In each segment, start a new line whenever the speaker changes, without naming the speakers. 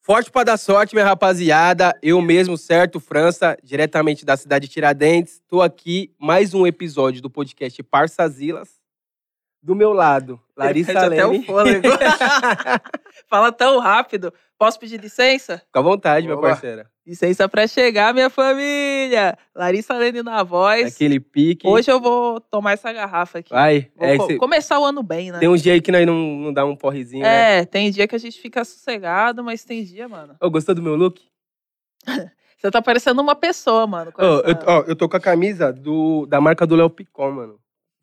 Forte pra dar sorte, minha rapaziada. Eu mesmo, certo, França, diretamente da cidade de Tiradentes. Tô aqui, mais um episódio do podcast Parçazilas. Do meu lado, Larissa
Perde até o
Leme.
fôlego. Fala tão rápido. Posso pedir licença?
Fica à vontade, minha
Boa.
parceira.
Licença pra chegar, minha família. Larissa Lene na voz.
Aquele pique.
Hoje eu vou tomar essa garrafa aqui.
Vai.
Vou
É,
co-
cê-
começar o ano bem, né?
Tem uns dias aí que nós não, não dá um porrezinho, né?
É, tem dia que a gente fica sossegado, mas tem dia, mano.
Ô, gostou do meu look?
Você tá parecendo uma pessoa, mano. com
Ô,
essa-
eu, ó, eu tô com a camisa do, da marca do Léo Picon, mano.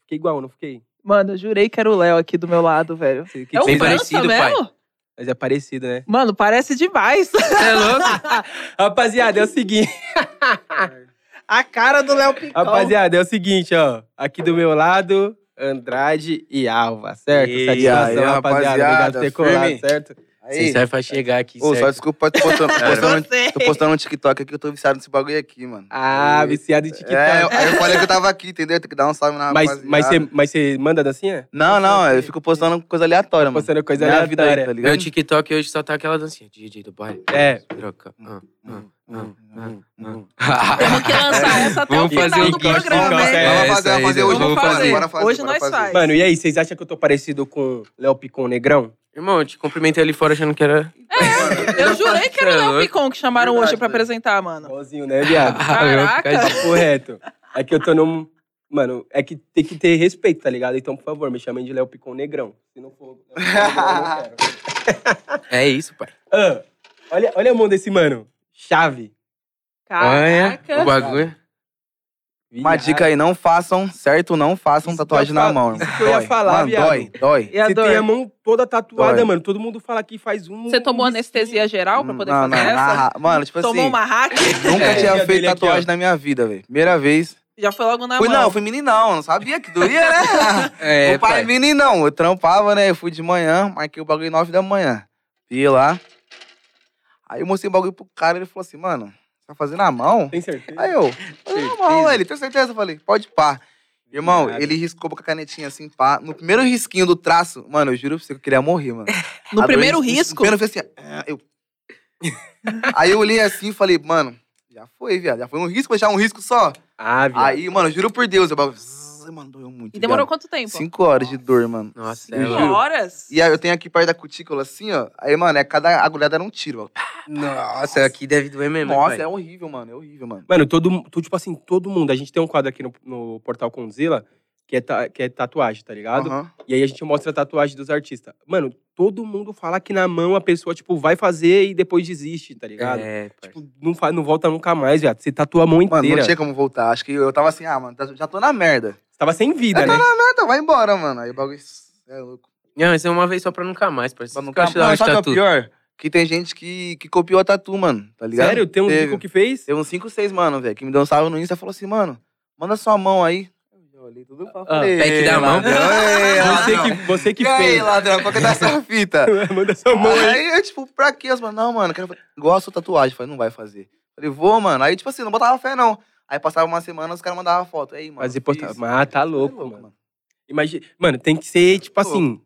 Fiquei igual, não fiquei?
Mano, eu jurei que era o Léo aqui do meu lado, velho.
Que, que
É o
bem
França
parecido, pai.
mesmo?
Mas é parecido, né?
Mano, parece demais.
Você é louco?
Rapaziada, é o seguinte.
A cara do Léo Picão.
Rapaziada, é o seguinte, ó. Aqui do meu lado, Andrade e Alva, certo?
E
Satisfação,
aí,
rapaziada. Obrigado por ter colado,
firme.
certo?
Você
Aí,
serve pra chegar aqui,
Ô, só
certo?
desculpa, tô postando,
É.
tô
Cara,
postando,
Você.
tô postando um TikTok aqui, eu tô viciado nesse bagulho aqui, mano.
Ah,
E-
viciado em TikTok.
É, eu- aí eu falei que eu tava aqui, entendeu? Tem que dar um salve na
mas,
rapaziada.
mas, você, é mas você manda dancinha?
Não, não, eu fico postando coisa aleatória, mano.
Postando coisa
Minha vida né? aí,
aleatória.
tá
Meu
ligado?
TikTok hoje só tá aquela dancinha. DJ do bairro.
É.
Troca. Ah, ah.
Hum, hum, hum, hum.
Temos que lançar essa até
Vamos
o
fazer
final
um
do
corte de
programa, né?
calça,
hein?
é.
Vamos
essa
fazer,
aí,
vamos fazer
Deus,
hoje,
vamos
vamos fazer.
fazer.
Bora fazer,
Hoje
bora
nós
fazer.
faz.
Mano, e aí, vocês acham que eu tô parecido com Léo Picon Negrão?
Irmão, eu te cumprimentei ali fora achando que era...
É, Eu jurei que era o Léo Picon que chamaram
Verdade,
hoje pra
velho.
apresentar, mano.
Igualzinho, né,
Ah,
viado?
Caraca.
Papo reto. É que eu tô num. Mano, é que tem que ter respeito, tá ligado? Então, por favor, me chamem de Léo Picon Negrão. Se não for. Léo Picon Negrão, eu não quero.
É isso, pai.
Ah, olha, olha a mão desse mano. Chave.
Olha
Caraca.
o bagulho.
Uma dica aí, não façam, certo? Não façam
Isso
tatuagem
que eu ia
na mão,
falar-
irmão.
isso que eu ia
Dói.
falar,
Mano,
viado.
dói, dói.
E a
Você
dor?
tem um a mão toda tatuada,
Dói.
mano. Todo mundo fala que faz um.
Você tomou
um
anestesia geral pra poder
Não,
fazer
não,
essa?
na ra- Mano, tipo
Tomou
assim,
uma hack?
nunca
É.
tinha
Dele
feito
aqui, ó.
tatuagem na minha vida, velho. Primeira vez.
Já foi logo na
Fui
mão.
não, fui meninão, não sabia que doía, né?
É,
o pai,
pai.
meninão, eu trampava, né? Eu fui de manhã, marquei o bagulho 9 da manhã. Fui lá. Aí eu mostrei o bagulho pro cara, ele falou assim, mano, tá fazendo na mão?
Tem certeza?
Aí eu, fazendo na mão, ele, tenho certeza? Eu falei, pode pá. Irmão,
Viado.
ele riscou com a canetinha assim, pá. No primeiro risquinho do traço, mano, eu juro pra você que eu queria morrer, mano. A
No
dor
primeiro
ins-
risco?
No primeiro eu fiz assim, ah, eu... Aí eu olhei assim e falei, mano, já foi, viado, já foi um risco, deixar um risco só.
Ah, viado.
Aí, mano, eu juro por Deus, eu bagulho, zzz, mano, doeu muito,
E demorou
viado.
quanto tempo?
Cinco horas de dor, mano.
Nossa,
Eu
é
juro.
louco.
horas?
E aí eu tenho aqui perto da cutícula, assim, ó. Aí, mano, é cada agulhada era um tiro. ó.
Nossa, aqui deve doer mesmo, hein,
Nossa,
pai.
é horrível, mano. É horrível, mano.
Mano, todo, mu- tu- tipo assim, todo mundo. A gente tem um quadro aqui no, no Portal Conzilla que é, ta- que é tatuagem, tá ligado?
Aham.
E aí a gente mostra a tatuagem dos artistas. Mano, todo mundo fala que na mão a pessoa, tipo, vai fazer e depois desiste, tá ligado?
É, pai.
Tipo, não, fa- não volta nunca mais, viado. Você tatua a mão
Mano,
inteira.
não tinha como voltar. Acho que eu tava assim, ah, mano, já tô na merda.
Você tava sem vida,
Eu
né?
Ah, então vai embora, mano. Aí o bagulho é louco.
Não, mas é uma vez só pra nunca mais, parceiro.
Mano,
Isso que tá eu acho da hora de
sabe o
tá
tatu.
que é o pior? Que tem gente que, que copiou a tatu, mano. Tá ligado?
Sério? Tem um
Teve.
Zico que fez?
Teve uns 5, 6, mano, velho, que me deu um salve no Insta e falou assim, mano, manda sua mão aí. Eu já olhei tudo pra
Ah,
falei,
pack da mão.
ladrão, ei,
Você
ladrão.
que, você que
E aí,
fez.
ladrão, qual que é da sua fita?
Manda sua mão aí.
Aí eu, tipo, pra quê? Eu, mano, não, mano, quero fazer. Igual a sua tatuagem. Eu Falei, não vai fazer. Eu Falei, vou, mano. Aí, tipo assim, não botava fé, não. Aí passava uma semana, os caras mandavam foto. Aí, mano.
Mas,
fiz.
posta... Mas tá
Você é
louco, mano. Imagina... Mano, tem que ser, tipo
Louco.
assim...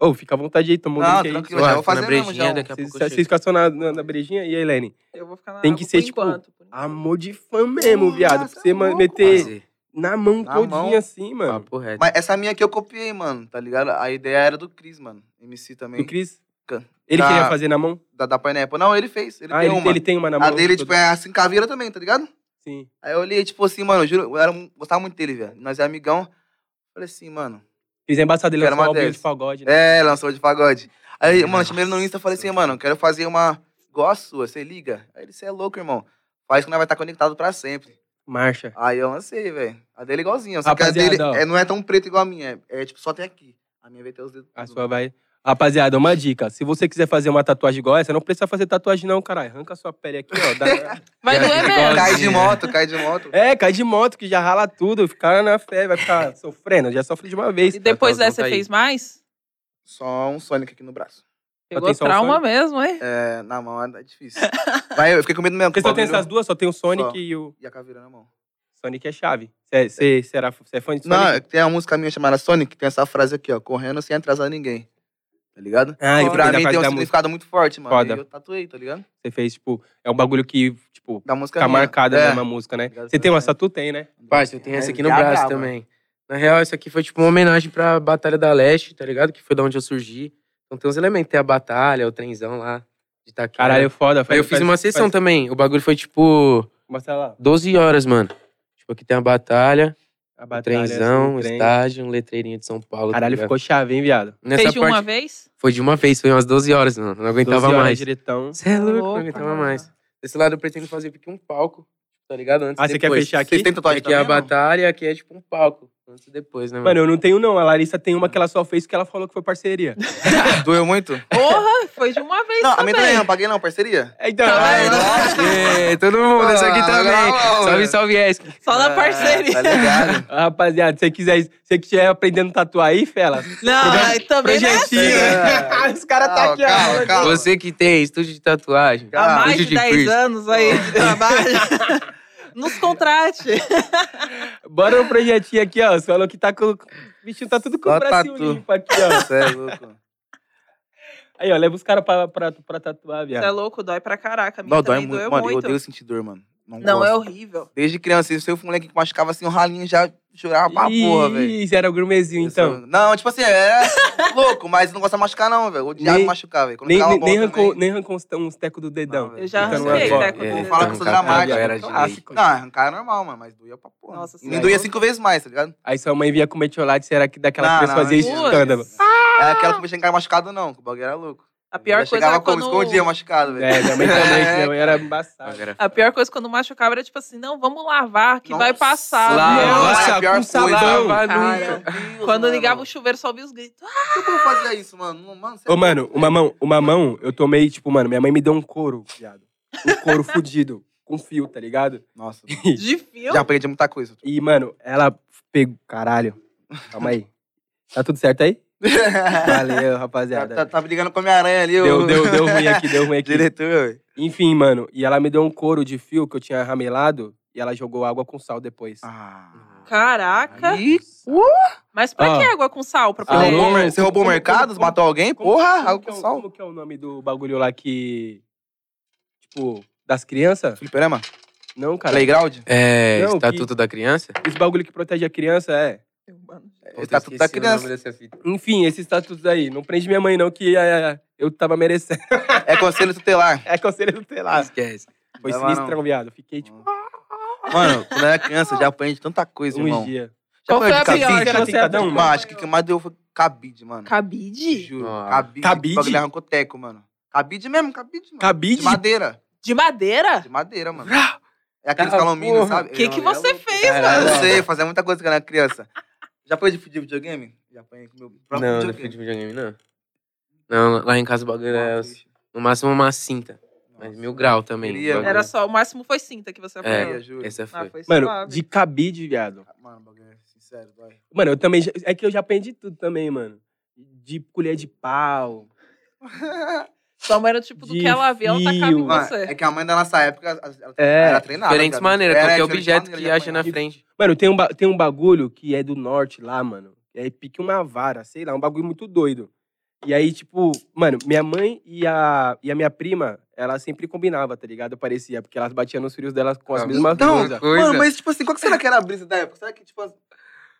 Ô, fica à vontade aí, toma um
Não,
drink aí.
tranquilo, já vou
Fica na
fazer mesmo,
brejinha,
já.
daqui a
Vocês-
pouco eu
Vocês
chego.
ficam só na, na, na brejinha? E aí, Helene?
Eu vou ficar na
Tem
água
que ser,
por
tipo,
enquanto, por enquanto.
Amor de fã mesmo,
Nossa,
viado. Pra você
é louco,
meter
Fazer.
na mão
Na
todinha
mão.
assim, mano.
Papo reto.
Mas essa minha aqui eu copiei, mano, tá ligado? A ideia era do Cris, mano. MC também.
Do Cris?
Ca-
Ele
da-
queria fazer na mão?
Da, da Pineapple. Não, ele fez. Ele
ah,
tem
ele,
uma.
ele tem uma na mão.
a dele,
toda-
tipo, é assim, caveira também, tá ligado?
Sim.
Aí eu olhei, tipo assim, mano, eu juro, eu era, um- gostava muito dele, velho. Nós é amigão. Falei assim, mano.
Eles é embaçado, ele
Quero
lançou um
uma
álbum de
dessas.
pagode, né?
É, lançou de pagode. Aí, mano, chamei ele no Insta e falei assim, mano, quero fazer uma igual a sua, você liga? Aí ele, você é louco, irmão. Faz que nós vai estar conectado pra sempre.
Marcha.
Aí eu lancei, velho. A dele é igualzinha, só que a
Rapaziada,
dele
ó.
é, não é tão preta igual a minha. É, é, tipo, só tem aqui. A minha vai ter os dedos.
A sua vai. Rapaziada, uma dica. Se você quiser fazer uma tatuagem igual essa, não precisa fazer tatuagem, não, caralho. Arranca a sua pele aqui, ó. dá-
Vai
Já
doer
fica
mesmo.
Cai
assim,
de
né?
moto, cai de moto.
É, cai de moto, que já rala tudo. Ficar na fé, vai ficar sofrendo. Já sofri de uma vez.
E depois
Tá, tá,
dessa,
tá
você
aí.
fez mais?
Só um Sonic aqui no braço.
Pegou
Atenção,
trauma mesmo, hein?
É, na mão é difícil. Vai, eu fiquei com medo mesmo. que
Porque
o
só tem
bagulho-
essas duas, só tem o Sonic
Só.
e o.
E a caveira na mão.
Sonic é chave. Você é fã de Sonic?
Não, tem uma música minha chamada Sonic, que tem essa frase aqui, ó. Correndo sem atrasar ninguém. tá ligado?
Ah,
E
eu
pra
fiquei
mim
da parte
tem um
da música.
significado muito forte, mano.
Foda.
E eu tatuei, tá ligado?
Você fez, tipo, é um bagulho que, tipo,
Da música
fica
minha.
marcada
é.
na mesma música, né?
Obrigado,
Você tem uma,
senhor.
essa tu tem, né?
Parça, eu tenho essa aqui no
É, BH,
braço
mano.
também. Na real, isso aqui foi tipo uma homenagem pra Batalha da Leste, tá ligado? Que foi da onde eu surgi. Então tem uns elementos, tem a batalha, o trenzão lá de Itaquera.
Caralho, foda.
É. Aí eu fiz uma sessão também. O bagulho foi tipo
Mostra lá.
12 horas, mano. Tipo, aqui tem a batalha,
A
o
batalha,
trenzão,
assim,
o
o trem.
estádio, um letreirinho de São Paulo. tá
Caralho,
ligado?
ficou chave, hein, viado?
Nessa
Fez de
parte,
uma vez?
Foi de uma vez, foi umas 12 horas, mano. Não
Então
12
aguentava
horas
mais.
diretão.
Você é louco, não
Louco,
aguentava
mano.
mais. Desse lado eu pretendo fazer porque um palco, tá ligado? Antes e
Ah, você quer
depois.
fechar aqui?
Vocês têm tatuagem
Aqui é a
também, não?
batalha, aqui é tipo um palco. Antes e depois, né, mano?
Mano, eu não tenho, não. A Larissa tem uma que ela só fez que ela falou que foi parceria.
Doeu muito?
Porra, foi de uma vez
Não, a
também.
minha também não, paguei não, parceria.
Então,
Tá vendo?
É, todo mundo, esse aqui
Ah,
também.
legal,
salve,
mano.
salve, Esk.
Só na
Ah,
parceria.
Tá ligado?
rapaziada, se você quiser, se você estiver aprendendo a tatuar aí, fela,
Não, aí também né?
projetinho.
É.
Os caras tá
Calma,
aqui, ó.
calma, calma.
Você que tem estúdio de tatuagem.
Há
Ah,
mais
estúdio
de 10
piercing.
anos aí de trabalho. Nos contrate.
É.
Bora no projetinho aqui, ó. Você falou que tá com. O bichinho tá tudo com
Só
o bracinho
tatu.
limpo aqui, ó.
Você é louco.
Aí, ó, leva os caras pra, pra, pra tatuar,
Você é
viado.
louco, dói pra caraca. A minha
Não, dói
também
muito.
doeu
Mano, eu
muito.
odeio sentir dor, mano. Não,
Não,
gosto.
é horrível.
Desde criança, se eu fui um moleque que machucava assim, um ralinho já chorava Tá pra porra, velho.
Ih, era o grumezinho,
Eu sou-
então.
Não, tipo assim, era louco, mas não gosta de machucar, não, velho. Odiava
Nem-
machucar, velho. Quando
Nem,
pegava é um
nem,
a bola
nem, arrancou,
também-
nem arrancou uns, uns tecos do dedão.
Não, velho.
Eu já
Então não
arranquei,
é bom.
né? quando
É,
eu-
Vou falar que eu sou
Arrancar
dramático.
era
então-
direito.
Ah, Não, arrancar é normal, mano, mas doía pra porra.
Nossa
e me
Senhora.
doía cinco vezes mais, tá ligado?
Aí sua mãe vinha com metiolate, você era que daquela
Não,
criança
não,
fazia
não.
escândalo.
É aquela que me xingava machucado, não, que o bagulho era louco.
A pior
Eu
coisa
chegava
era
como?
quando...
Escondia machucado, velho.
É, minha mãe também,
É,
minha mãe era embaçada.
Agora,
A pior coisa quando machucava era tipo assim, não, vamos lavar, que vai
Nossa,
passar.
lavar.
Meu,
Nossa,
é a pior
com
coisa.
sabão.
Lavar
Cara,
Deus,
quando
mano.
ligava o chuveiro, só ouvia os gritos. Ah,
Por que eu fazia isso, mano? Não, Mano, você
Ô, mano, o mamão, o mamão, eu tomei, tipo, mano, minha mãe me deu um couro, viado. Um couro fudido, com fio, tá ligado?
Nossa,
de fio.
já aprendi muita coisa.
E, mano, ela pegou. Caralho. Calma aí. Tá tudo certo aí? Valeu,
Tá-
rapaziada.
tá- Tava brigando com a minha aranha ali,
Deu,
o
deu, deu ruim aqui, deu ruim aqui.
diretor, velho.
Enfim, mano, e ela me deu um couro de fio que eu tinha ramelado e ela jogou água com sal depois.
Ah.
Caraca.
Ih,
Mas pra
Ah.
que água com sal? Pra
Você
Ah,
poder...
roubou,
o-
mer- você roubou
como-
mercados?
como-
matou alguém?
Como-
Porra,
como
algo
que
com
é o-
sal.
Como que é o nome do bagulho lá que. Tipo, das crianças?
Fliperama?
Não, cara.
Playground?
é,
Não,
Estatuto da Criança?
Esse bagulho que protege a criança é.
Puta,
Estatuto da
esqueci o
Criança.
nome dessa fita.
Enfim, esse status aí. Não prende minha mãe, não, que é, eu tava merecendo.
É conselho tutelar.
É conselho tutelar.
Esquece.
Foi
Não dá lá,
sinistrão, viado. Fiquei, tipo,
Mano, quando eu era criança, eu já apanhei de tanta coisa,
uns
irmão.
dias.
Já
Qual foi
apanhei
a
de
pior
cabide.
que
Era
você
tentadão,
apanhou?
mano.
Mano, acho que o que mais deu foi cabide, mano.
Cabide?
Juro.
Ah.
Cabide.
Cabide?
O bagulho arrancou teco, mano. Cabide mesmo, cabide, mano.
Cabide
De madeira.
De madeira?
De madeira, mano. É aqueles
Ah,
com alumínio,
porra.
sabe?
O que, que você fez?
Ah,
Caralho.
eu sei, fazia muita coisa quando era criança. Já foi de de videogame? Já apanhei com meu próprio
é
Não, não fui de
videogame.
videogame, não. Não, lá em casa o bagulho é os- no máximo uma cinta.
é
Mas mil grau também.
Queria,
bagulho.
Era só, o máximo foi cinta que você apanhou.
É, juro.
Essa
Ah,
foi.
foi
Mano,
suave.
de cabide, viado.
Mano, o bagulho é sincero, vai.
Mano, eu também. já- É que eu já aprendi tudo também, mano. De colher de pau.
Sua mãe era tipo do
de
que ela vê, ela tacava em
fio.
Mano,
você.
é que a mãe da nossa época ela
É,
era treinada.
Diferentes
cara.
maneiras,
Era
qualquer
diferente
objeto
maneira
que
de
acha na
apanhar.
frente.
Mano, tem um, ba- tem um bagulho que é do norte lá, mano. É pique uma vara, sei lá, um bagulho muito doido. E aí, tipo, mano, minha mãe e a, e a minha prima, ela sempre combinava, tá ligado? Parecia, porque elas batiam nos filhos delas com as
Ah,
mesmas
então,
coisas.
Mano, mas tipo assim, qual que será que era a brisa da época? Será que tipo... as-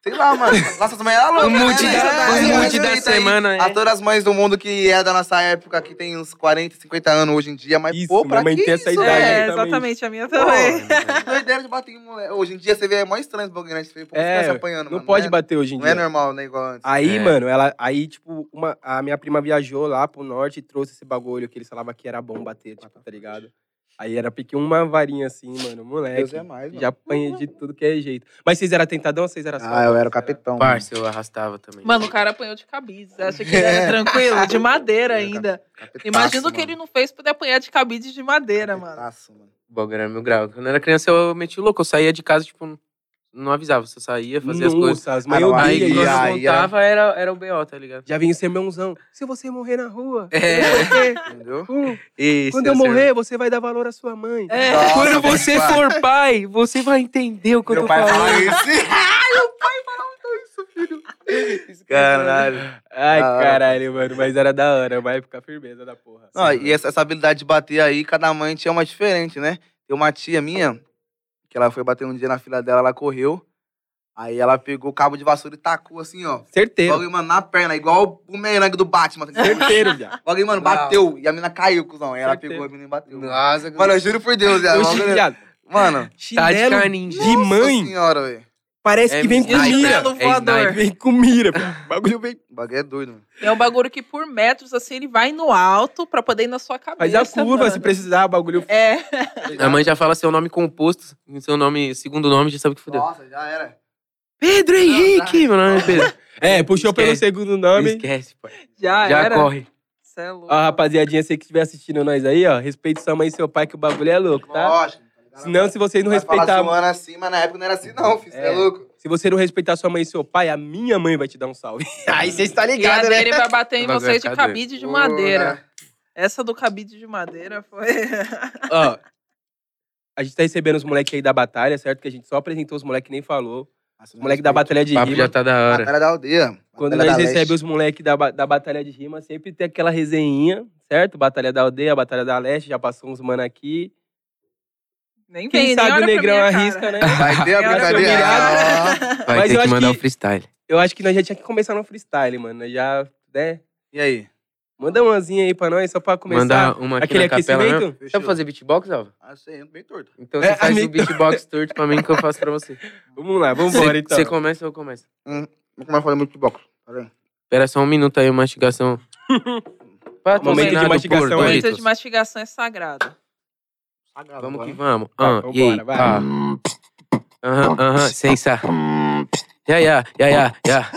Sei lá, mano. Nossas mães eram
O
loucas.
mood
né?
da,
É,
o mood
é,
da
é, é,
semana
A
é.
todas as mães do mundo que é da nossa época, que tem uns 40, 50 anos hoje em dia, mas
Isso,
pô,
minha
pra
mãe
que
tem essa
isso,
idade, tá
velho?
É,
exatamente.
exatamente, a minha também.
Doideira de bater em moleque. Hoje em dia você vê, é mó estranho esse bagulho, né? Você vê, pô,
É,
é, se apanhando,
Não
mano.
pode
é-
bater hoje em
Não é
dia.
normal, né, igual antes.
Aí,
É.
mano, ela. Aí, tipo, uma, a minha prima viajou lá pro norte e trouxe esse bagulho que eles falavam que era bom bater, tipo, tá ligado? Aí era pique uma varinha assim, mano, moleque.
Deus é mais, mano.
já apanhei de tudo que é jeito. Mas vocês eram tentadão ou vocês eram só?
Ah, eu era o capitão.
Parça, eu arrastava também.
Mano, o cara apanhou de cabide. Você acha que ele
É.
era tranquilo? De madeira ainda.
Capitaço,
Imagina o que
mano.
ele não fez pra poder apanhar de cabide de madeira, mano.
Capitaço, mano.
o bagulho era mil grau. Quando eu era criança, eu meti o louco. Eu saía de casa, tipo, não avisava. Só saía, fazia as coisas.
Nossa, as mães
Ah, não,
odeiam
Aí,
aí,
isso.
quando
aí,
eu voltava, era, era o B.O., tá ligado?
Já vem o sermãozão. Se você morrer na rua,
É,
você-
Entendeu?
Hum,
isso,
quando eu
esse é era-
morrer, você vai dar valor à sua mãe.
É.
Nossa,
Quando
velho,
você
pai.
for pai, você vai entender o que eu
Meu
tô
pai
falando.
falou isso.
é
Caralho.
Ai,
Ah.
caralho, mano. Mas era da hora. Vai ficar firmeza da porra.
Não, e essa, essa habilidade de bater aí, cada mãe tinha uma diferente, né? Tem uma tia minha, que ela foi bater um dia na filha dela, ela correu. Aí ela pegou o cabo de vassoura e tacou assim, ó.
Certeiro.
Logo, mano, na perna, igual o bumerangue do Batman. tá
Certeiro, viado.
Logo, mano, bateu. E a mina caiu, cuzão. Aí ela
Certeza.
pegou a mina e bateu.
Nossa,
Mano,
"É
eu juro por Deus, é, viado.
Oxi,
Logo-
viado.
Mano,
Chinelo
tática ninja.
de
nossa
mãe
senhora, velho.
parece que vem né?" com
sniper.
mira.
Chinelo voador.
é sniper.
Vem com mira, viado. O bagulho vem.
O bagulho é doido, mano.
É um bagulho que por metros, assim, ele vai no alto pra poder ir na sua cabeça.
Faz a curva
mano.
se precisar, o bagulho.
É.
A mãe já fala seu nome composto, seu nome, segundo nome, já sabe que fudeu.
Nossa, já era.
Pedro Henrique! Meu nome é Pedro.
É, puxou pelo
Esquece.
segundo nome. Ah,
Esquece, pai.
Já,
já
era.
corre.
Cê é louco.
Ó, rapaziadinha, você que estiver assistindo nós aí, ó. Respeite sua mãe e seu pai, que o bagulho é louco, tá?
Lógico.
Senão, se vocês não respeitar.
Mano assim, mas na época não era assim, não, filho. Você é
É.
louco.
Se você não respeitar sua mãe e seu pai, a minha mãe vai te dar um salve. Aí você está né?
E a dele vai bater em
Vai
vocês de
cadeira.
cabide de
Pô,
madeira.
né?
Essa do cabide de madeira foi.
Ó, a gente tá recebendo os moleques aí da batalha, certo? Que a gente só apresentou os moleques nem falou.
Nossa,
Os moleques da batalha
O
de
papo
rima.
já tá da hora.
Batalha da aldeia.
Quando
Batalha
nós
da
recebemos os
Leste.
moleques da, ba- da batalha de rima, sempre tem aquela resenhinha, certo? Batalha da aldeia, batalha da leste, já passou uns mano aqui.
Nem
Quem
vem, nem
sabe
olha
o
pra
negrão
minha cara.
arrisca, né?
Vai ter a
Olha,
brincadeira.
obrigado.
né?
Ah,
Vai
Mas eu
ter que
acho
mandar o
que-
freestyle.
Eu acho que nós já tinha que começar no freestyle, mano. Nós Já, né?
E aí?
Manda umazinha aí pra nós, só pra começar.
Mandar uma aqui
Aquele
na capela. né?
aquecimento?
mesmo. Sabe fazer beatbox, Alva?
Ah, sei, bem torto.
Então
É,
você faz
amigo.
o beatbox torto pra mim que eu faço pra você.
Vamos lá, vamos embora então.
Você começa ou eu começo?
Não começa a fazer muito box. Pera
Espera só um minuto aí, mastigação.
Momento de
Patrocinado
mastigação
por
aí.
Momento
Doritos.
de mastigação é sagrado.
aí.
Vamos que
vai.
vamos.
Vai,
Ah, e aí?
vambora, vai.
Ah. Aham, aham, sensa. Ya, ya, ya, ya, ya.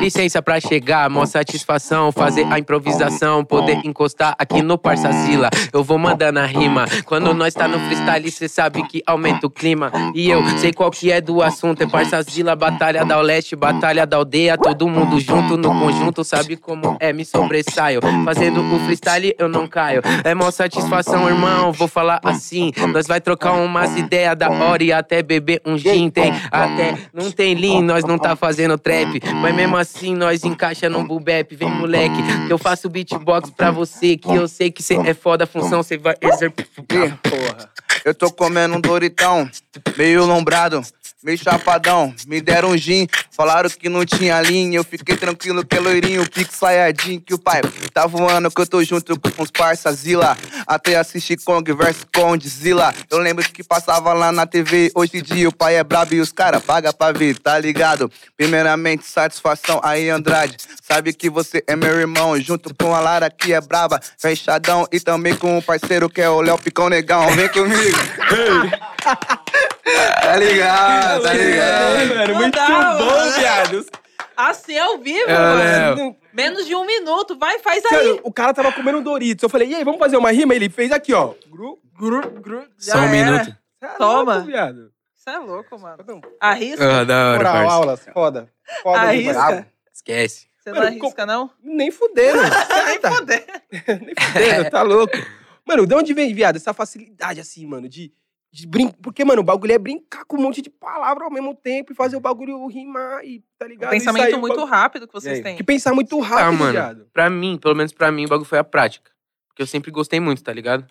Licença pra chegar, mó satisfação. Fazer a improvisação, poder encostar aqui no Parsazila. Eu vou mandando a rima. Quando nós tá no freestyle, cê sabe que aumenta o clima. E eu sei qual que é do assunto. É Parsazila, Batalha da Leste, Batalha da Aldeia. Todo mundo junto no conjunto, sabe como é, me sobressaio. Fazendo o freestyle, eu não caio. É mó satisfação, irmão. Vou falar assim. Nós vai trocar umas ideias da hora e até beber um gin. Tem até, não tem lean, nós não tá fazendo trap. Mas mesmo assim, nós encaixa no bubep. Vem, moleque, que eu faço beatbox pra você. Que eu sei que cê é foda a função, cê vai exercer.
Ih, porra. Eu tô comendo um Doritão, meio lombrado, meio chapadão. Me deram um gin, falaram que não tinha linha. Eu fiquei tranquilo que é loirinho, pique saiadinho. Que o pai tá voando, que eu tô junto com os parça Zila. Até assisti Kong vs Kong Zila. Eu lembro que passava lá na TV. Hoje em dia o pai é brabo e os cara paga pra ver, tá ligado? Primeiramente, satisfação aí, Andrade. Sabe que você é meu irmão, junto com a Lara que é braba, fechadão e também com o parceiro que é o Léo Picão Negão. Vem comigo. tá ligado, tá ligado.
Mano, é muito
Mandar,
bom,
mano.
viado.
Assim ao vivo,
Cara,
É.
mano. Menos de um minuto. Vai, faz aí.
Sério, o cara tava comendo um Doritos. Eu falei, e aí, vamos fazer uma rima? Ele fez aqui, ó. Gru.
Gru, gru, já
Só um
era.
minuto.
Cê é
Toma.
louco, viado.
Você é louco, mano.
Não,
Arrisca.
Ah, da hora,
Moral,
parça.
aulas, foda. Foda
Aí,
demais.
isso.
Brabo.
Esquece.
Você não
Mano,
arrisca, não? Um
Nem fudendo. Certa.
Poder.
Nem fudendo, tá louco. Mano, de onde vem, viado, essa facilidade assim, mano, de, de brincar. Porque, mano, o bagulho é brincar com um monte de palavra ao mesmo tempo e fazer o bagulho rimar e, tá ligado? E sair
Pensamento
o
muito
bagulho-
rápido que
E
vocês
aí?
têm.
É. Que pensar muito rápido,
mano.
viado.
Pra mim, pelo menos pra mim, o bagulho foi a prática. Porque eu sempre gostei muito, tá ligado?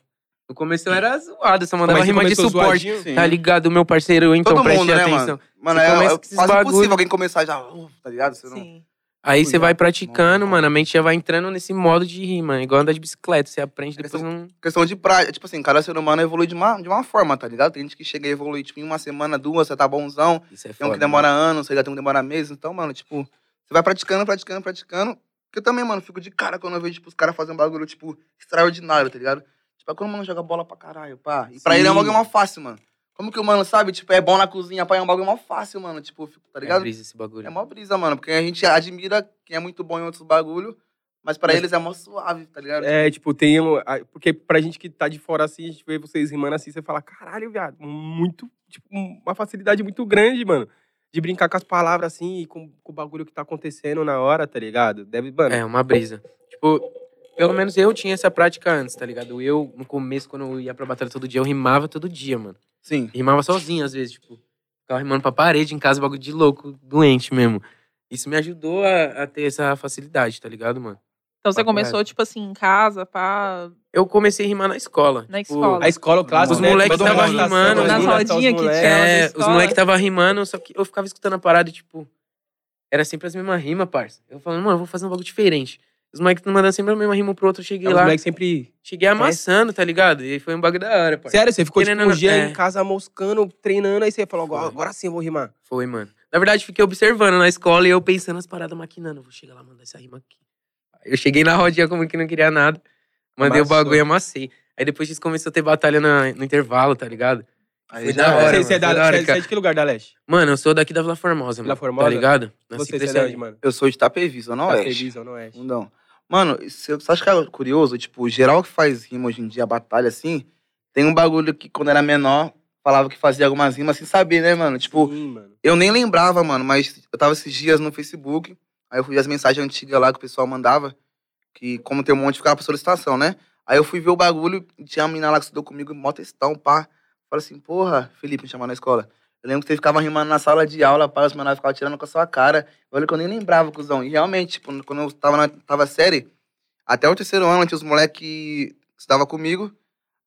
No começo eu era zoado, só mandava
Mas você
rima de
começou
suporte.
zoadinho?
Sim.
Tá ligado, meu parceiro? Então,
Todo
preste
mundo, né,
atenção.
mano? Mano,
Você
é,
começa
é
com esses
quase
bagulho.
impossível alguém começar já, uh, tá ligado? Você não-
Sim.
Aí você
Cuidado.
vai praticando, mano. A mente já vai entrando nesse modo de rima. Igual andar de bicicleta. Você aprende, depois não.
Questão de prática. Tipo assim, cada ser humano evolui de uma, de uma forma, tá ligado? Tem gente que chega a evoluir, tipo, em uma semana, duas, você tá bonzão.
Isso é
Tem um
foda.
que demora anos, sei lá, tem um que demora meses. Então, mano, tipo, você vai praticando, praticando, praticando. Porque eu também, mano, fico de cara quando eu vejo, tipo, os caras fazendo um bagulho, tipo, extraordinário, tá ligado? Tipo, é quando o mano joga bola pra caralho, pá. E pra
Sim.
ele é um bagulho mó fácil, mano. Como que o mano sabe, tipo, é bom na cozinha, pá, é um bagulho mó fácil, mano. Tipo, eu fico, tá
mano. É
ligado?
brisa esse bagulho.
É mó brisa, mano. Porque a gente admira quem é muito bom em outros bagulho, mas pra
Mas-
eles é mó suave, tá ligado?
É, tipo, tem. um- a- Porque pra gente que tá de fora assim, a gente vê vocês rimando assim, você fala, caralho, viado, muito. Tipo, uma facilidade muito grande, mano. De brincar com as palavras assim e com, com o bagulho que tá acontecendo na hora, tá ligado? Deve,
né?
mano.
É, uma brisa. Tipo, pelo menos eu tinha essa prática antes, tá ligado? Eu, no começo, quando eu ia pra batalha todo dia, eu rimava todo dia, mano.
Sim.
Rimava sozinho, às vezes, tipo. Ficava rimando pra parede em casa, bagulho de louco, doente mesmo. Isso me ajudou a, a ter essa facilidade, tá ligado, mano?
Então você
Papo
começou,
reto.
tipo assim, em casa, pá,
Eu comecei a rimar na escola.
na
tipo,
escola.
A escola né, clássica.
Os moleques tava rimando,
né,
nas rodinhas que tinha.
É,
escola.
os moleques tava rimando, só que eu ficava escutando a parada, e, tipo, era sempre as mesmas rimas, parça. Eu falando, mano, eu vou fazer um bagulho diferente. Os moleques mandando sempre a mesma rima um pro outro, eu cheguei
É, Os
lá,
moleques sempre.
cheguei amassando, tá ligado? E foi um bagulho da hora, parça.
Sério, você ficou tipo,
Querendo
um
ou não-
dia
é.
em casa moscando, treinando, aí você falou, agora,
Foi.
agora sim eu vou rimar.
Foi, mano. Na verdade, fiquei observando na escola e eu pensando as paradas, maquinando. Vou chegar lá, mandar essa rima aqui. Eu cheguei na rodinha como que não queria nada. Mandei
Amassou.
o bagulho e amassei. Aí depois disso começou a ter batalha na- no intervalo, tá ligado? Foi da hora,
Você
mano.
você é da-
Foi da hora,
você é- você é de que lugar da Leste?
Mano, eu sou daqui da Vila Formosa,
Vila
mano.
Formosa?
Tá ligado? Nasci
Você
e
você é
cresci
de
ali.
onde, mano?
Eu sou de Itapevi, Zona
Da
Oeste. Um
Felizão, não é?
Mundão. Mano, você você acha que é curioso? Tipo, geral que faz rima hoje em dia, batalha assim, tem um bagulho que quando era menor, falava que fazia algumas rimas sem saber, né, mano? Tipo,
Sim, mano.
Eu nem lembrava, mano, mas eu tava esses dias no Facebook, aí eu fui ver as mensagens antigas lá que o pessoal mandava, que como tem um monte, ficava pra solicitação, né? Aí eu fui ver o bagulho, e tinha uma menina lá que estudou comigo, mó textão, pá. Falei assim, porra, Felipe, me chamava na escola. Eu lembro que você ficava rimando na sala de aula, pá, os menores ficavam tirando com a sua cara. Olha que eu nem lembrava, cuzão. E realmente, tipo, quando eu tava na tava série, até o terceiro ano, tinha os moleques que estudavam comigo.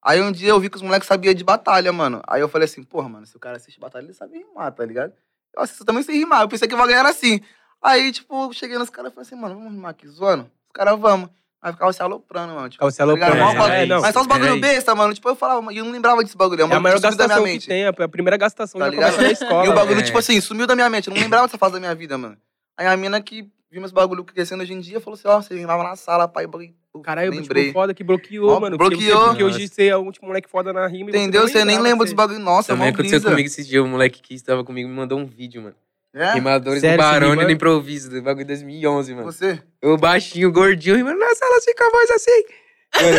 Aí um dia eu vi que os moleques sabiam de batalha, mano. Aí eu falei assim, porra, mano, se o cara assiste batalha, ele sabe rimar, tá ligado? Eu assisto também sem rimar. Eu pensei que o Wagner era assim. Aí, tipo, eu cheguei nos caras e falei assim, mano, vamos rimar aqui, zoando? Os caras, vamos. Aí ficava se aloprando, mano. Tipo,
Ficava se aloprando.
Tá
né?
ligado? Mó
É,
bagulho.
é, não.
Mas só os
Era
bagulho
isso.
besta, mano. Tipo, eu falava, e eu não lembrava desse bagulho. É,
É a maior
sumiu da minha
gastação que
mente.
tem, a a primeira gastação
Tá
já começa
ligado?
na escola.
E o bagulho,
né?
É.
tipo assim, sumiu da minha mente. Eu não lembrava dessa fase da minha vida, mano. Aí a mina que viu meus bagulho crescendo hoje em dia falou assim, ó, você rimava na sala, pai, bagulho.
Caralho,
lembrei.
tipo, foda que bloqueou,
Ó,
mano.
bloqueou.
Porque hoje você é o último moleque foda na rima. e você
Entendeu?
não
Você nem
lembrava que
lembra dos bagulho. Nossa, é
Também
mó
aconteceu
brisa.
comigo esse dia. O moleque que estava comigo me mandou um vídeo, mano.
É?
Rimadores
Sério,
do
você
Barone
rima?
do Improviso, do bagulho de 2011, mano.
Você?
Eu baixinho, gordinho, rimando na sala assim com a voz assim. Mano,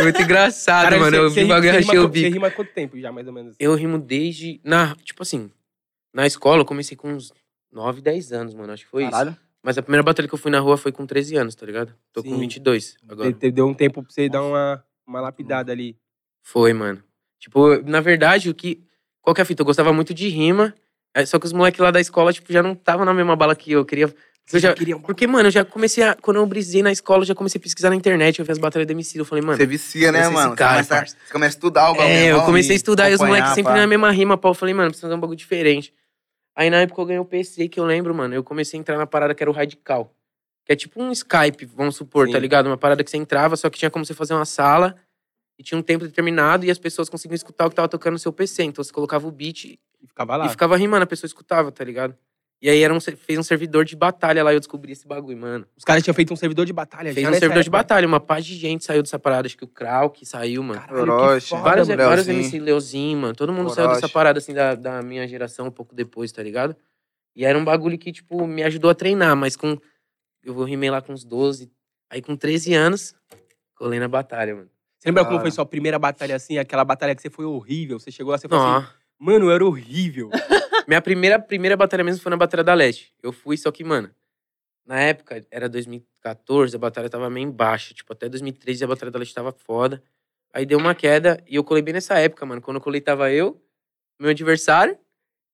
muito engraçado,
Caralho,
mano.
você-
eu
você
vi o
rima-
bagulho e
você
achei
rima-
o bico.
Você rima há quanto tempo já, mais ou menos?
Eu rimo desde. Na, tipo assim, na escola eu comecei com uns 9, 10 anos, mano. Acho que foi isso.
Caralho.
Mas a primeira batalha que eu fui na rua foi com 13 anos, tá ligado? Tô
Sim.
com 22 agora. Uhum.
Te- te- Deu um tempo pra você dar uma, uma lapidada ali.
Foi, mano. Tipo, na verdade, o que. Qual que é a fita? Eu gostava muito de rima. é, Só que os moleques lá da escola, tipo, já não estavam na mesma bala que eu. Eu queria. Eu já...
queria um
Porque, mano, eu já comecei a. Quando eu brisei na escola, eu já comecei a pesquisar na internet. Eu vi as batalhas do MC. Eu falei, mano.
Você vicia, né,
esse
mano? Você
cara,
começa,
parça.
você começa a estudar o bagulho.
É, eu
ó,
comecei a
e
estudar e os moleques
acompanhar,
sempre
pá.
na mesma rima, pau. Eu falei, mano, precisa fazer um bagulho diferente. Aí na época eu ganhei o PC que eu lembro, mano. Eu comecei a entrar na parada que era o Radical. Que é tipo um Skype, vamos supor,
Sim.
tá ligado? Uma parada que você entrava, só que tinha como você fazer uma sala e tinha um tempo determinado e as pessoas conseguiam escutar o que tava tocando no seu PC. Então você colocava o beat
E ficava lá.
e ficava rimando, a pessoa escutava, tá ligado? E aí era um, ser- fez um servidor de batalha lá e eu descobri esse bagulho, mano.
Os caras tinham feito um servidor de batalha.
Fez
já
um
nessa
servidor de
época.
batalha, uma pá de gente saiu dessa parada. Acho que o Krau que saiu, mano.
Caralho, que
Orochi.
foda,
Vários,
mano.
Gabrielzinho.
vários MC Leozinho, mano. Todo mundo saiu
Orochi.
dessa parada, assim, da, da minha geração, um pouco depois, tá ligado? E era um bagulho que, tipo, me ajudou a treinar, mas com. Eu vou rimei lá com uns 12. Aí com 13 anos, colei na batalha, mano.
Você lembra como
Ah.
foi sua primeira batalha assim? Aquela batalha que você foi horrível. Você chegou lá, você falou
Não,
assim, mano, eu era horrível.
Minha primeira, primeira batalha mesmo foi na Batalha da Leste. Eu fui, só que, mano, na época, era 2014, a batalha tava meio embaixo. Tipo, até 2013 a Batalha da Leste tava foda. Aí deu uma queda e eu colei bem nessa época, mano. Quando eu colei tava eu, meu adversário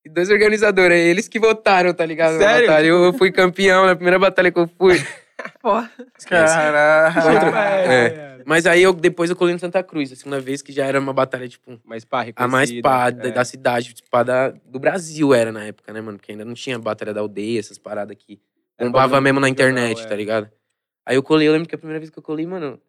e dois organizadores. É Eles que votaram, tá ligado? na
Sério?
batalha. Eu, eu fui campeão na primeira batalha que eu fui.
Porra.
Caralho.
É.
Mas aí eu depois eu colei no Santa Cruz, a segunda vez que já era uma batalha, tipo,
Mas pá, reconhecida.
A mais pá da,
é.
da cidade, tipo, pá da, do Brasil era na época, né, mano? Porque ainda não tinha Batalha da Aldeia, essas paradas que
Era
bombava
É, bagulho
mesmo na
regional,
internet,
é.
tá ligado? Aí eu colei, eu lembro que a primeira vez que eu colei, mano,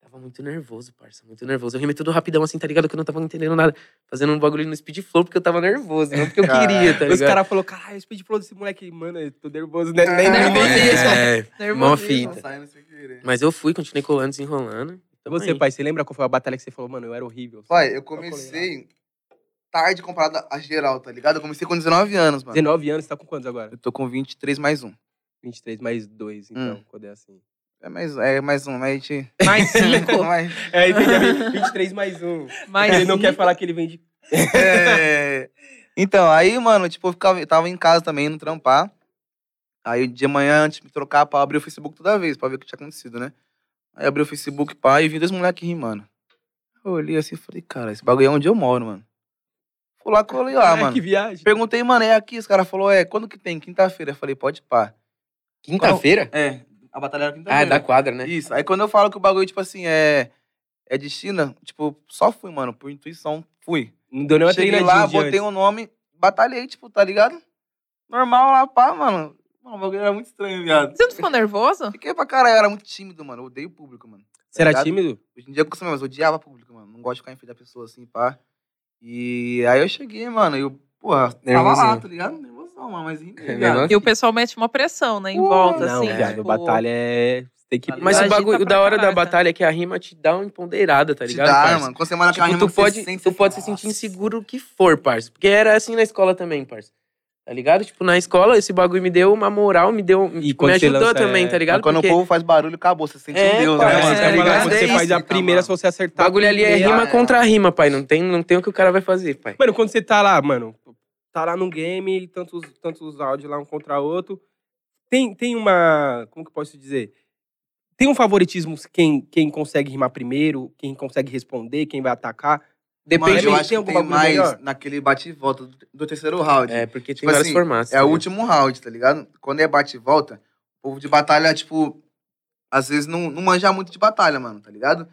tava muito nervoso, parça, muito nervoso. Eu rimei tudo rapidão assim, tá ligado? Que eu não tava entendendo nada. Fazendo um bagulho no speed flow porque eu tava nervoso, não porque eu
Caralho.
queria, tá ligado?
Os caras falaram, caralho, o speed flow desse moleque, mano, eu tô nervoso, né? Nem, nem, nem
Nervoso.
isso. né?
É, mó
Nervosismo.
fita.
Saindo sem querer.
Mas eu fui, continuei colando, desenrolando. Tamo
Então Você,
aí.
pai, você lembra qual foi a batalha que você falou, mano, eu era horrível?
Pai, eu
colei lá.
comecei tarde comparado a geral, tá ligado? Eu comecei com 19 anos, mano.
19 anos, você tá com quantos agora?
Eu tô com 23 mais um.
23 mais 2, então,
Hum.
quando é assim.
É mais, é mais um, mas a gente...
Mais cinco.
Mas-
É, entendi. amigo. 23 mais 1.
mais
ele não
cinco.
quer falar que ele vem de.
É. Então, aí, mano, tipo, eu, ficava, eu tava em casa também, indo trampar. Aí, de manhã, antes de me trocar, pá, eu abri o Facebook toda vez, pra ver o que tinha acontecido, né? Aí, abri o Facebook, pá, e vi dois moleques rimando. Eu olhei assim e falei, cara, esse bagulho é onde eu moro, mano. Fui lá,
Ah,
colei lá,
Caralho,
mano.
Que viagem.
Perguntei, mano, é aqui? Os caras falaram, é, quando que tem? Quinta-feira. Eu falei, pode pá.
Quinta-feira?
É, a batalha era quinta-feira.
Ah, é da quadra, né?
Isso. Aí quando eu falo que o bagulho, tipo assim, é. É destino, tipo, só fui, mano, por intuição, fui.
Não deu
é
nenhuma
Cheguei
treinadinha
lá,
de
botei
antes.
um nome, batalhei, tipo, tá ligado? Normal lá, pá, mano. Mano, o bagulho era muito estranho, viado.
Você não ficou nervoso?
Fiquei pra caralho, eu era muito tímido, mano. Eu odeio o público, mano. Tá
Você era
ligado?
tímido?
Hoje em dia eu consigo, mas eu odiava público, mano. Não gosto de ficar em frente da pessoa assim, pá. E aí eu cheguei, mano, e eu, porra, tava lá,
Nervosinho.
tá ligado? Nervosão, mano, mas enfim,
É,
viado.
nervoso.
E o pessoal mete uma pressão, né? Em
Ué.
volta,
Não,
assim.
viado.
tipo,
Batalha é... Você tem que...
Mas
Ela
o
agita
bagulho, o
pra
da hora da
tá?
caralho, né?
batalha é que a rima te dá uma empoderada, tá
Te
ligado,
dá,
parça?
mano. Quando você manda aquela
Tipo,
rima,
tu
você
pode,
sente,
tu
você
pode se
fala,
sentir
"Nossa".
inseguro o que for, parça. Porque era assim na escola também, parça. Tá ligado? Tipo, na escola, esse bagulho me deu uma moral, me deu.
E
tipo,
quando
me
você
ajudou
lança,
também,
é.
tá
Mas
ligado?
quando
Porque
o povo faz barulho, acabou. Você sente
É,
um deus,
pô,
É,
né,
é,
mano, tá
mano?
é,
ligado? Quando
é
você
isso,
faz a primeira, se você
o
acertar...
bagulho ali é
primeira-
rima
é.
contra rima, pai. Não tem, não tem o que o cara vai fazer, pai.
Mano, quando você tá lá, mano, tá lá no game, tantos, tantos áudios lá um contra outro, tem, tem uma. Como que eu posso dizer? Tem um favoritismo quem, quem consegue rimar primeiro, quem consegue responder, quem vai atacar.
Depende,
Mano,
eu
tem
acho que
algum
tem
bagulho
mais
melhor?
naquele bate e volta do- do terceiro round.
É, porque
Tipo
tem vários
assim,
formatos.
É o
né?
último round, tá ligado? Quando é bate e volta, o povo de batalha, tipo, às vezes não, não manja muito de batalha, mano, tá ligado?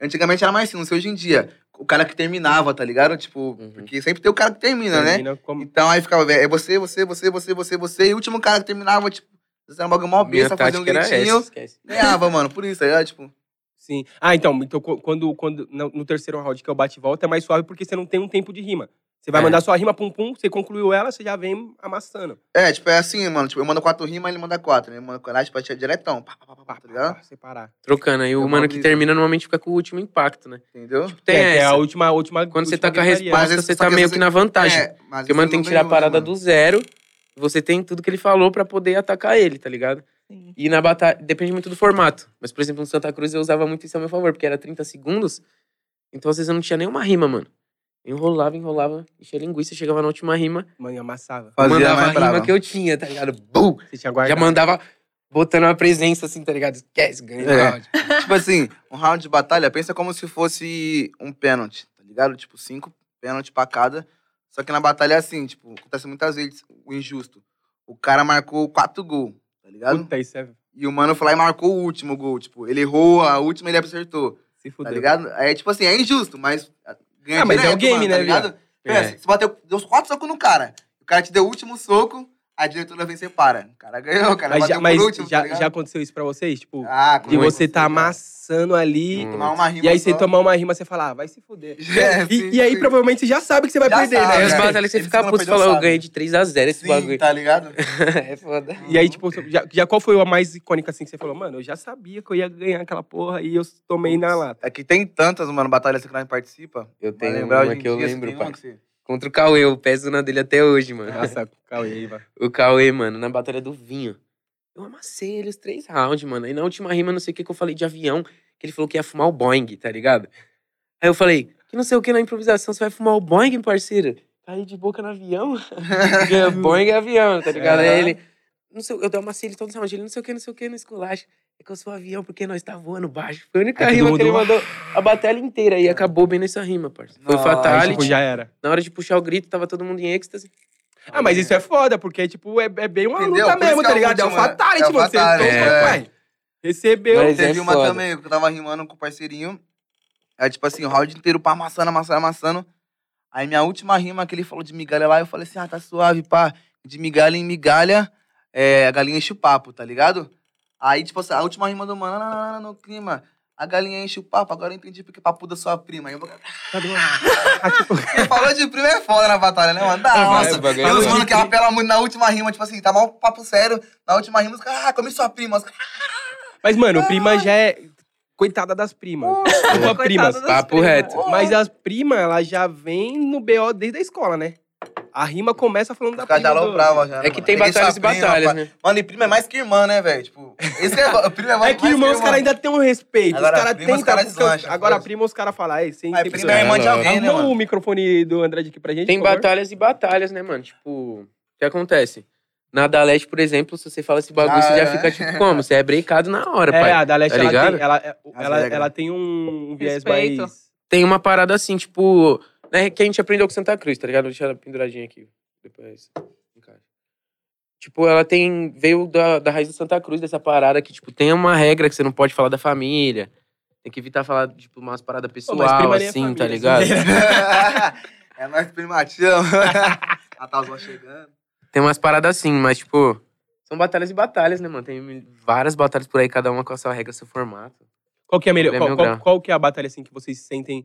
Antigamente era mais assim, não sei hoje em dia. O cara que terminava, tá ligado? Tipo,
Uhum.
porque sempre tem o cara que termina, né?
Termina como-
Então aí ficava, velho, é você, você, você, você, você, você. E o último cara que terminava, tipo, você era um bagulho mó
Minha
besta, fazia um
tática era essa,
gritinho.
esquece.
Ganhava, mano, por isso, tá ligado? Tipo,
Sim. Ah, então, então co- quando, quando no, no terceiro round que é o bate-volta é mais suave porque você não tem um tempo de rima. Você vai
É.
mandar sua rima pum-pum, você concluiu ela, você já vem amassando.
é, tipo, é assim, mano. Tipo, eu mando quatro rimas, ele manda quatro. Né? Ele manda quatro, tipo, é diretão. Pá, pá, pá, pá, pá,
Pá,
tá
pá,
ligado?
pá, separar.
Trocando. Aí
É
o
uma
mano que
brisa.
termina normalmente fica com o último impacto, né?
Entendeu?
Tem
é, que é
essa.
a última. a última
Quando você
última
tá com a
gritaria.
Mas
resposta,
esse-
você
só
tá
que
meio
você-
que na vantagem.
É, mas
Porque o mano tem que tirar a parada do zero. Você tem tudo que ele falou pra poder atacar ele, tá ligado?
Sim.
E na batalha. Depende muito do formato. Mas, por exemplo, no Santa Cruz eu usava muito isso a meu favor, porque era 30 segundos. Então, às vezes, eu não tinha nenhuma rima, mano. Eu enrolava, enrolava, enchia a linguiça, chegava na última rima,
Mano, amassava.
Fazia
mandava a
mais
rima
brava.
que eu tinha, tá ligado? Bum!
Você tinha
Já
guardado.
mandava botando uma presença assim, tá ligado? Esquece, ganhei
É.
o round.
Tipo assim, um round de batalha, pensa como se fosse um pênalti, tá ligado? Tipo, cinco pênaltis pra cada. Só que na batalha é assim, tipo, acontece muitas vezes o injusto. O cara marcou quatro gols, tá ligado?
Puta, isso é.
E o mano foi lá e marcou o último gol. Tipo, ele errou a última ele acertou,
Se
tá
fudeu.
ligado? É tipo assim, é injusto, mas ganha
Ah, mas é
direto,
o game,
mano,
né,
tá ligado? Pensa,
É.
você bateu, deu os quatro socos no cara. O cara te deu o último soco, a diretora vem e você para. O cara ganhou, o cara
Mas, já,
bateu por
mas
último,
já,
tá ligado?
já aconteceu isso pra vocês? Tipo,
Ah,
de
como é que
você tá
ligado?
amassando ali,
Hum.
Tomar uma rima
e aí você
só.
tomar uma rima, você fala, ah, vai se fuder.
É,
e,
sim,
e aí
sim.
provavelmente você já sabe que você vai
Já
perder,
sabe,
Aí
né?
os
cara.
batalhas você
Eles
fica
quando
puto e
perdeu,
fala, eu
sabe.
ganhei de 3x0 esse
Sim,
bagulho.
tá ligado?
é foda.
E aí, tipo, já, já qual foi a mais icônica assim que você falou? Mano, eu já sabia que eu ia ganhar aquela porra e eu tomei na lata.
É que tem tantas, mano, batalhas que nós participa.
Eu
Vai
tenho
lembrar
uma
hoje em
que eu
dia, você
lembro,
tem uma
pai.
que você-
Contra o Cauê, eu peso na dele até hoje, mano.
Nossa, Cauê aí, vai.
O Cauê, mano, na Batalha do Vinho. Eu amassei ele os três rounds, mano. Aí na última rima, não sei o que que eu falei de avião, que ele falou que ia fumar o Boeing, tá ligado? Aí eu falei, que não sei o que na improvisação, você vai fumar o Boeing, parceiro? Caí de boca no avião. Porque o Boeing é avião, tá ligado? Aí ele, não sei, eu amassei ele todo round, ele não sei o que, não sei o que, no esculacho. É que eu sou avião porque nós tá voando baixo. Foi a única
Aí todo
rima
mundo,
que ele
"Ah".
mandou a batalha inteira. E acabou bem nessa rima, parceiro. Foi
Nossa.
Aí,
fatality.
tipo, já era.
Na hora de puxar o grito, tava todo mundo em êxtase.
Ah, mas isso é foda, porque, tipo, é, é bem uma
Entendeu?
luta
Por isso
mesmo,
que
tá
é
ligado? É um
último, né?
fatality,
É um
mano. Você
fatality,
toma,
é.
pai. Recebeu.
Mas é
Teve uma
foda.
também, que eu tava rimando com o parceirinho. É tipo assim, o round inteiro pá, amassando, amassando, amassando. Aí minha última rima que ele falou de migalha lá, eu falei assim, ah, tá suave, pá. De migalha em migalha, é, a galinha enche o papo, tá ligado? Aí, tipo assim, a última rima do mano, "Ah, não, não, não, no clima. A galinha enche o papo, agora eu entendi porque papo da sua prima. Aí eu...
Tá do ah, tipo, É,
Quem falou de prima é foda na batalha, né, mano? Da
Vai,
nossa.
bagulho.
Tem uns mano que apela muito na última rima, tipo assim, tá mal papo sério. Na última rima, os caras, ah, come sua prima. Os caras,
Mas, mano, prima já é. Coitada das primas. Desculpa,
Coitada
primas.
das
Papo
primas.
reto.
Mas as primas, ela já vem no BO desde a escola, né? A rima começa falando da
Os caras já
prima. do-
alopravam já. né,
É que
mano?
tem
Peguei sua
batalhas e
prima,
batalhas,
pá.
né?
Mano, e prima é mais que irmã, né, velho? Tipo, esse é. o Prima é mais
É que irmão, os caras ainda têm um respeito.
Agora,
os caras
prima, os
tentam.
cara
porque os-
deslancha,
Agora,
foda-se.
prima, os caras falam. Aí, sem
A
sem-
prima é irmã de
Não,
alguém, né,
Arruma o
mano?
microfone do Andrade aqui pra gente.
Tem
por favor.
batalhas e batalhas, né, mano? Tipo, o que acontece? Na da Leste, por exemplo, se você fala esse bagulho,
Ah,
você já
é.
fica tipo como? Você é breakado na hora,
É,
pai.
a da Leste,
tá
ela,
ligado?
tem, ela, é-
As
ela,
regras.
ela tem um, um viés
Respeito.
mais...
Tem uma parada assim, tipo, né, que a gente aprendeu com Santa Cruz, tá ligado? Deixa ela penduradinha aqui. Depois. encaixa. Tipo, ela tem. Veio da, da raiz do Santa Cruz, dessa parada que, tipo, tem uma regra que você não pode falar da família. Tem que evitar falar, tipo, umas paradas pessoal,
primaria é
assim, tá
família,
ligado?
é nós Tá, primatinho. Natalzão chegando.
Tem umas paradas assim, mas, tipo. São batalhas e batalhas, né, mano? Tem mil- várias batalhas por aí, cada uma com a sua regra, seu formato.
Qual que é a melhor?
Ele é
Qual,
meu
qual-
grau.
qual que é a batalha assim que vocês se sentem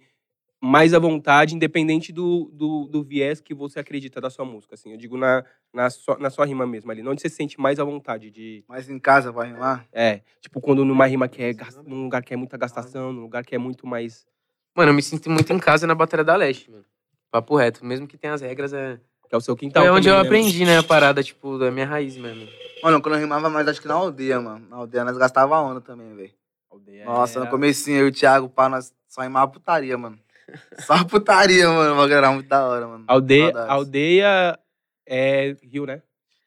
mais à vontade, independente do, do, do viés que você acredita da sua música? Assim, eu digo na, na, sua, na sua rima mesmo ali. Onde você se sente mais à vontade de.
Mas em casa vai rimar?
É. Tipo, quando numa rima que é gas- num lugar que é muita gastação, num lugar que é muito mais.
Mano, eu me sinto muito em casa na Batalha da Leste, mano. Papo reto. Mesmo que tenha as regras, é.
Que é o seu quintal.
é onde eu
também, né?
aprendi, né? A parada, tipo, da minha raiz mesmo.
Mano, quando eu rimava mais, acho que na aldeia, mano. Na aldeia nós gastava onda também, velho.
Aldeia
Nossa,
era-
no comecinho eu e o Thiago, pá, nós só rimava putaria, mano. Só putaria, mano. O bagulho era muito da hora, mano.
Aldeia,
Saudades.
aldeia é Rio, né?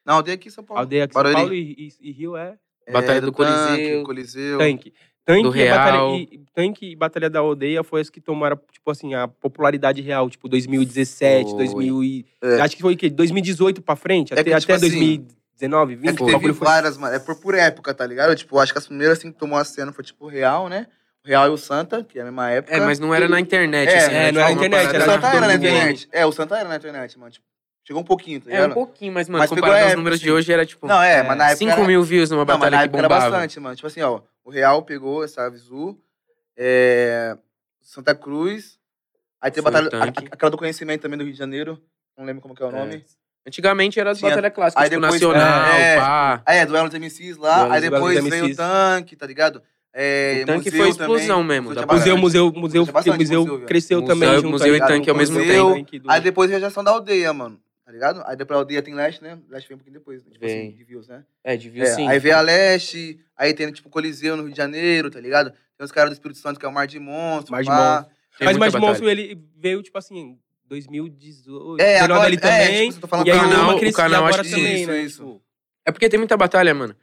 Na aldeia aqui em São Paulo.
Aldeia aqui em São
Barueri.
Paulo e, e- e Rio é
Batalha do Coliseu.
Tanque, Coliseu.
tanque. Tanque,
Do
e a
Real.
batalha, e, tanque e Batalha da Aldeia foi as que tomaram, tipo assim, a popularidade real, tipo 2017,
Foi.
2000 e,
É.
Acho que foi o quê? 2018 pra frente,
É
até,
que, tipo
até
assim,
2019, 20,
É que
o
teve
bagulho foi-
várias, mano. É por, por época, tá ligado? Tipo, acho que as primeiras assim que tomou a cena foi tipo o Real, né? O Real e o Santa, que é a mesma época.
É, mas não era na internet,
É,
assim.
é, não
tipo,
era
uma
internet,
parada
O
era
de
na
Santa era na
todo mundo.
internet. É, o Santa era na internet, mano. Tipo, chegou um pouquinho, tá
É,
ligado?
um pouquinho, mas, mano,
Mas pegou
comparado
a
aos
época,
números de
assim.
hoje, era tipo.
Não, é, mas na época.
5
era-
mil views numa
Não, mas
batalha
na
que
época era
bombava.
bastante, mano. Tipo assim, ó. O Real pegou essa Visu, é, Santa Cruz. Aí teve
Foi o
batalha, a-
tanque.
a- aquela do conhecimento também do Rio de Janeiro. Não lembro como que é o nome.
Antigamente era as
Tinha-
batalhas clássicas,
aí
tipo,
depois-
nacional,
é.
pá.
Ah, é, duelo dos MCs lá.
Duelo
aí
dos- duelo dos
depois veio o
MCs.
tanque, tá ligado? É,
O tanque
museu
foi explosão
também,
mesmo, da
tinha
Museu,
bastante.
museu, museu,
Tinha bastante
museu
museu, velho.
cresceu
Museu-
também junto
museu
aí,
e
tá?
tanque ao mesmo
Museu,
tempo.
tanque do-
Aí depois veio a geração da aldeia, mano. Tá ligado? Aí depois a aldeia tem leste, né? Leste vem um pouquinho depois, né? Tipo
Vem.
assim, de views, né?
É, de view
É,
sim.
aí vem a leste, aí tem tipo Coliseu no Rio de Janeiro, tá ligado? Tem os caras do Espírito Santo que é o Mar de Monstro.
Mar de
pá.
Tem
Mas
muita
Mad
batalha.
Monstro, ele veio, tipo assim, 2018,
É,
19
agora-
ali
é,
também.
tipo, você tá falando
e aí
do canal,
uma
o
crescida
canal,
agora
acho que
também,
isso,
né?
isso.
Tipo,
É porque tem muita batalha, mano.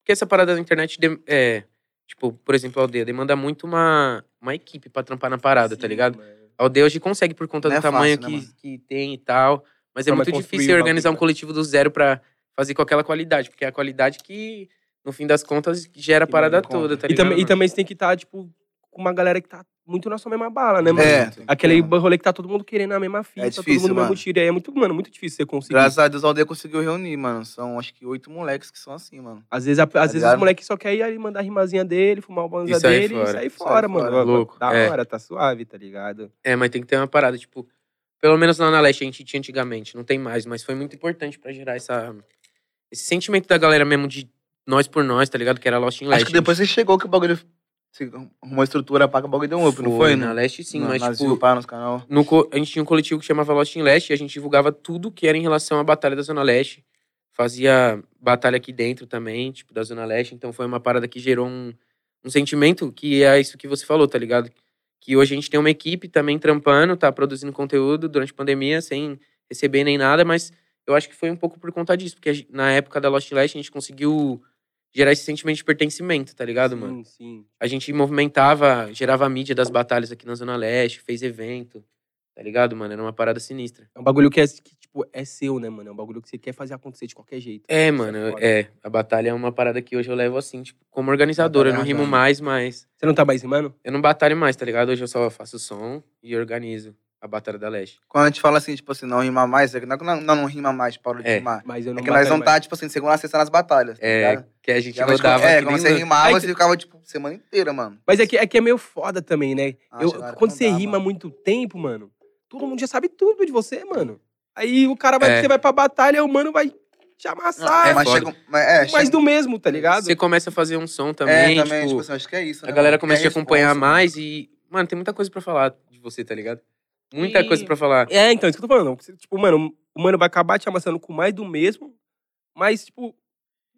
Porque essa parada da internet, de- é, tipo, por exemplo, a aldeia demanda muito uma, uma equipe pra trampar na parada, tá
sim,
ligado?
mano.
A aldeia hoje consegue por conta
Não
do
é
tamanho
fácil, né,
que, que tem e tal. Mas é
Pra
muito
construir
difícil
o
organizar um
bagulho, né?
coletivo do zero pra fazer com aquela qualidade. Porque é a qualidade que, no fim das contas, gera a
Que
parada
manda conta.
toda, tá
e,
ligado?
também, e
mano?
também você tem que estar, tipo, com uma galera que tá muito na sua mesma bala, né, mano?
É, tem que
Aquele
ter, mano.
rolê que tá todo mundo querendo a mesma fita,
difícil,
todo mundo no mesmo
mano.
tiro. Aí é muito, mano, muito difícil você conseguir.
Graças a Deus a aldeia conseguiu reunir, mano. São acho que oito moleques que são assim, mano.
Às vezes, a- às vezes
ligado?
os moleques só querem ir ali mandar a rimazinha dele, fumar o banza
E sair
dele
fora.
e sair
Sair
fora, mano.
fora.
Louco,
Da
é.
hora, tá suave, tá ligado?
É, mas tem que ter uma parada, tipo, pelo menos lá na Leste a gente tinha antigamente, não tem mais, mas foi muito importante pra gerar essa, esse sentimento da galera mesmo de nós por nós, tá ligado? Que era Lost in Leste.
Acho que depois você chegou que o bagulho. Você arrumou a estrutura pra que o bagulho deu um up, não foi?
Na Leste sim,
Na-
mas
nas
tipo,
views, pá, nos canal.
no co- a gente tinha um coletivo que chamava Lost in Leste e a gente divulgava tudo que era em relação à Batalha da Zona Leste. Fazia batalha aqui dentro também, tipo, da Zona Leste. Então foi uma parada que gerou um, um sentimento que é isso que você falou, tá ligado? Que hoje a gente tem uma equipe também trampando, tá produzindo conteúdo durante a pandemia, sem receber nem nada, mas eu acho que foi um pouco por conta disso, porque a gen- na época da Lost in Leste a gente conseguiu gerar esse sentimento de pertencimento, tá ligado,
Sim,
mano?
sim.
a gente movimentava, gerava a mídia das batalhas aqui na Zona Leste, fez evento, tá ligado, mano? Era uma parada sinistra.
É um bagulho que, é, que, tipo, é seu, né, mano? É um bagulho que você quer fazer acontecer de qualquer jeito.
É,
Isso
mano,
foda.
é. A batalha é uma parada que hoje eu levo assim, tipo, como organizador. Eu não rimo mais, mas.
Você não tá mais rimando?
Eu não batalho mais, tá ligado? Hoje eu só faço som e organizo a Batalha da Leste.
Quando a gente fala assim, tipo assim, não rima mais, é que não é que não, não rima mais, parou de
É.
rimar.
Mas eu não
É que nós
batalho
não tá, tipo assim, segunda a sexta nas batalhas, tá
É,
ligado?
que a gente
Já nós-
rodava.
é,
que
quando
nem
você
louco.
rimava,
Aí
você ficava, tipo, semana inteira, mano.
Mas é que, é que é meio foda também, né?
Ah,
Eu-
chegada,
quando
não
você
dá,
rima há
mano.
muito tempo, mano, todo mundo já sabe tudo de você, mano. Aí o cara vai,
É.
você vai pra batalha, o mano vai te amassar.
é
mas
foda.
chega. um- Mas, é,
mais
chega-
do mesmo, tá ligado?
Você começa a fazer um som também,
é, também,
tipo,
tipo assim, acho que é isso.
A
né,
galera
mano?
começa a te
É
acompanhar
responsa.
mais e. Mano, tem muita coisa pra falar de você, tá ligado? Muita
E-
coisa pra falar.
É, então, isso que eu tô falando. Você, Tipo, mano, o mano vai acabar te amassando com mais do mesmo, mas, tipo,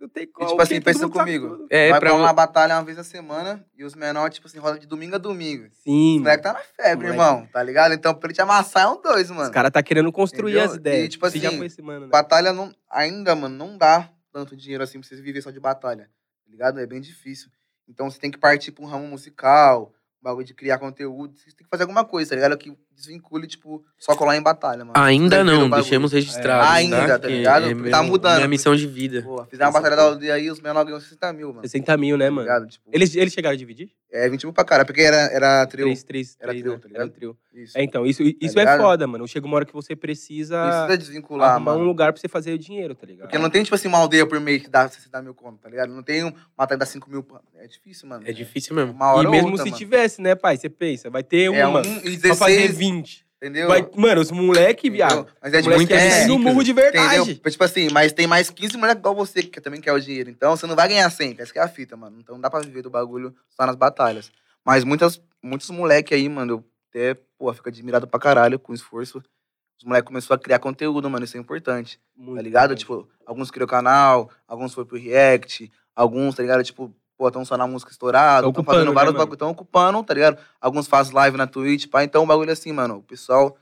não tem como.
tipo
porque
assim,
todo
pensa
mundo sabe
comigo.
tudo.
É,
Vai
pra
pra
um-
uma batalha uma vez na semana e os menores, tipo assim, roda de domingo a domingo.
Sim,
Os moleques tá na febre,
Moleque.
irmão, tá ligado? Então, pra ele te amassar é um dois,
os
mano.
caras tá querendo construir
Entendeu?
as ideias.
E, tipo
Você já
assim,
foi esse mano, né?
Batalha não, ainda, mano, não dá tanto dinheiro assim pra você viver só de batalha, tá ligado? É bem difícil. Então você tem que partir pra um ramo musical, bagulho de criar conteúdo. Você tem que fazer alguma coisa, tá ligado? Que desvincule, tipo, só colar em batalha, mano.
Ainda
Você vira
não,
o bagulho.
deixemos registrado.
É, ainda, tá
Que
ligado?
é
Tá
meu-
mudando.
Minha missão de vida.
Pô, fizeram uma batalha
é
da aldeia aí, os menores ganham 60 mil, mano.
60 mil, né,
Tá
mano?
ligado? Tipo,
Eles, eles chegaram a dividir?
É 20 mil pra caralho, porque era, era trio.
Três, três,
Era
três,
trio,
né?
tá
Era
ligado?
trio.
Isso.
É, então, isso, isso é
Tá ligado?
foda, mano. Chega uma hora que você precisa
Precisa desvincular,
tá arrumar
mano.
um lugar pra você fazer o dinheiro, tá ligado?
Porque não tem, tipo assim, uma aldeia por mês que dá 60 mil conto, tá ligado? Não tem um- uma taxa que dá 5 mil. pra- É difícil, mano.
É difícil mesmo.
Uma hora
E
ou
mesmo
outra,
se
mano.
tivesse, né, pai? Você pensa, vai ter
É
uma.
um e
Pra fazer
16,
20.
entendeu?
Vai- mano, os moleque, viado.
Entendeu? Mas é de
moleque
muito
muita
quer
é,
sair no
gente,
murro de verdade.
Entendeu? Tipo assim, mas tem mais 15 moleques igual você que também quer o dinheiro. Então você não vai ganhar 100, essa que é a fita, mano. Então não dá pra viver do bagulho só nas batalhas. Mas muitas, muitos moleques aí, mano, eu até, pô, fico admirado pra caralho com o esforço. Os moleques começaram a criar conteúdo, mano, isso é importante, tá ligado? Tipo, alguns criou canal, alguns foi pro React, alguns, tá ligado? Tipo, pô, tão só na música estourada,
Tão
estão
ocupando,
fazendo
né,
vários
mano?
bagulhos, estão ocupando, tá ligado? Alguns fazem live na Twitch, pá. Então o bagulho é assim, mano, o pessoal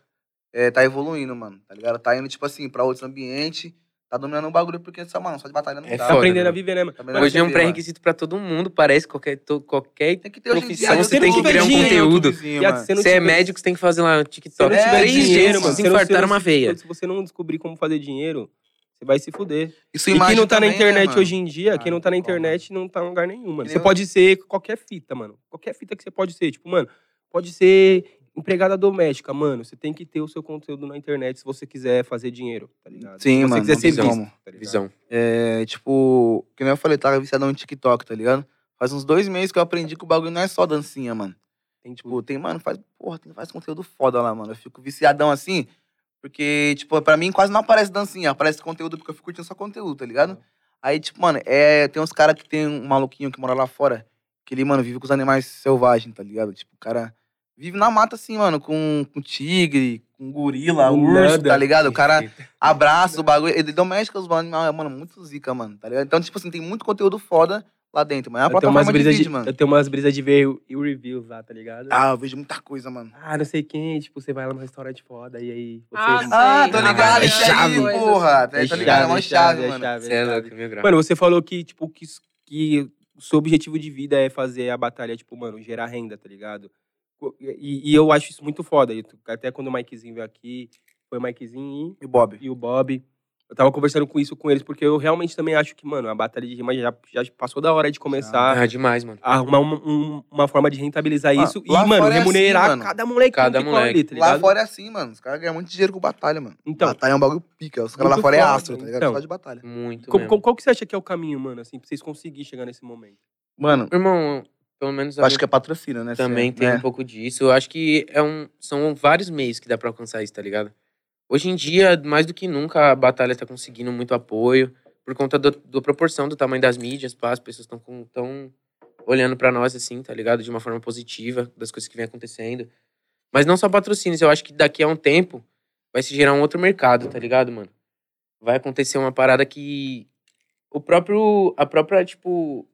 é, tá evoluindo, mano, tá ligado? Tá indo, tipo assim, pra outros ambientes, tá dominando o bagulho, porque, só, mano, só de batalha não
É
dá.
Tá
foda,
aprendendo
né?
a viver, né, mano?
Tá aprendendo
Mano,
Hoje é um
TV, mano.
pré-requisito pra todo mundo, parece. Qualquer, to- qualquer
Tem que ter hoje em
Profissão,
dia,
você tem que
YouTube,
criar um
tem
conteúdo.
YouTubezinho,
viado,
mano.
você não
Você é
tiver-
médico, você tem que fazer lá um
se
TikTok.
é
não tiver
Três
tipo dinheiro,
tipo,
mano,
gente
tipo se não- se
infartaram
não-
uma veia.
Se você não descobrir como fazer dinheiro, você vai se fuder.
Isso
E quem
imagem
não tá na
também, né,
internet
mano?
hoje em dia,
Ah,
quem não tá na
não tem como.
internet não tá em lugar nenhum, mano.
Que
Você
nem
pode ser qualquer fita, mano. Qualquer fita que você pode ser. Tipo, mano, pode ser empregada doméstica, mano. Você tem que ter o seu conteúdo na internet se você quiser fazer dinheiro, tá ligado?
Sim,
se você
mano,
quiser
não
ser
tem
visto,
como.
tá ligado?
Visão.
É, tipo, que nem eu falei, tava viciadão em TikTok, tá ligado? Faz uns dois meses que eu aprendi que o bagulho não é só dancinha, mano.
Tem, tipo,
Tipo, tem, mano, faz, porra, tem, faz conteúdo foda lá, mano. Eu fico viciadão assim, porque, tipo, pra mim quase não aparece dancinha, aparece conteúdo porque eu fico curtindo só conteúdo, tá ligado? Aí, tipo, mano, é, tem uns caras que tem um maluquinho que mora lá fora, que ele, mano, vive com os animais selvagens, tá ligado? Tipo, o cara vive na mata assim, mano, com, com tigre, com gorila,
Com
urso,
nada.
tá ligado? O cara abraça o bagulho, ele doméstica os animais, mano, muito zica, mano, tá ligado? Então, tipo assim, tem muito conteúdo foda lá dentro, mas é uma
eu tenho umas
plataforma de
brisas
vídeo,
de,
mano.
eu tenho umas brisas de ver o, o reviews lá, tá ligado?
Ah, eu vejo muita coisa, mano.
Ah, não sei quem, tipo, você vai lá num restaurante foda e aí você...
Ah, sim.
Ah, tô
Ah,
ligado,
é
isso aí,
chave.
porra. Tá ligado, é uma chave,
é
mano.
chave,
Você
é
é
chave.
louco, meu grau.
Mano, você falou que, tipo, que, s- que o seu objetivo de vida é fazer a batalha, tipo, mano, gerar renda, tá ligado? Co- E, e eu acho isso muito foda. E tu- Até quando o Mikezinho veio aqui, foi o Mikezinho
E o Bob?
e, e o Bob. Eu tava conversando com isso com eles, porque eu realmente também acho que, mano, a batalha de rima já, já passou da hora de começar.
Ah, demais, mano.
a Arrumar um- um- uma forma de rentabilizar
Ah,
isso e,
lá
mano,
fora é assim,
remunerar
mano.
cada moleque
Cada
que cola
moleque.
ali, tá
lá
ligado?
fora é assim, mano. Os caras ganham muito dinheiro com batalha, mano.
Então.
batalha é um bagulho pica. Os caras lá
Muito
fora é
foda,
astro, tá ligado?
então.
Só de batalha.
Muito
Co- co-
mesmo.
qual, que você acha que é o caminho, mano, assim, pra vocês conseguirem chegar nesse momento?
Mano,
Irmão, pelo menos
eu acho que é patrocínio, né?
também
Cê-
tem
né?
um pouco disso. Eu acho que é um, são vários meios que dá pra alcançar isso, tá ligado? Hoje em dia, mais do que nunca, a batalha tá conseguindo muito apoio por conta do- da proporção do tamanho das mídias, pá, as pessoas estão tão, tão olhando pra nós assim, tá ligado? De uma forma positiva, das coisas que vem acontecendo. Mas não só patrocínios, eu acho que daqui a um tempo vai se gerar um outro mercado, tá ligado, mano? Vai acontecer uma parada que o próprio a própria tipo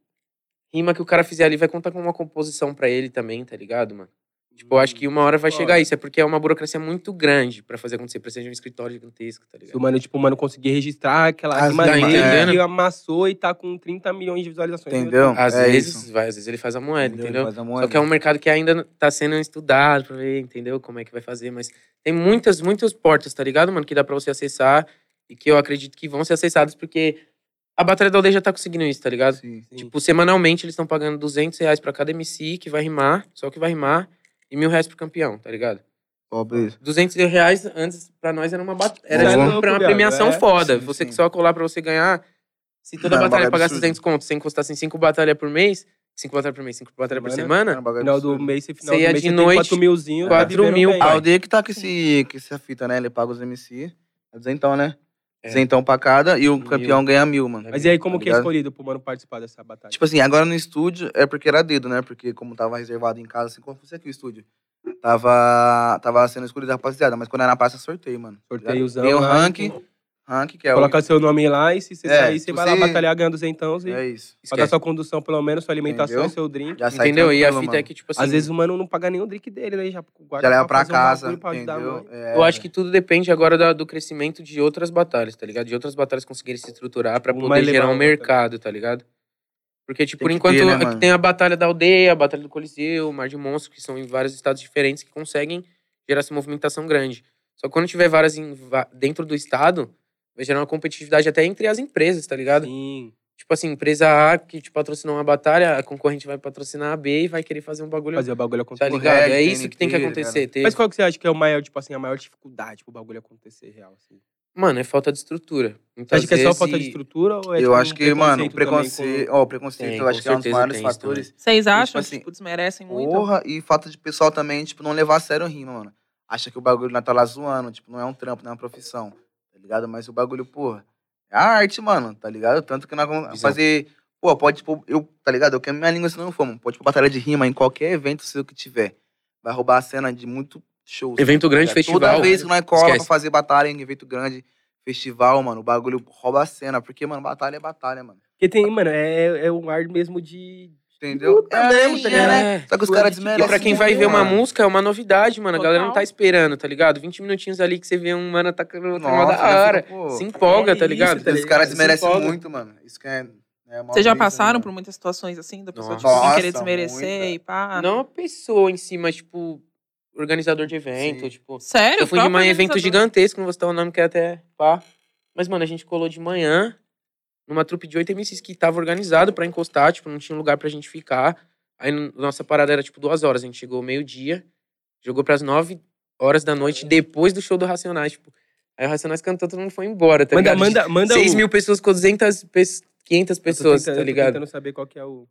rima que o cara fizer ali vai contar com uma composição pra ele também, tá ligado, mano? Tipo, eu acho
Hum,
que uma hora vai chegar isso, é porque é uma burocracia muito grande pra fazer acontecer, precisa de um escritório gigantesco,
Se
tá
o
ligado?
mano, tipo, o mano conseguir registrar aquela
As-
rima
tá
dele
entendendo?
que amassou e tá com 30 milhões de visualizações.
Entendeu?
Às
é
vezes,
isso.
vai, às vezes ele faz a moeda, entendeu?
Faz né? a moeda.
Só que é um mercado que ainda tá sendo estudado pra ver, entendeu? Como é que vai fazer, mas tem muitas, muitas portas, tá ligado, mano? Que dá pra você acessar e que eu acredito que vão ser acessadas porque a Batalha da Aldeia já tá conseguindo isso, tá ligado?
Sim.
Sim.
Tipo, semanalmente eles estão pagando 200 reais pra cada MC que vai rimar, só que vai rimar, e mil reais pro campeão, tá ligado?
Pobre isso.
200 reais antes pra nós era uma bat... era
Boa.
tipo, pra uma
Louco,
premiação
viado, é.
foda.
Sim,
você
sim.
que só colar pra você ganhar. Se toda
É um
batalha
bagulho
pagasse
absurdo.
200 contos, sem custasse em 5 batalhas por mês, 5 batalhas por mês, 5 batalhas por
Semana?
É
semana,
um bagulho
Final do
absurdo.
mês, você final
Você
do
ia
mês,
de
você
noite,
tem 4 milzinho. tá
4
vivendo
mil
bem.
A
pau.
aldeia que tá com, esse, com essa fita, né? Ele paga os MC. É duzentão, né?
É.
Duzentão pra cada e o
Mil.
campeão ganha mil, mano.
Mas e aí, como
Tá
que é
ligado?
escolhido pro mano participar dessa batalha?
Tipo assim, agora no estúdio é porque era dedo, né? Porque como tava reservado em casa, assim, como fosse aqui o estúdio. Tava, tava sendo escolhido da rapaziada, mas quando era na praça, sorteio, mano. Tá
Sorteiozão
Tem o
lá,
rank,
então.
rank que é
Coloca seu nome lá e se você
É,
sair, você
se
vai lá
você-
batalhar ganhando então
o...
e
É isso.
pagar
esquece,
sua condução, pelo menos, sua alimentação,
Entendeu?
seu drink.
Já sai
entendeu? E a
tranquilo,
fita é
mano.
que, tipo assim,
Às vezes o mano não paga nem o drink dele, né? Já guarda
Já leva pra
fazer um bagulho
casa,
pra ajudar a
entendeu?
mãe.
É,
eu acho que tudo depende agora da- do crescimento de outras batalhas, tá ligado? De outras batalhas conseguirem se estruturar pra
Uma
poder
eleva
gerar
a
um
outra.
mercado, tá ligado? Porque, tipo,
Tem
por enquanto,
que ter, né,
aqui
mano?
tem a Batalha da Aldeia, a Batalha do Coliseu, o Mar de Monstro, que são em vários estados diferentes que conseguem gerar essa movimentação grande. Só que quando tiver várias em va- dentro do estado, vai gerar uma competitividade até entre as empresas, tá ligado?
Sim.
Tipo assim, empresa A que te patrocinou uma batalha, a concorrente vai patrocinar a B e vai querer fazer um bagulho.
Fazer o bagulho
tá
acontecer.
correto,
ligado? É isso que tem que
TNT,
acontecer. ter-
Mas qual que você acha que é o maior, tipo assim, a maior dificuldade pro bagulho acontecer real? Assim?
Mano, é falta de estrutura.
Você
Muitas
acha que é só
vezes-
falta de estrutura ou é
eu
tipo,
acho
um
que, mano, um
também
o preconceito, ó, o preconceito
Tem,
eu acho
com
que é um dos
certeza
maiores
tem isso
fatores.
Vocês acham
assim,
que tipo, desmerecem muito?
Porra, e falta de pessoal também, tipo, não levar a sério o rima, mano. Acha que o bagulho não tá lá zoando, tipo, não é um trampo, não é uma profissão, tá ligado? Mas o bagulho, porra, é a arte, mano, tá ligado? Tanto que nós vamos
Visão.
fazer. Pô, pode, pô, eu, tá ligado? Eu quero minha língua se não for, mano. Pode, tipo, batalha de rima em qualquer evento seu que tiver. Vai roubar a cena de muito show.
Evento grande, festival.
Toda vez que nós cola pra
Esquece.
fazer batalha em evento grande, festival, mano, o bagulho rouba a cena. Porque, mano, batalha é batalha, mano.
Porque tem, mano, é, é um ar mesmo de.
Entendeu?
Luta mesmo, tá
é, né?
ligado?
É.
Só que os
E
caras
E
desmerecem.
pra quem vai
muito,
ver uma
mano.
música, é uma novidade, mano. A galera não tá
Total.
esperando, tá ligado? 20 minutinhos ali que você vê um mano atacando outro mó
Nossa, é
da hora.
pô.
Se empolga,
É
tá
isso,
ligado?
tá
Os caras
Se
desmerecem
empolga.
muito, mano. Isso que é. é a maior
Vocês já
brisa,
passaram
né,
por muitas situações assim, da pessoa
Nossa.
tipo, sem querer
Nossa,
desmerecer
muita.
e pá?
Não a pessoa em si, mas, tipo, organizador de evento,
Sim.
tipo.
Sério?
Eu fui em
Próprio
um evento
organizador.
gigantesco, não vou citar o nome que é até pá. Mas, mano, a gente colou de manhã numa trupe de 8 MCs que tava organizado pra encostar, tipo, não tinha lugar pra gente ficar. Aí n- nossa parada era tipo duas horas, a gente chegou meio-dia, jogou pras 9 horas da noite, depois do show do Racionais, tipo. Aí o Racionais cantou, todo mundo foi embora, tá
manda,
ligado?
manda, manda.
6
o-
mil pessoas com 200, pe- 500
Eu tô
pessoas,
tentando-
tá
eu tô
ligado?
tentando saber qual que é o.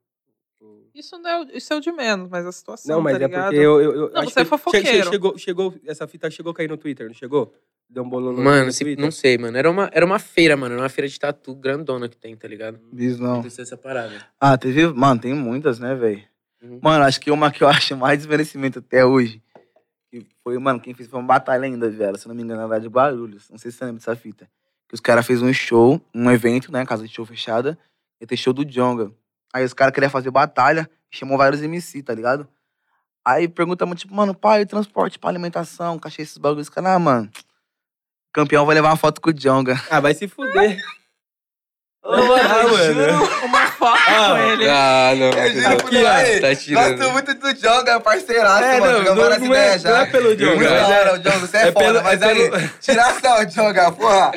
o-
Isso, não é, o- isso é o de menos, mas a situação,
Não, mas
tá
é
ligado?
porque eu. eu, eu
Não, você é
que che-
fofoqueiro.
Chegou, chegou, essa fita chegou a cair no Twitter, não chegou? Deu um bololô no
Mano, se-
Twitter.
não sei, mano. Era uma, era uma feira, mano. Era uma feira de tatu grandona que tem, tá ligado?
mano? Visão.
Aconteceu essa parada.
Ah, teve. Mano, tem muitas, né, velho?
Uhum.
Mano, acho que uma que eu acho mais desmerecimento até hoje. Que foi, mano, quem fez foi uma batalha ainda, velho. Se eu não me engano, era de Guarulhos. Não sei se você lembra dessa fita. Que os caras fez um show, um evento, né? Casa de show fechada. Ia ter show do Jonga. Aí os caras queriam fazer batalha, chamou vários MC, tá ligado? Aí perguntamos, tipo, mano, pai, transporte pra alimentação, cachê, esses bagulhos. Os caras, ah, mano, campeão vai levar uma foto com o Jonga.
Ah, vai se fuder.
Ô, mano,
Ah,
eu
mano.
juro.
Uma foto
Ah,
com ele.
Ah,
é
não.
Eu juro
Aqui,
por Deus.
ó,
Ei,
tá
Nós
tirando.
estamos muito do Jonga, parceiraço,
É,
mano.
não, não,
Jogando várias
não, é,
ideias
não
já.
é pelo Diogo.
Muito da hora, o Diogo, você é,
é
foda,
pelo-
mas
é pelo-
aí, tiração, Diogo, porra.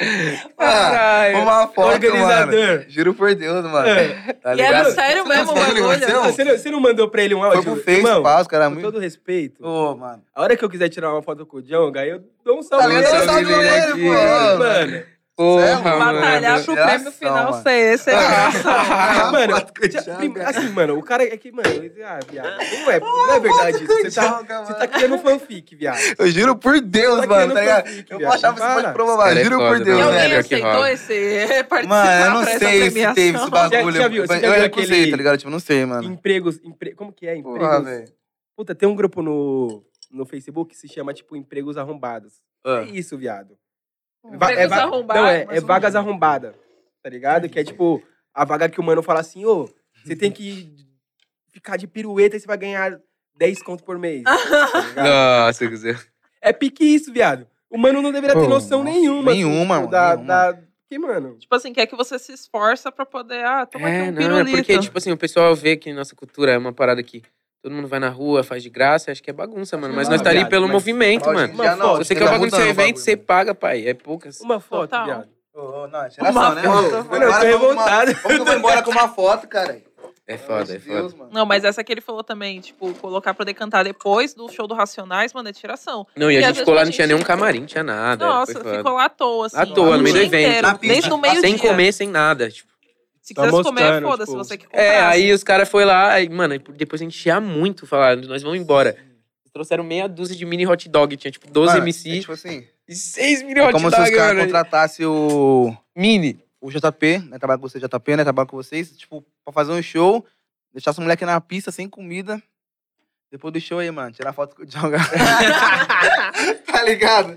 Ah,
Caralho.
uma foto, mano.
Organizador.
Juro por Deus, mano.
É.
Tá
E era
ligado?
sério mesmo o
Você não
bagulho.
ligou,
Você, não, você não mandou pra ele um áudio?
Foi pro Face,
Irmão,
pá, os caras
com
muito...
todo respeito.
Ô, mano.
A hora que eu quiser tirar uma foto com o Diogo, aí eu dou um salve
Tá ligado?
nele.
Eu salve
Salve
nele,
nele,
pô.
Mano,
Sério?
Porra,
Batalhar
mano.
pro
Geração,
prêmio final
mano.
ser esse. é geração.
Ah,
mano,
foto com o
já-
Diogo.
prim- assim, mano, o cara é que, mano, ah, viado, não é, não é verdade isso.
com o
Você tá,
Diogo,
você
mano.
tá criando fanfic, viado.
Eu juro por Deus,
Tá
mano,
criando
tá ligado?
fanfic,
Eu
viado.
vou achar você
Para.
pode provar,
Esse cara é
juro por
foda,
E
mano.
Deus,
Alguém
velho.
alguém
Melhor que
aceitou
rola.
esse
Mano, eu
participar
não
pra essa
sei se teve esse
premiação?
bagulho.
Já- já viu, você já
Eu
viu
recusei,
aquele-
tá ligado? Tipo, não sei, mano.
Empregos, empre... como que é? Empregos.
Porra, velho.
Puta, tem um grupo no, no Facebook que se chama, tipo, Empregos Arrombados.
Ah.
É isso, viado. É Va-
Empregos
va-
arrombados,
Não, é,
Um mais
é
ou
vagas arrombadas, tá ligado? Que é tipo, a vaga que o mano fala assim, ô, você tem que ficar de pirueta e você vai ganhar 10 conto por mês.
Ah.
tá ligado?
Nossa, que zé.
É pique isso, viado. O mano não deveria ter
Pô,
noção
nossa,
nenhuma.
nenhuma,
tipo,
mano,
da,
nenhuma.
da- Que, mano?
Tipo assim, quer que você se esforça pra poder, ah, toma aqui
É,
um
não, é
pirulito.
porque, tipo assim, o pessoal vê que nossa cultura é uma parada que todo mundo vai na rua, faz de graça, acho que é bagunça, mano. Mas
Não,
nós tá ali
viado,
pelo
mas-
movimento,
Hoje em
mano.
Uma
dia não,
foto.
hoje em
Você
dia
quer o
tá
bagulho do
mudando
seu
o
evento,
bagulho.
você paga, pai. É poucas.
Uma foto,
Total.
viado.
Ô, ô, não, geração, né?
foto.
Ô,
Mano, eu tô
agora vamos
revoltado.
uma- Como que eu vou embora com uma foto, cara?
É foda, é foda.
Não, mas essa que ele falou também, tipo, colocar pra decantar depois do show do Racionais, mano, é tiração.
Não, e
E
a
às
gente
vezes
ficou lá,
a
não tinha
gente-
nenhum camarim, tinha nada.
Nossa,
Ah, foi foda.
ficou lá à toa, assim.
À toa,
o
no meio do
dia
evento.
inteiro,
Na pista.
Desde o meio
Sem
dia.
comer, sem nada. Tipo.
Se
Tá
quisesse comer,
mostrando,
foda-se,
tipo,
você que comprasse.
É, aí os caras foi lá, aí, mano, depois a gente ia muito falar, nós vamos embora. Eles trouxeram meia dúzia de mini hot dog, tinha tipo 12
É
MCs
tipo assim,
e 6 mini
é
hot
como
dog,
se os caras
mano.
contratassem o,
Mini.
o JP, né? Trabalhar com vocês, JP, né? Trabalhar com vocês, tipo, pra fazer um show, deixar os moleque na pista sem comida. Depois do show aí, mano, tirar foto com o John. tá ligado?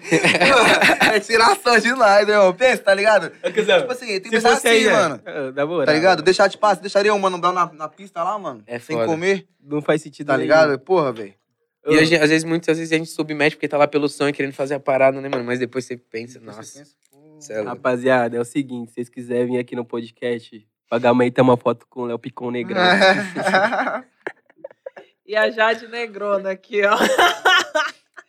é tiração demais, né, irmão? Pensa, tá ligado?
Ô, cuzão,
Tipo assim, tem que
se
pensar
fosse
assim,
aí, né?
mano.
Ah, Na moral,
Tá ligado? Deixar, tipo, ah, você deixaria o Mano Brown na, na pista lá, mano?
É
sem
foda.
comer,
Não faz sentido
tá
nenhum.
ligado? Porra, velho.
Ô,
Ah.
E a gente- às vezes, muitas vezes a gente submete porque tá lá pelo sonho querendo fazer a parada, né, mano? Mas depois você pensa, nossa,
Você pensa, pô,
cê é louco.
Rapaziada, é o seguinte, se vocês quiserem vir aqui no podcast Pagamento é uma foto com o Léo Picon Negrão.
E a Jade Negrona aqui, ó.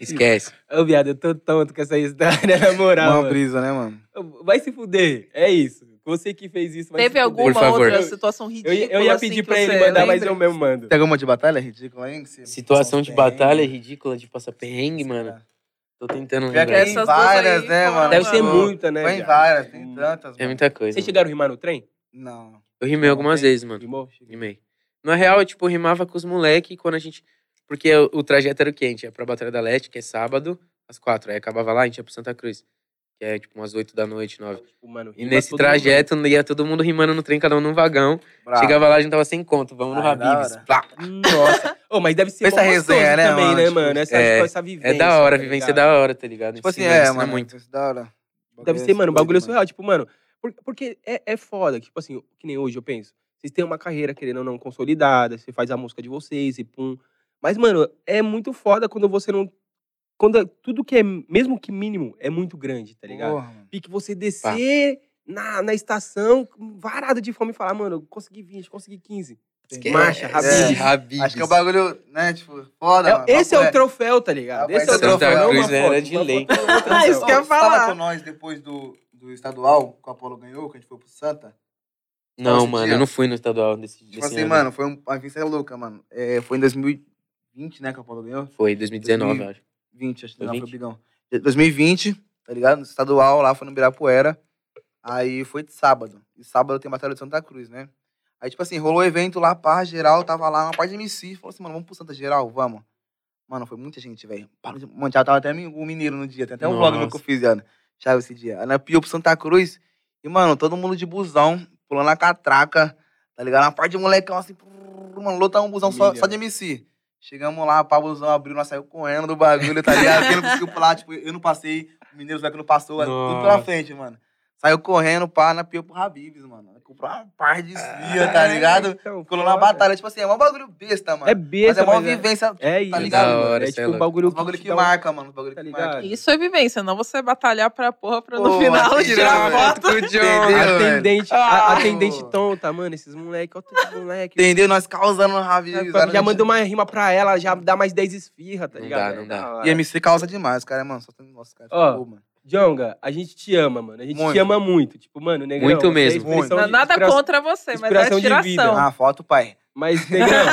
Esquece.
Ô, viado, eu tô tonto com essa história, na moral.
Uma
mano.
brisa, né, mano?
Vai se fuder. É isso. Você que fez isso, vai
Teve
se fuder.
alguma
Por favor.
outra situação
Eu,
ridícula?
ia- eu ia
assim,
pedir
que
pra ele
você
mandar, mas
lembra?
eu mesmo mando.
Tem alguma de batalha ridícula, hein? que você-
Situação de
Tem.
batalha ridícula, de passar perrengue, mano. Tô tentando
Pior que
lembrar.
tem
Essas duas
várias,
aí
né,
foram-
mano?
Deve ser
Pô,
muita, né?
Tem
viado?
várias, tem tantas.
É
mano.
muita coisa.
Vocês chegaram a rimar no trem?
Não.
Eu rimei algumas vezes, mano.
Rimou?
Rimei. Na real, eu, tipo, rimava com os moleques quando a gente. Porque o, o trajeto era o quê? A gente ia pra Batalha da Leste, que é sábado, às quatro. Aí acabava lá, a gente ia pro Santa Cruz, que é tipo umas oito da noite, nove.
Tipo, mano,
E
rima
nesse
todo
trajeto ia todo mundo rimando no trem, cada um num vagão.
Bravo.
Chegava lá, a gente tava sem conto. Vamos no
Ah, é da
Habibs.
hora.
Plá.
mundo. Nossa. Ô, mas deve ser
Pensa
bom
a
gostoso
resenha, né,
também,
mano?
né,
Tipo,
mano? Essa,
é-
essa vivência.
É da hora, a
tá
vivência é
ligado?
da hora, tá ligado?
Tipo assim,
Ensina,
é,
ensina
mano.
muito.
isso é Da hora. assim,
Deve ser, mano, o bagulho é surreal. Tipo, mano, por- porque é, é foda. Tipo assim, que nem hoje eu penso. Vocês têm uma carreira, querendo ou não, consolidada. Você faz a música de vocês e pum. Mas, mano, é muito foda quando você não... Quando é- tudo que é, mesmo que mínimo, é muito grande, tá ligado?
Porra, mano.
E que você descer na, na estação, varado de fome, e falar, mano, eu consegui 20, consegui 15.
Tem-
Marcha,
É,
Habib's.
Habibs.
Acho que é um bagulho, né, tipo, foda,
É-
mano.
esse é
Papo
o troféu, tá ligado?
Rapaz,
Esse é o
Santa
troféu. não
Cruz
uma
era
foto,
de
uma
é
lei.
foto, uma foto.
Ah, isso
Ô,
que eu ia
você tava
falar.
com nós depois do, do estadual, que o Apolo ganhou, que a gente foi pro Santa.
Não,
Nossa,
mano,
dia.
eu não fui no estadual desse, desse
Tipo assim,
ano.
mano, foi um, a vingança é louca, mano. É, foi em 2020, né, que o Apolo ganhou?
Foi 2019, eu acho.
20, acho que não,
2020.
foi o Bigão. É, 2020, tá ligado? No estadual lá, foi no Birapuera. Aí foi de sábado. E sábado tem Batalha de Santa Cruz, né? Aí, tipo assim, rolou o evento lá, pá, geral, tava lá, uma parte de MC, falou assim, mano, vamos pro Santa Geral, vamos. Mano, foi muita gente, velho. Pá, Mano, já tava até mi- o mineiro no dia, tem até um vlog meu que eu
Nossa.
fiz, Ana. Chave esse dia. Aí nós piou pro Santa Cruz, e, mano, todo mundo de busão, pulando a catraca, tá ligado? Uma parte de molecão assim, prrr, mano, lotar um busão só,
Milhão.
só de MC. Chegamos lá, pá, o busão abriu, nós saímos correndo do bagulho, tá ligado? Quem não conseguiu pular, tipo, eu não passei, o mineiro já que não passou, é tudo pela
Nossa.
frente, mano. Saiu correndo, pá, na pior pro Habibs, mano. Comprou uma par
é
de esfia, tá ligado?
Então,
Colou na
foda.
batalha, tipo assim, é um bagulho besta, mano.
É
Mas é
besta,
uma
mas é-
vivência,
É isso,
tá ligado,
mano?
mano?
É
Isso é
tipo um
louco.
bagulho
um bagulho
te
que
dá um-
marca, mano, um bagulho
Tá
que
ligado?
marca.
Isso é vivência, não você batalhar pra porra pra no
Pô,
final tirar
tá tirando,
a foto.
com o
John.
Atendente, a-
Ah,
atendente
mano.
tonta, mano, esses moleque, olha todos esses moleque.
Entendeu? Nós causando no Habibs.
É,
tipo assim,
Já já manda uma rima pra ela, já dá mais 10 esfirra, tá
Não
ligado?
dá, não
É
dá.
da hora.
E MC causa demais, cara, mano. Só tem... Nossa, cara,
Ó,
tipo, mano.
Djonga, a gente te ama, mano. A gente te
Muito.
ama muito. Tipo, mano, negrão.
Muito
você é
mesmo.
inspiração
Muito.
de-
Nada
inspira-
contra você, mas é
inspiração de vida.
inspiração.
Ah, foto, pai.
Mas, negrão,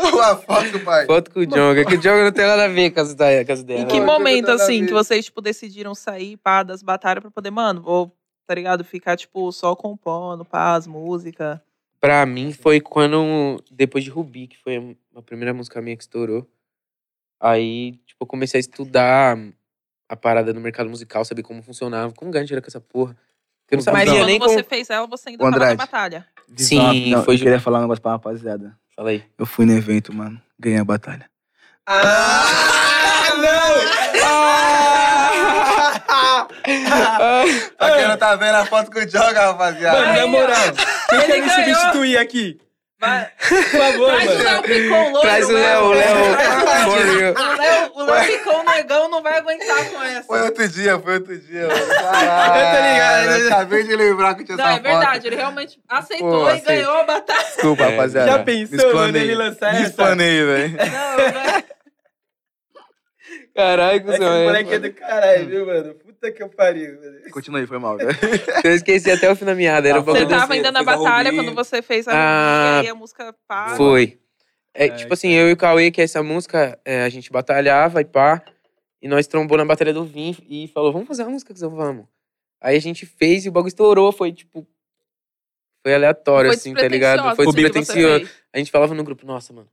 Uma foto, pai.
Foto com o Jonga, que o Jonga não tem nada a ver com as ideias. com as ideias,
Em
né?
que
Não,
momento,
nada a
assim,
ver.
que vocês, tipo, decidiram sair, pá, das batalhas pra poder, mano, vou, tá ligado? Ficar, tipo, só compondo, pá, as músicas.
Pra mim foi quando. Depois de Rubi, que foi a primeira música minha que estourou. Aí, tipo, eu comecei a estudar a parada no mercado musical, saber como funcionava, como ganhar dinheiro com essa porra. Porque eu não
Mas
Mas
não.
sabia
quando
nem
você
como.
fez ela, você ainda
Com
tava na
Andrade.
batalha.
Sim, foi
Eu
de.
queria falar um negócio pra rapaziada.
Fala aí.
Eu fui no evento, mano. Ganhei a batalha.
Ah, não!
Pra quem não tá vendo a foto que eu jogo, rapaziada.
Ah! mano, na moral, quem
Ele
quer me
ganhou. um
substituir aqui?
Vai,
Por favor,
traz o
mano.
Léo Picon loiro,
Traz o Léo, Léo. for real.
O Léo, o Léo Picon negão não vai aguentar com essa.
Foi outro dia, foi outro dia. mano.
Eu tô ligado,
Caralho,
né?
eu acabei de lembrar que tinha
Não,
essa
é verdade,
foto.
ele realmente aceitou
Pô,
e
aceito.
ganhou a batalha.
Desculpa,
É,
rapaziada.
Já
Me
pensou, mano,
explanei.
ele lançar
Me
essa?
explanei, velho.
Não, né?
Caralho,
Esse
cuzão. é-
moleque é do caralho, viu, mano? Puta que eu pariu, mano.
Continua aí, foi mal. velho.
Eu esqueci até o fim da meada. Era um o
Você
Você
bagulho
tá-
do-
tava ainda na
fez a
batalha
Rubi.
quando você fez a
Ah,
Rubi, e aí a música pá.
Foi. É,
É,
tipo assim, eu e o Cauê, que é essa música, é, a gente batalhava e pá. E nós trombou na batalha do Vim e falou, vamos fazer uma música que vamos. Aí a gente fez e o bagulho estourou, foi tipo. Foi aleatório, assim, tá ligado? Foi
despretensiosa,
Publi-
assim, que você
despretensioso.
fez.
A gente falava no grupo, nossa, mano,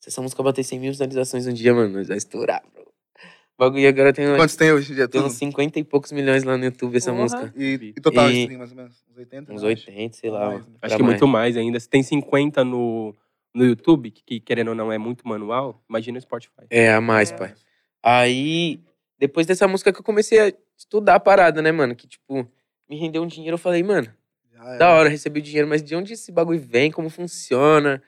se essa música bater 100 mil visualizações um dia, mano, nós vai estourar, bro. O bagulho agora tem, uns-
Quantos tem hoje em dia?
tem
Tudo?
uns 50 e poucos milhões lá no YouTube essa
Porra.
música.
E, e total
E-
stream, mais ou menos? Uns 80?
Uns
né, acho.
80, sei lá.
Mais, né?
Acho
pra
que
mais.
muito mais ainda. Se tem 50 no, no YouTube, que, que querendo ou não é muito manual, imagina o Spotify.
É, a mais,
É.
pai. Aí, depois dessa música que eu comecei a estudar a parada, né, mano? Que, tipo, me rendeu um dinheiro. Eu falei, mano,
Já era.
da hora, recebi o dinheiro, mas de onde esse bagulho vem? Como funciona?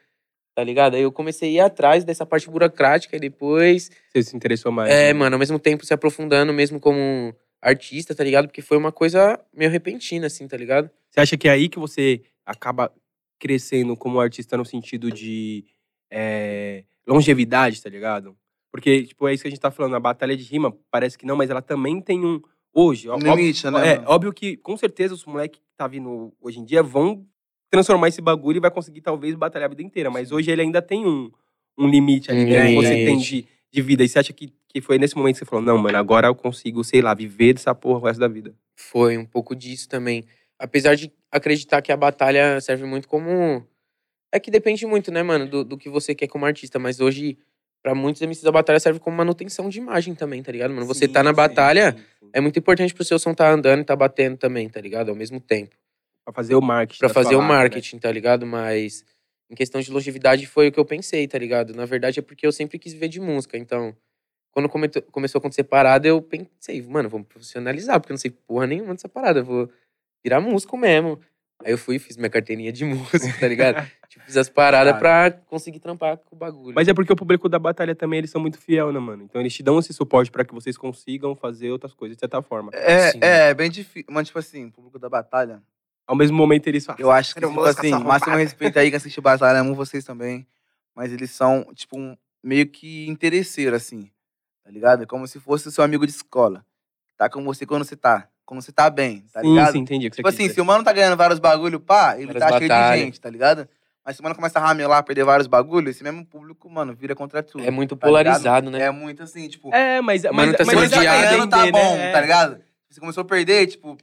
Tá ligado? Aí eu comecei a ir atrás dessa parte burocrática e depois.
Você se interessou mais.
É,
né?
mano, ao mesmo tempo se aprofundando, mesmo como artista, tá ligado? Porque foi uma coisa meio repentina, assim, tá ligado?
Você acha que é aí que você acaba crescendo como artista no sentido de é, longevidade, tá ligado? Porque, tipo, é isso que a gente tá falando, a batalha de rima, parece que não, mas ela também tem um. Hoje, ó-
Um limite,
óbvio,
né,
é,
mano?
óbvio que, com certeza, os moleques que tá vindo hoje em dia vão transformar esse bagulho e vai conseguir, talvez, batalhar a vida inteira. Mas hoje ele ainda tem um, um limite ali,
Um
né? que Você
limite.
tem de, de vida. E você acha que, que foi nesse momento que você falou, não, mano, agora eu consigo, sei lá, viver dessa porra o resto da vida.
Foi um pouco disso também. Apesar de acreditar que a batalha serve muito como. É que depende muito, né, mano, do, do que você quer como artista. Mas hoje, pra muitos MCs, a batalha serve como manutenção de imagem também, tá ligado, mano? Você tá na batalha, é muito importante pro seu som tá andando e tá batendo também, tá ligado? Ao mesmo tempo.
Pra fazer o marketing.
Pra
da sua
fazer o
marca, né?
marketing, tá ligado? Mas em questão de longevidade foi o que eu pensei, tá ligado? Na verdade é porque eu sempre quis viver de música, então quando cometo- começou a acontecer parada, eu pensei, mano, vamos profissionalizar, porque eu não sei porra nenhuma dessa parada, eu vou virar músico mesmo. Aí eu fui e fiz minha carteirinha de músico, tá ligado? tipo, fiz as
Tá.
paradas pra conseguir trampar com o bagulho.
Mas é porque o público da batalha também, eles são muito fiel, né, mano? Então eles te dão esse suporte pra que vocês consigam fazer outras coisas de certa forma.
É,
Sim.
é, é bem difícil. Mas, tipo assim, público da batalha,
Ao mesmo momento eles falam.
eu acho que,
um
quero
tipo
música,
assim,
essa
máximo
roubada.
respeito aí que assiste batalha, amo vocês também. Mas eles são, tipo, um- meio que interesseiro, assim. Tá ligado? É Como se fosse seu amigo de escola. Tá com você quando você tá. Quando você tá bem, tá
sim,
ligado?
sim, entendi. o que
Tipo
você quis
assim,
dizer.
se o mano tá ganhando vários bagulho, pá, ele
Várias
tá cheio
batalhas.
de gente, tá ligado? Mas se o mano começa a ramelar, perder vários bagulho, esse mesmo público, mano, vira contra tudo.
É muito
tá ligado?
polarizado, né?
É muito assim, tipo,
É, mas.
Mano,
mas,
tá
mas, aí dá
sendo
quando tá
pra
odiado.
ganhando, tá
entender,
bom,
né? É.
tá ligado? Você começou a perder, tipo,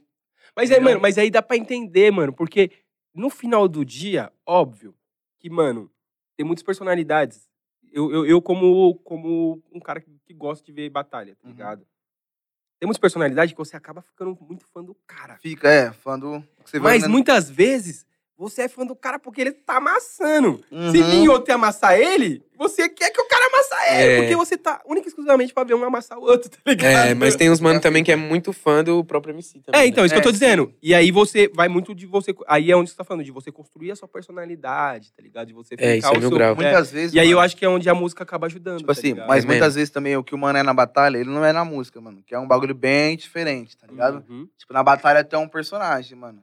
Mas aí,
Entendeu?
mano, mas aí dá pra entender, mano, porque no final do dia, óbvio, que, mano, tem muitas personalidades. Eu, eu, eu como, como um cara que, que gosta de ver batalha, tá
Uhum.
ligado? Tem muitas personalidades que você acaba ficando muito fã do cara.
fica, é, fã do. que Você vê,
Mas
né?
muitas vezes você é fã do cara porque ele tá amassando.
Uhum.
Se vir outro e amassar ele, você quer que o cara amassar ele.
É.
Porque você tá única e exclusivamente pra ver um amassar o outro, tá ligado?
É, mas tem uns mano também que é muito fã do próprio MC também.
É,
né?
então, isso que eu tô
É,
dizendo. E aí você vai muito de você. Aí é onde você tá falando, de você construir a sua personalidade, tá ligado? De você ficar
isso é
o
mil
seu.
graus.
Muitas vezes.
E aí eu
mano,
acho que é onde a música acaba ajudando.
Tipo
tá
assim,
ligado?
mas
É
muitas
mesmo.
vezes também o que o mano é na batalha, ele não é na música, mano. Que é um bagulho bem diferente, tá ligado?
Uhum.
Tipo, na batalha tu é um personagem, mano.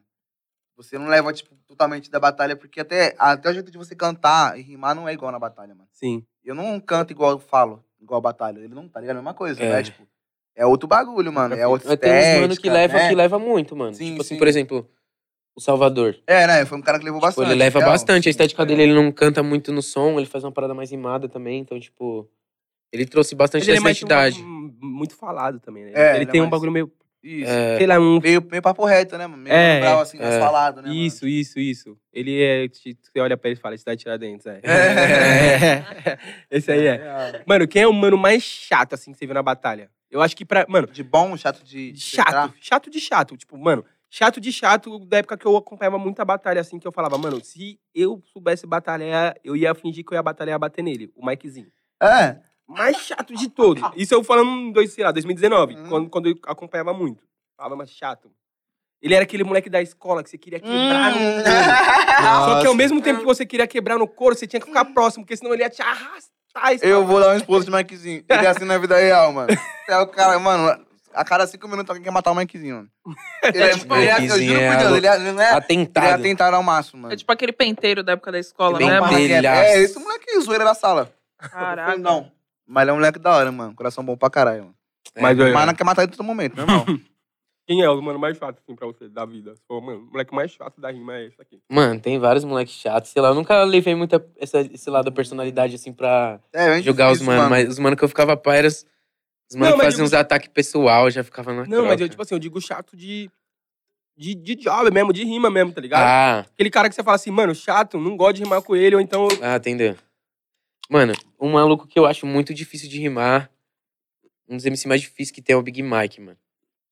Você não leva, tipo, totalmente da batalha, porque até, até o jeito de você cantar e rimar não é igual na batalha, mano.
Sim.
Eu não canto igual eu falo, igual a batalha. Ele não, tá ligado? É a mesma coisa,
É.
né? Tipo, é outro bagulho, mano. É outro
Mas tem uns mano que leva,
né?
que leva muito, mano.
Sim,
tipo assim,
sim.
por exemplo, o Salvador.
É, né? Foi um cara que levou
Tipo,
bastante.
é
ele leva
legal.
bastante. A estética
É.
dele, ele não canta muito no som, ele faz uma parada mais rimada também. Então, tipo, ele trouxe bastante
Mas ele é
essa
mais
identidade.
um- muito falado também, né?
É,
ele,
ele é
tem um
mais-
bagulho meio.
Isso.
É,
Sei lá, um.
Meio, meio papo reto, né, mano? Meio
É,
mano brau, assim,
é.
mais falado, né? mano?
Isso, isso, isso. Ele é. te- Você olha pra ele e fala, cidade de Tiradentes, é.
É.
Esse aí é. Mano, quem é o mano mais chato, assim, que você viu na batalha? Eu acho que pra. Mano,
De bom, chato de. de
chato,
entrar.
chato de chato. Tipo, mano, chato de chato da época que eu acompanhava muita batalha, assim, que eu falava, mano, se eu soubesse batalhar, eu ia fingir que eu ia batalhar e bater nele, o Mikezinho.
É.
Mais chato de todos. Isso eu falando em dois, sei lá, 2019,
Hum.
quando, quando eu acompanhava muito. Falava, mas chato. Ele era aquele moleque da escola que você queria
Hum,
quebrar
é.
no couro. Só que ao mesmo tempo que você queria quebrar no couro, você tinha que ficar próximo, porque senão ele ia te arrastar. e-
Eu vou dar um esposo de Mikezinho. Ele é assim na vida real, mano. É o cara, mano, a cada cinco minutos alguém quer matar o Mikezinho, mano. Ele é, ele é- eu juro por
Mikezinho é
Deus, ele, é, ele não é. Ele é
Atentado.
atentado ao máximo, mano.
É tipo aquele penteiro da época da escola,
Bem
né,
Barra
mano?
penteiro.
quieto.
Telhaço.
É, esse moleque zoeira da sala.
Caraca.
Não. Mas ele é um moleque da hora, mano. Coração bom pra caralho, mano.
Mas,
É.
Mas
olha,
Mas não quer matar ele em todo momento, normal.
quem é o mano mais chato, assim, pra você, da vida? Você falou, mano, o moleque mais chato da rima é esse aqui.
Mano, tem vários moleques chatos. Sei lá, eu nunca levei muito a- essa, esse lado da personalidade, assim, pra
É, bem
julgar os
difícil,
mano. Mas os mano que eu ficava pá eram os os mano
Não,
que
mas
faziam
eu-
uns ataques pessoal, eu já ficava na
Não, mas eu, tipo assim, eu digo chato de, de, de job mesmo, de rima mesmo, tá ligado?
Ah,
Aquele cara que você fala assim, mano, chato, não gosto de rimar com ele, ou então.
Ah, entendeu? Mano, um maluco que eu acho muito difícil de rimar, um dos MC mais difíceis que tem é o Big Mike, mano.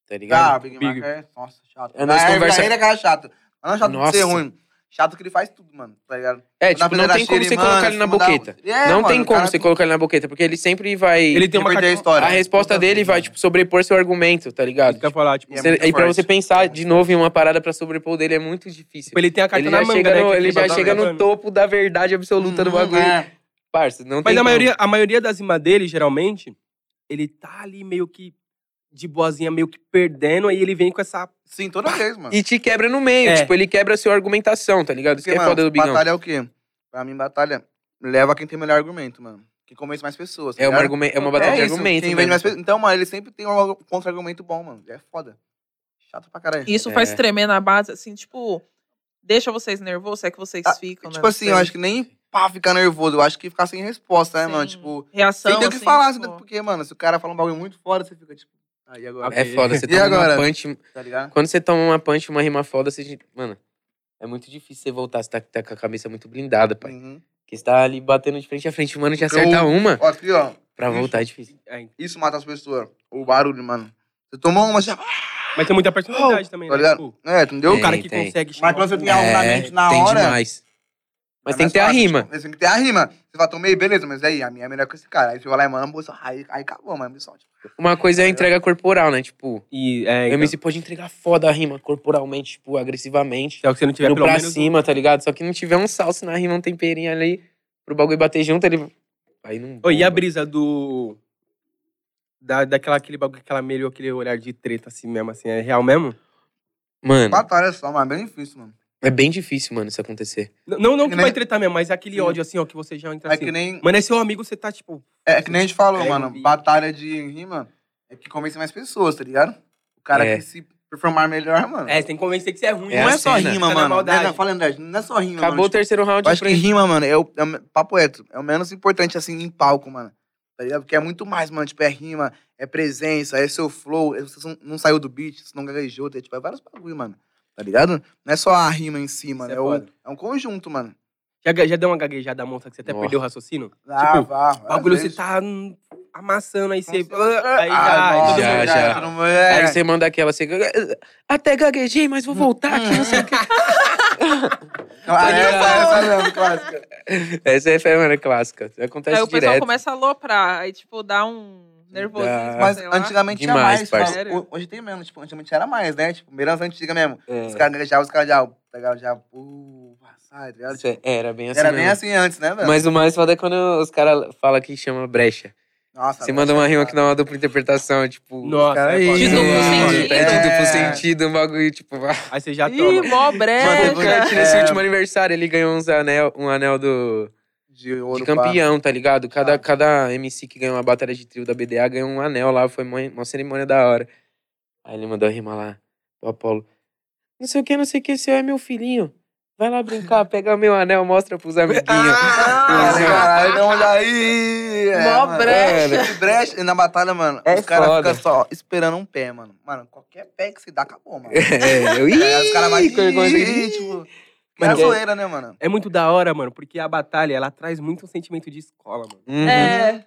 Tá
Ah,
ligado?
Big
Big.
Mac é. Nossa, chato.
É, nós
Na
conversa-
época, Ele é cara chato. Mas não é chato de ser
Nossa.
ruim. Chato que ele faz tudo, mano. Tá ligado?
é,
Na
tipo, não
primeira
tem como
cheira,
você
mano,
colocar ele na
se mudar-
boqueta.
É,
não
mano,
tem
o
como
cara
você colocar ele na boqueta, porque ele sempre vai.
Ele tem uma
Reverter a
carta.
história.
A resposta dele vai, tipo, sobrepor seu argumento, tá ligado?
Isso que eu ia falar, tipo,
E é
Você-
muito
aí pra
forte.
você pensar de novo em uma parada pra sobrepor o dele é muito difícil.
tipo, ele tem a carta
Ele
na
já
manga,
chega,
né?
no,
que
ele já
bota na
chega no
manga.
topo da verdade absoluta do
Uhum,
bagulho.
é.
Parça, não
Mas
tem
a
como.
maioria, a maioria das rimas dele, geralmente, ele tá ali meio que de boazinha meio que perdendo, aí ele vem com essa.
Sim, toda vez, mano.
E te quebra no meio.
É.
Tipo, ele quebra a sua argumentação, tá ligado? Isso que
Porque,
é
mano,
foda do Bigão.
batalha é o quê? Pra mim, batalha leva quem tem melhor argumento, mano. Quem convence mais pessoas. tá
É uma,
ligado?
argumen- é uma batalha
É
de
isso,
argumento.
quem vende
mesmo.
mais pessoas. Então, mano, ele sempre tem um contra-argumento bom, mano. É foda. Chato pra caralho.
Isso faz
É.
tremer na base, assim, tipo, deixa vocês nervosos, é que vocês
Ah,
ficam, né?
tipo assim, eu acho que nem pá ficar nervoso. Eu acho que ficar sem resposta, né, mano?
Sim.
Tipo,
Reação.
sem ter o que
assim,
falar.
tipo,
sem ter- Porque, mano, se o cara fala um bagulho muito foda, você fica tipo. Aí agora.
É foda, você
E
toma
agora?
uma punch.
Tá ligado?
Quando você toma uma punch, uma rima foda, você. Mano, é muito difícil você voltar. Você tá, tá com a cabeça muito blindada, pai.
Uhum.
Porque você tá ali batendo de frente a frente, mano, te
Então,
acerta uma.
Ó, aqui, ó.
Pra voltar é difícil.
Ai,
Isso mata as pessoas. O barulho, mano. Você tomou uma, já. Tá
Mas tem muita personalidade
Oh,
também,
tá
né?
ligado?
Tipo,
É, entendeu?
o cara
Tem,
que
tem.
consegue chamar.
Mas quando você tem
o-
algo na mente na
tem
hora.
demais. Mas
é
tem
mais
que ter a
fácil,
rima.
tipo, Tem que ter a rima. Você vai tomei, beleza, mas aí a minha é melhor que esse cara. Aí você vai lá e manda, moço, aí, aí acabou, mano. Missão, tipo,
Uma coisa é a entrega corporal, né? Tipo,
E, é,
o
então,
MC pode entregar foda a rima corporalmente, tipo, agressivamente.
se é o que você não tiver
Indo
pelo
pra
menos.
cima, tá ligado? Só que não tiver um salse na rima, um temperinho ali, pro bagulho bater junto, ele. Aí não.
Ô, e a
bomba.
brisa do. Da, daquela aquele bagulho, aquela meio aquele olhar de treta assim mesmo, assim, é real mesmo?
Mano,
batalha só, mas é bem difícil, mano.
é bem difícil, mano, isso acontecer.
N- Não, não que
É que
vai
nem-
tretar mesmo, mas é aquele
Sim.
ódio assim, ó, que você já entra
É
assim.
que nem,
Mano, é seu amigo, você tá tipo.
é que nem a gente falou,
É,
mano.
e-
Batalha de rima é que convence mais pessoas, tá ligado? O cara
É.
que se performar melhor, mano.
É, você tem que convencer que você é ruim.
É
não
a
é
assim,
só
né?
cena.
rima, mano.
Não,
maldade.
não, fala a verdade, não é só rima,
Acabou
mano.
o terceiro round.
Eu acho
pra-
que rima, mano, é o, é o- papo reto, é o menos importante, assim, em palco, mano. Tá ligado? Porque é muito mais, mano. Tipo, é rima, é presença, é seu flow. É, você não- não saiu do beat, você não gaguejou, tá? tipo, é vários bagulho, mano. Tá ligado? Não é só a rima em si, mano.
é
É, o-
foda.
é um conjunto, mano.
Já, ga- já deu uma gaguejada monta que você até
Nossa.
perdeu o raciocínio?
Tipo,
Ah, vá,
O bagulho
às
você
vezes.
tá hum, amassando, aí você.
Ah,
Aí já. aí
nossa,
todo
já,
mundo-
já.
todo mundo- é.
Aí você manda aquela assim. Até gaguejei, mas vou voltar aqui, não sei o que.
Ah, é,
ligado.
essa- essa mesmo, clássica.
Essa é a mano, é clássica. Acontece
Aí o pessoal
direto.
começa a aloprar, aí, tipo, dá um nervosismo,
Dá.
Mas
sei lá.
antigamente tinha
Demais,
mais, fala.
parceiro.
Ho- Hoje tem menos, tipo, antigamente era mais, né? Tipo, menos antiga mesmo. Os
É,
caras gaguejavam, os caras já, pegavam já, uh, sai, tá ligado?
isso é- era bem assim.
Era
mesmo.
bem assim antes, né, velho?
Mas o mais foda é quando os caras falam que chama brecha.
Nossa, é
Você manda uma rima que dá uma dupla interpretação, tipo.
Nossa,
cara,
é foda.
De
isso,
duplo
mano,
sentido.
É de duplo
É.
sentido, um bagulho, tipo.
Aí você já
Ih,
toma.
mó
Mano, o
brecha.
Kurt, nesse último aniversário, ele ganhou uns anel, um anel do,
de
de
ouro. pá.
campeão, tá ligado? Cada,
Ah.
cada MC que ganhou uma batalha de trio da BDA ganhou um anel lá, foi uma, uma cerimônia da hora. Aí ele mandou rimar lá pro Apolo. Não sei o que, não sei o que, seu é meu filhinho. Vai lá brincar, pega meu anel, mostra pros amiguinhos.
Ah,
Assim, ó.
Caralho, então olha aí. é,
Mó
mano.
né?
brecha.
E brecha. E na batalha, mano,
É
os caras
foda.
ficam só esperando um pé, mano. Mano, qualquer pé que se dá, acabou, mano.
É, eu,
É, os caras vão
Ih, quando- quando-
Ih, tipo. Que é
assim. Mano,
zoeira, né, mano?
É muito da hora, mano, porque a batalha, ela traz muito um sentimento de escola, mano.
Uhum.
É,
Tá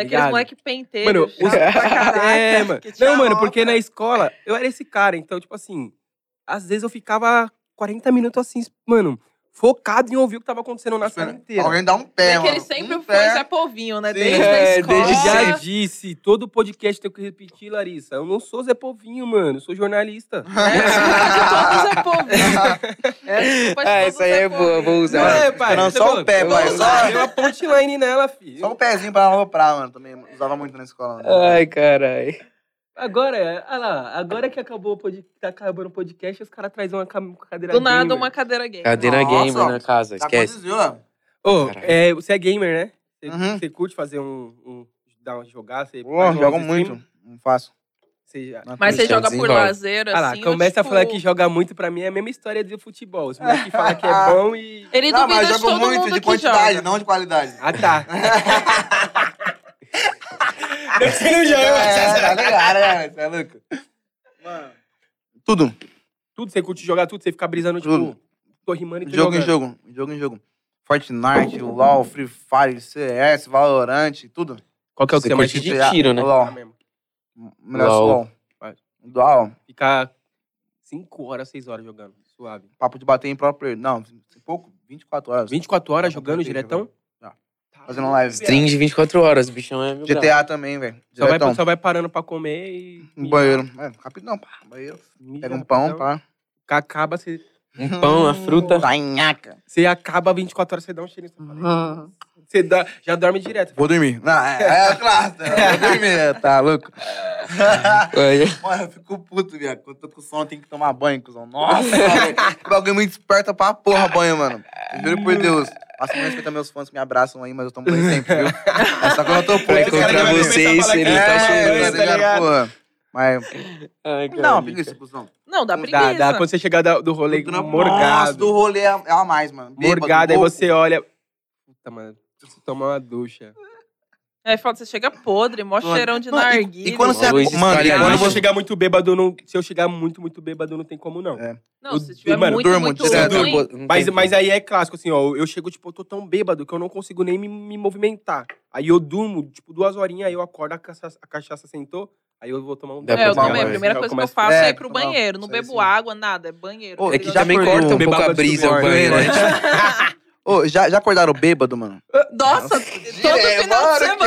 daqueles
ligado?
moleque penteiro.
Mano, os...
chato pra caralho,
é, mano.
que tinha
Não, mano,
mó
porque na escola eu era esse cara, então, tipo assim, às vezes eu ficava 40 minutos assim, mano, focado em ouvir o que tava acontecendo na sala inteira.
Alguém dá um
É
pé,
que
mano.
ele sempre
um
foi
pé.
Zé Povinho, né?
Sim.
Desde a
É,
escola.
desde
Já
sempre.
disse, todo podcast tem que repetir, Larissa. Eu não sou Zé Povinho, mano, eu sou jornalista.
É, todos Zé Povinho. É, depois
Ah,
todos
essa aí
Zé
é boa,
Povinho.
vou usar.
É, pai.
Não,
você
só
falou,
o pé,
eu
pai.
vou usar, Deu uma punchline nela, filho.
Só um pezinho pra aloprar, mano. Também usava muito na escola. Né?
Ai, caralho.
Agora, olha lá, agora que acabou o pod... tá acabando o podcast, os caras trazem uma cam- cadeira
Do nada,
gamer.
uma cadeira gay.
Cadeira
Nossa,
gamer na casa,
Tá
esquece.
acontecendo, ó.
Ô,
Caralho.
é, você é gamer, né? Você,
Uhum.
você curte fazer um, um- dar um jogar? Você
Pô,
faz um
jogam
stream?
muito. Não faço.
Você já-
Mas você
Então,
joga por
desenrola.
lazer, assim.
Ah lá,
ou,
começa a
tipo,
falar que joga muito, pra mim é a mesma história do futebol. Os moleques falam que é bom e...
Ele
não,
duvida
mas
de todo
jogo muito
mundo
de
que
quantidade, né?
joga.
não de qualidade.
Ah, tá. Você não
É, tá ligado, né? Você é louco. Mano. Tudo.
Tudo, você curte jogar tudo, você fica brisando, tipo...
Tudo.
Tô rimando e tô
Jogo em
jogando.
jogo, jogo em jogo. Fortnite, LoL, Free Fire, CS, Valorant, tudo.
Qual que é o que você mais
curte
curte?
de tiro, né?
jogar
LoL.
mesmo?
Melhor
LOL.
LoL.
Vai.
LoL,
Ficar 5 horas, 6 horas jogando, suave.
papo de bater em próprio player. Não, pouco, 24 horas.
24 horas
Tá
jogando
completinho,
diretão?
jogando.
Tá.
Fazendo live.
Stream de 24 horas, o bichão é meu brabo.
GTA também, velho.
Só vai,
Diretão.
só vai parando pra comer e...
No banheiro. É, rapidão, pá, banheiro.
Mija
Pega um pão,
rapidão.
pá.
Acaba, você
Um pão, uma
Hum.
fruta.
Tanhaca.
Você acaba 24 horas, você dá um cheirinho. Você, fala, você dá- já dorme direto.
Vou dormir. Não, é, é claro. né? Vou dormir, tá louco? Ah. Mano, eu fico puto, viado. Quando eu tô com sono, tem que tomar banho, cuzão. Nossa, velho. tipo, Que bagulho muito esperta pra porra, banho, mano. Eu Juro por Deus. Nossa, não respeita meus fãs que me abraçam aí, mas eu tomo banho sempre, viu? É só quando eu tô puto.
Pra
os
encontrar
caras já me-
vocês,
É,
ele tá
é,
chorando.
tá ligado, porra. Mas,
Ai,
não, dá uma
cara.
preguiça, cuzão.
Não, dá
Dá,
preguiça.
dá. Quando você chegar da- do rolê
Do trampo, Nossa,
morgado,
do rolê é é a mais, mano. Bêbado,
morgado, aí
louco.
você olha... Puta, mano, preciso tomar uma ducha.
Aí fala, É você chega podre, mó
Mano,
cheirão de
não, e-
narguilha.
E quando você...
Luiz
acorda- Mano, e
espalha
Quando
quando
eu vou
você...
chegar muito bêbado, não, se eu chegar muito, muito bêbado, não tem como não.
É.
Não,
Eu-
se tiver
mano,
muito,
durmo
muito
direto.
ruim, é,
Não tem
Mas,
como.
mas aí é clássico, assim, ó. Eu chego, tipo, eu tô tão bêbado que eu não consigo nem me, me movimentar. Aí eu durmo, tipo, duas horinhas, aí eu acordo, a cachaça, a cachaça sentou, aí eu vou tomar um...
Dá
É, eu
tomar
também. A
banho.
primeira coisa que eu
começo-
faço é,
É,
ir pro
tomar um-
banheiro. Não
isso aí,
bebo
sim.
água, nada. É banheiro.
Pô,
tá
É que
ligado?
também
acordou.
corta um pouco
Bebaba
a
de
brisa, o
morte.
banho, né?
Ô, já, já acordaram bêbado, mano?
Nossa, todo
É,
final de
mano,
semana.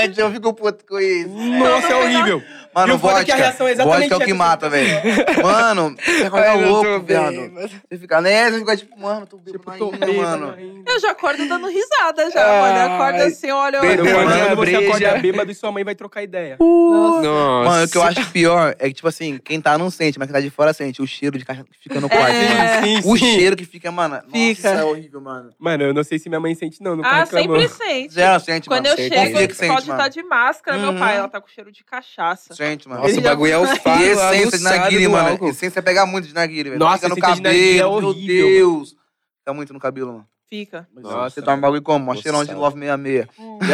que ódio, eu fico puto com isso.
Nossa, é horrível! E
Mano,
o foda é
vodka,
que a reação é exatamente
vodka é o que
essa.
mata, velho. Mano, você acorda
Ai, eu tô
É louco, viado.
bêbado.
Você fica, né? Você fica tipo, mano, tô bêbado
Tipo,
ainda,
tô bêbado
mano.
ainda.
Eu já acordo dando risada já,
Ai,
mano. Eu acordo assim, olha...
Mano,
Bebeu
quando
uma
você
breja.
acorda bêbado e sua mãe vai trocar ideia.
Nossa.
Mano, o que eu acho pior é que, tipo assim, quem tá não sente, mas quem tá de fora sente. O cheiro de caixa que fica no quarto.
É.
mano.
Sim,
O
sim.
cheiro que fica, mano.
Fica.
Nossa, é horrível, mano.
Mano, eu não sei se minha mãe sente, não. Não tá
Ah,
reclamando.
sempre sente.
Zero sente,
Quando
mano.
eu
sente,
chego,
sente,
só de
é sente,
estar de máscara, meu
Uhum.
pai, ela tá com cheiro de cachaça.
Sente, mano.
Nossa, o bagulho é o faro
E essência de
aguçado
narguile,
do
mano.
álcool.
Essência pega muito de narguile, velho.
Nossa,
fica no
essência de narguilé é
cabelo, meu
horrível,
Deus. Fica muito no cabelo, mano.
Fica.
é.
Nossa.
Você toma um bagulho como? Um cheirão de
Nossa.
Love 66.
Hum.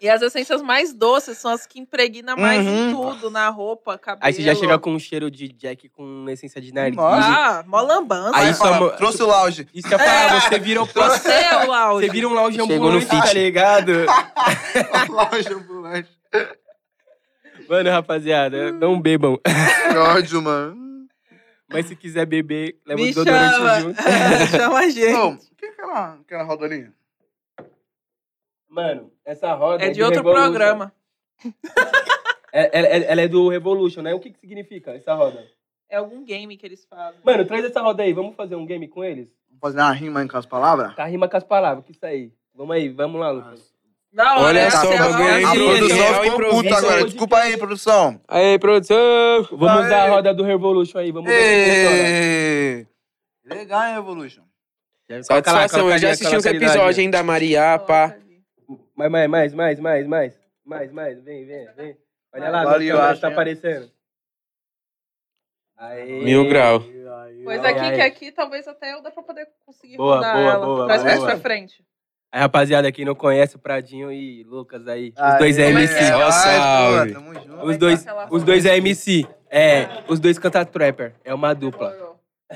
E as essências mais doces são as que impregna mais em
Uhum.
tudo, na roupa, cabelo.
Aí você já chega com um cheiro de Jack com essência de narguilé.
Nossa.
Ah, mó lambança.
Aí
Aí
só mo-
fala, trouxe o lounge.
Isso que eu ia falar, você vira um...
Você é o áudio.
Você vira um lounge
Chegou
ambulante,
no fit.
tá ligado?
lounge ambulante.
Mano, rapaziada, não bebam.
Que ódio, mano.
Mas se quiser beber, leva
Me
o desodorante
chama. É,
junto.
chama a gente.
Ô, o que é aquela, aquela roda ali?
Mano, essa roda
é de outro
Revolution.
programa.
É- Ela, ela- ela é do Revolution, né? O que, que significa essa roda?
É algum game que eles fazem.
Mano, traz essa roda aí, vamos fazer um game com eles?
Vamos fazer uma rima aí com as palavras?
Tá rima com as palavras, que isso aí. Vamos aí, vamos lá, Lucas.
Não,
Olha
essa
Tá
só,
é
o bagulho
a-
é
A
Sim, é,
produção
é o
ficou
improviso,
puta
é
agora.
o
Desculpa aí, produção.
Aí, produção.
Vamos
Aê!
dar a roda do Revolution aí, vamos ver.
Ê, Legal, hein, Evolution?
Satisfação, eu já assisti um uns episódios, hein, da Maria, pá.
Mais, mais, mais, mais, mais, mais. Mais, mais, vem, vem, vem. Olha lá,
Valeu,
Lucas,
acho,
tá
hein?
aparecendo. Aê.
Mil grau.
Pois é.
Ai,
aqui,
ai.
que aqui talvez até eu dá pra poder conseguir
Boa,
rodar
boa,
ela.
boa,
Traz mais
boa.
pra frente.
Aí, rapaziada, quem não conhece, o Pradinho e Lucas aí. Os
Aê,
dois é MC.
é nóis,
Ó, salve.
pô, Tamo junto.
Os dois, os dois é MC. É, os dois cantam trapper. É uma dupla.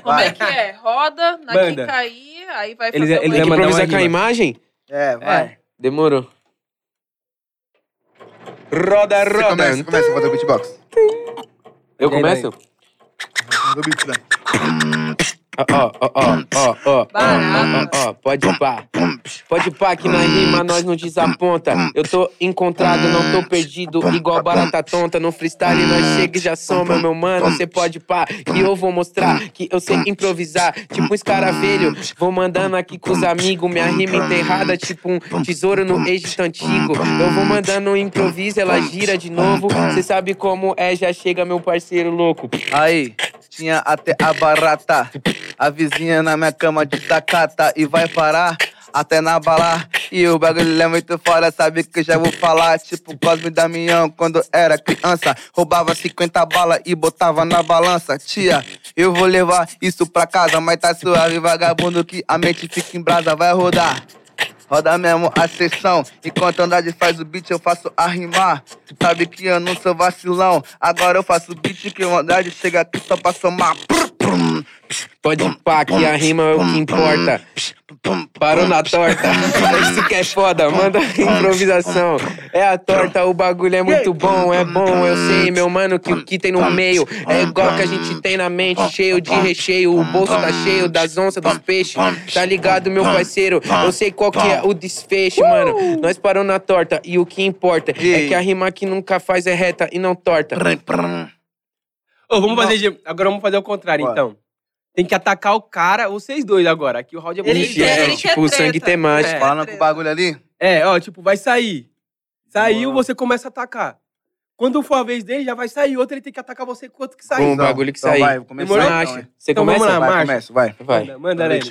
Como
Vai.
é que é? Roda, na
Manda.
que cair, aí vai
Eles-
fazer o
eles
Tem
é
que
mandar uma
improvisar com a
rima.
imagem?
É, vai.
Demorou. Roda,
Você começa, você
roda.
começa, vou fazer o beatbox.
Eu
Vem,
começo?
Do beat, né?
Ó, ó, ó, ó, ó, ó, ó,
Barato.
ó, ó, pode pá. Pode pá que na rima nós não desaponta. Eu tô encontrado, não tô perdido, igual barata tonta. No freestyle nós chega e já soma, meu mano. Cê pode pá, que eu vou mostrar que eu sei improvisar. Tipo um escaravelho, vou mandando aqui com os amigos. Minha rima enterrada, tipo um tesouro no Egito antigo. Eu vou mandando um improviso, ela gira de novo. Cê sabe como é, já chega meu parceiro louco.
Aí, tinha até a barata, a vizinha na minha cama de tacata e vai parar até na bala. E o bagulho é muito fora, sabe que eu já vou falar. Tipo Cosme e Damião, quando era criança, roubava 50 balas e botava na balança. Tia, eu vou levar isso pra casa, mas tá suave, vagabundo, que a mente fica em brasa, vai rodar. Roda mesmo a sessão. Enquanto Andrade faz o beat, eu faço a rimar. Sabe que eu não sou vacilão. Agora eu faço o beat que o Andrade chega aqui só pra somar.
Pode pá, que a rima é o que importa. Parou na torta. Isso que é foda, manda improvisação. É a torta, o bagulho é muito bom, é bom, eu sei, meu mano, que o que tem no meio é igual que a gente tem na mente, cheio de recheio. O bolso tá cheio das onças, dos peixes. Tá ligado, meu parceiro? Eu sei qual que é o desfecho,
Uh!
mano. Nós parou na torta e o que importa é que a rima que nunca faz é reta e não torta.
Ô, vamos fazer. de- Agora vamos fazer o contrário,
Bora.
então. Tem que atacar o cara, vocês dois agora. Aqui o round é
Ele
bonito.
quer-
é,
ele quer
tipo, sangue
treta.
temático.
É.
Falando com o bagulho ali.
É, ó, tipo, vai sair. Saiu,
Boa.
você começa a atacar. Quando for a vez dele, já vai sair outro, ele tem que atacar você com outro que sair.
Bom, Um bagulho que
então
saiu.
Vai, vou começar
Demorou?
então, hein?
Você
Então,
começa?
vamos lá.
Vai,
marcha.
começa, vai.
Vai.
Manda, manda, Lene.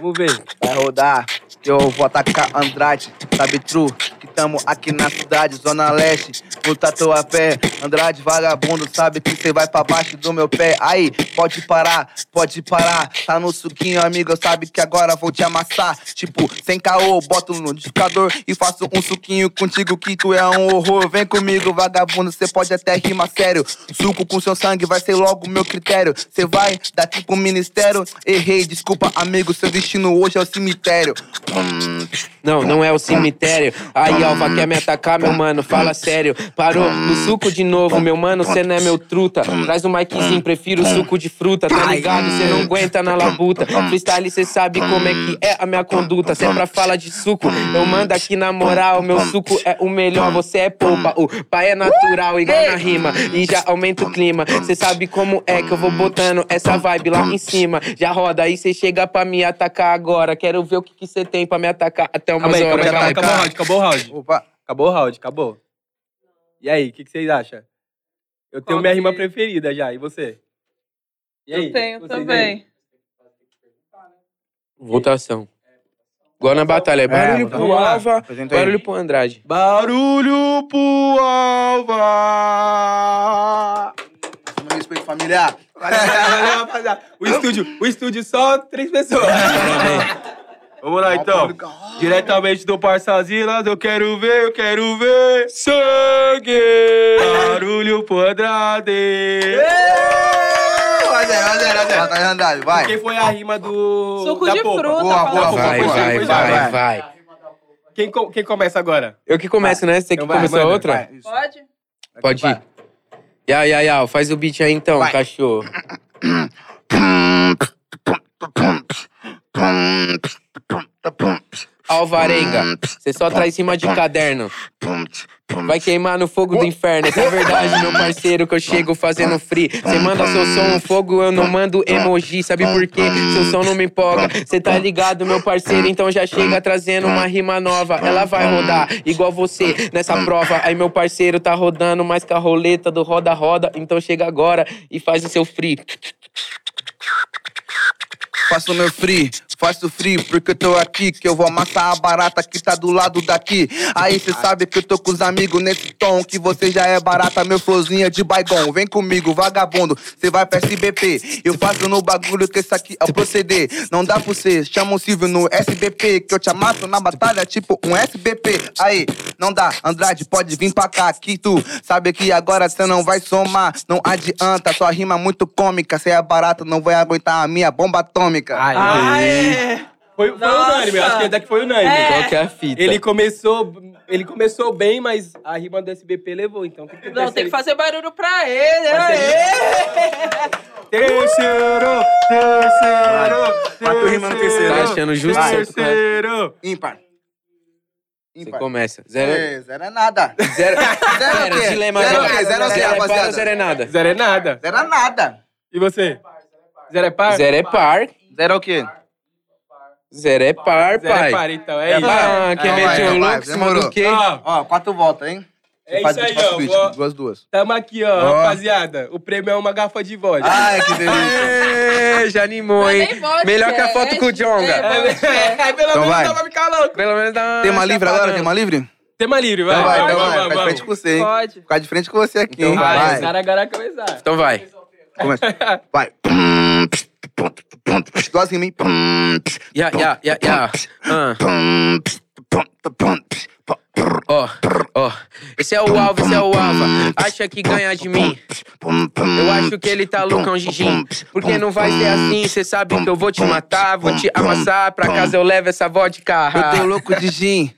Vamos ver.
Vai rodar, que eu vou atacar Andrade, sabe true, que tamo aqui na cidade, zona leste, no tatuapé, Andrade vagabundo, sabe que cê vai pra baixo do meu pé, aí, pode parar, pode parar, tá no suquinho amigo, eu sabe que agora vou te amassar, tipo, sem caô, boto no liquidificador e faço um suquinho contigo que tu é um horror, vem comigo vagabundo, cê pode até rimar sério, suco com seu sangue vai ser logo o meu critério, cê vai dar tipo ministério, errei, desculpa amigo, seu destino hoje é o cemitério,
Não, não é o cemitério. Aí, Alva, quer me atacar, meu mano? Fala sério. Parou no suco de novo, meu mano, cê não é meu truta. Traz o Mikezinho, prefiro suco de fruta, tá ligado? Cê não aguenta na labuta. Freestyle, cê sabe como é que é a minha conduta. Cê é pra falar de suco, eu mando aqui na moral. Meu suco é o melhor, você é polpa. O pai é natural, igual na rima. E já aumenta o clima. Cê sabe como é que eu vou botando essa vibe lá em cima. Já roda, aí cê chega pra me atacar agora. Quero ver o que que cê tem pra me atacar até uma
Calma aí, calma aí,
hora.
calma aí. Acabou o round, acabou o round.
opa,
Acabou o round, acabou. E aí, o que, que vocês acham? Eu tenho
Qual
minha
que- é?
rima preferida já, e você? E aí,
Eu tenho
vocês aí?
também.
Votação. Igual na batalha. Barulho
vamos
pro
lá.
Alva,
apresenta aí.
barulho pro Andrade.
Barulho pro Alva!
Ah! Chama respeito familiar,
Valeu, valeu, rapaziada. O estúdio, o estúdio só três pessoas. É, Vamos lá, então. Diretamente do Parçazilas, eu quero ver, eu quero ver. Sangue! Barulho pro Andrade!
vai, Zé, vai, Zé, vai, Zé. vai, Andrade, vai,
Quem foi a rima do.
Suco
da
de
polpa?
fruta.
Boa,
fala.
boa,
Vai,
Pois é,
vai,
pois
é,
vai,
vai.
vai.
Quem, co- quem começa agora?
Eu que começo, né? Você que
Então vai,
começou a
manda,
outra?
Vai, isso.
Pode?
Pode
Vai.
ir. Ya, ya, ya, faz o beat aí então,
Vai.
cachorro. Alvarenga, você só traz cima de caderno. Vai queimar no fogo do inferno, essa é verdade, meu parceiro, que eu chego fazendo free. Você manda seu som no fogo, eu não mando emoji, sabe por quê? Seu som não me empolga. Cê tá ligado, meu parceiro, então já chega trazendo uma rima nova. Ela vai rodar, igual você, nessa prova. Aí meu parceiro tá rodando mais que a roleta do roda-roda, então chega agora e faz o seu free.
Faço meu free, faço free, porque eu tô aqui, que eu vou amassar a barata que tá do lado daqui. Aí cê sabe que eu tô com os amigos nesse tom, que você já é barata, meu florzinha de baigon. Vem comigo, vagabundo, cê vai pra SBP. Eu faço no bagulho que esse aqui é o proceder. Não dá pra cê, chama o Silvio no SBP, que eu te amasso na batalha, tipo um SBP. Aí, não dá, Andrade, pode vir pra cá, que tu sabe que agora cê não vai somar. Não adianta, sua rima muito cômica, cê é barata, não vai aguentar a minha bomba atômica.
Ah, é.
Foi, foi
Nossa.
unânime, eu acho que daqui foi unânime.
É.
Qual que é a fita?
Ele começou, ele começou bem, mas a rima do SBP levou, então tem que ter
Não, tem que
terceiro.
fazer barulho pra ele.
Vai ser- Terceiro, terceiro,
Quatro rimas no terceiro.
Tá achando justo?
Terceiro.
Ímpar.
Você
Ímpar.
começa. Zero.
É, Zero é nada.
Zero.
Zero é o quê?
dilema
Zero é o
agora.
quê? Zero é o quê,
Zero é par,
rapaziada?
zero é nada.
Zero é nada.
Zero é nada.
E você? Zero é par?
Zero é par.
Zero é o quê?
Zero é par,
Zero é
pai.
par, então. É, isso.
Ah, que
É, vai,
meteu
vai,
louco
vai,
em cima do
demorou.
quê?
Ó,
Ó, quatro voltas, hein?
É
Você faz
isso aí,
duas,
ó,
faz
vou-
Duas, duas.
tamo aqui, ó,
Ó.
rapaziada. O prêmio é uma garrafa de voz.
Ai, que delícia.
Ê, Já animou,
Mas
hein?
nem vodka,
Melhor que a
Tá é
foto com o
É,
Jonga.
Red
é, é, pelo
Então
menos
vai.
dá pra ficar louco.
Pelo menos dá uma
Tema livre agora?
chapadão.
Tema livre?
Tema livre, vai.
Então vai,
Vamos,
então vai.
vamos,
Ficar de
vamos.
frente com você, hein?
Pode.
Ficar de frente com você aqui,
Então
hein?
vai,
Vai,
Vai.
os caras agora começar.
Então vai.
Começa. Vai. Duas rimas, hein?
Ya, ya, ya, ya. Ah. Ó, ó. Esse é o alvo, esse é o alva. Acha que ganha de mim? Eu acho que ele tá loucão, Gigim. Porque não vai ser assim, cê sabe que eu vou te matar, vou te amassar. Pra casa eu levo essa vodka.
Eu tô louco de gin.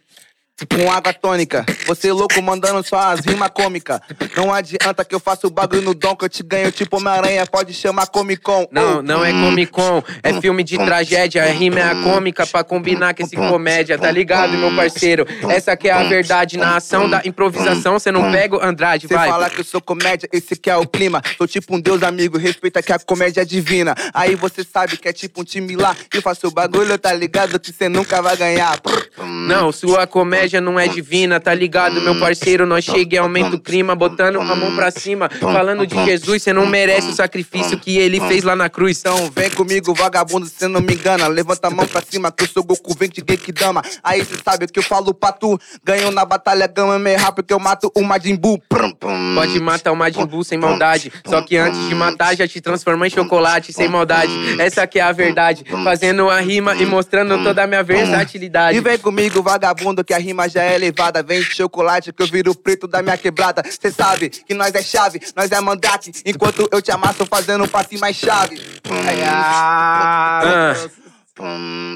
com água tônica. Você é louco mandando só as rimas cômicas. Não adianta que eu faço o bagulho no dom, que eu te ganho tipo Homem-Aranha, pode chamar Comic Con.
Não, não é Comic Con, é filme de tragédia, é rima é a cômica pra combinar com esse comédia, tá ligado, meu parceiro? Essa que é a verdade na ação da improvisação, cê não pega o Andrade,
Você
vai.
fala que eu sou comédia, esse que é o clima. Sou tipo um deus amigo, respeita que a comédia é divina. Aí você sabe que é tipo um time lá. Eu faço o bagulho, tá ligado? Que você nunca vai ganhar.
Não, sua comédia não é divina, tá ligado, meu parceiro? Nós chega e aumenta o clima, botando a mão pra cima, falando de Jesus, cê não merece o sacrifício que ele fez lá na cruz.
Então vem comigo, vagabundo, cê não me engana. Levanta a mão pra cima, que eu sou Goku, vem de Gekidama. Aí cê sabe que eu falo pra tu. Ganho na batalha, gama meio rápido que eu mato o Majin Buu. Prum, prum.
Pode matar o Majin Buu sem maldade. Só que antes de matar, já te transformou em chocolate sem maldade. Essa que é a verdade. Fazendo a rima e mostrando toda a minha versatilidade.
E vem comigo, vagabundo, que a rima já é elevada. Vem de chocolate, que eu viro preto da minha quebrada. Cê sabe que nós é chave, nós é mandate. Enquanto eu te amasso, fazendo um passe mais chave. Ai, ah,
Ah.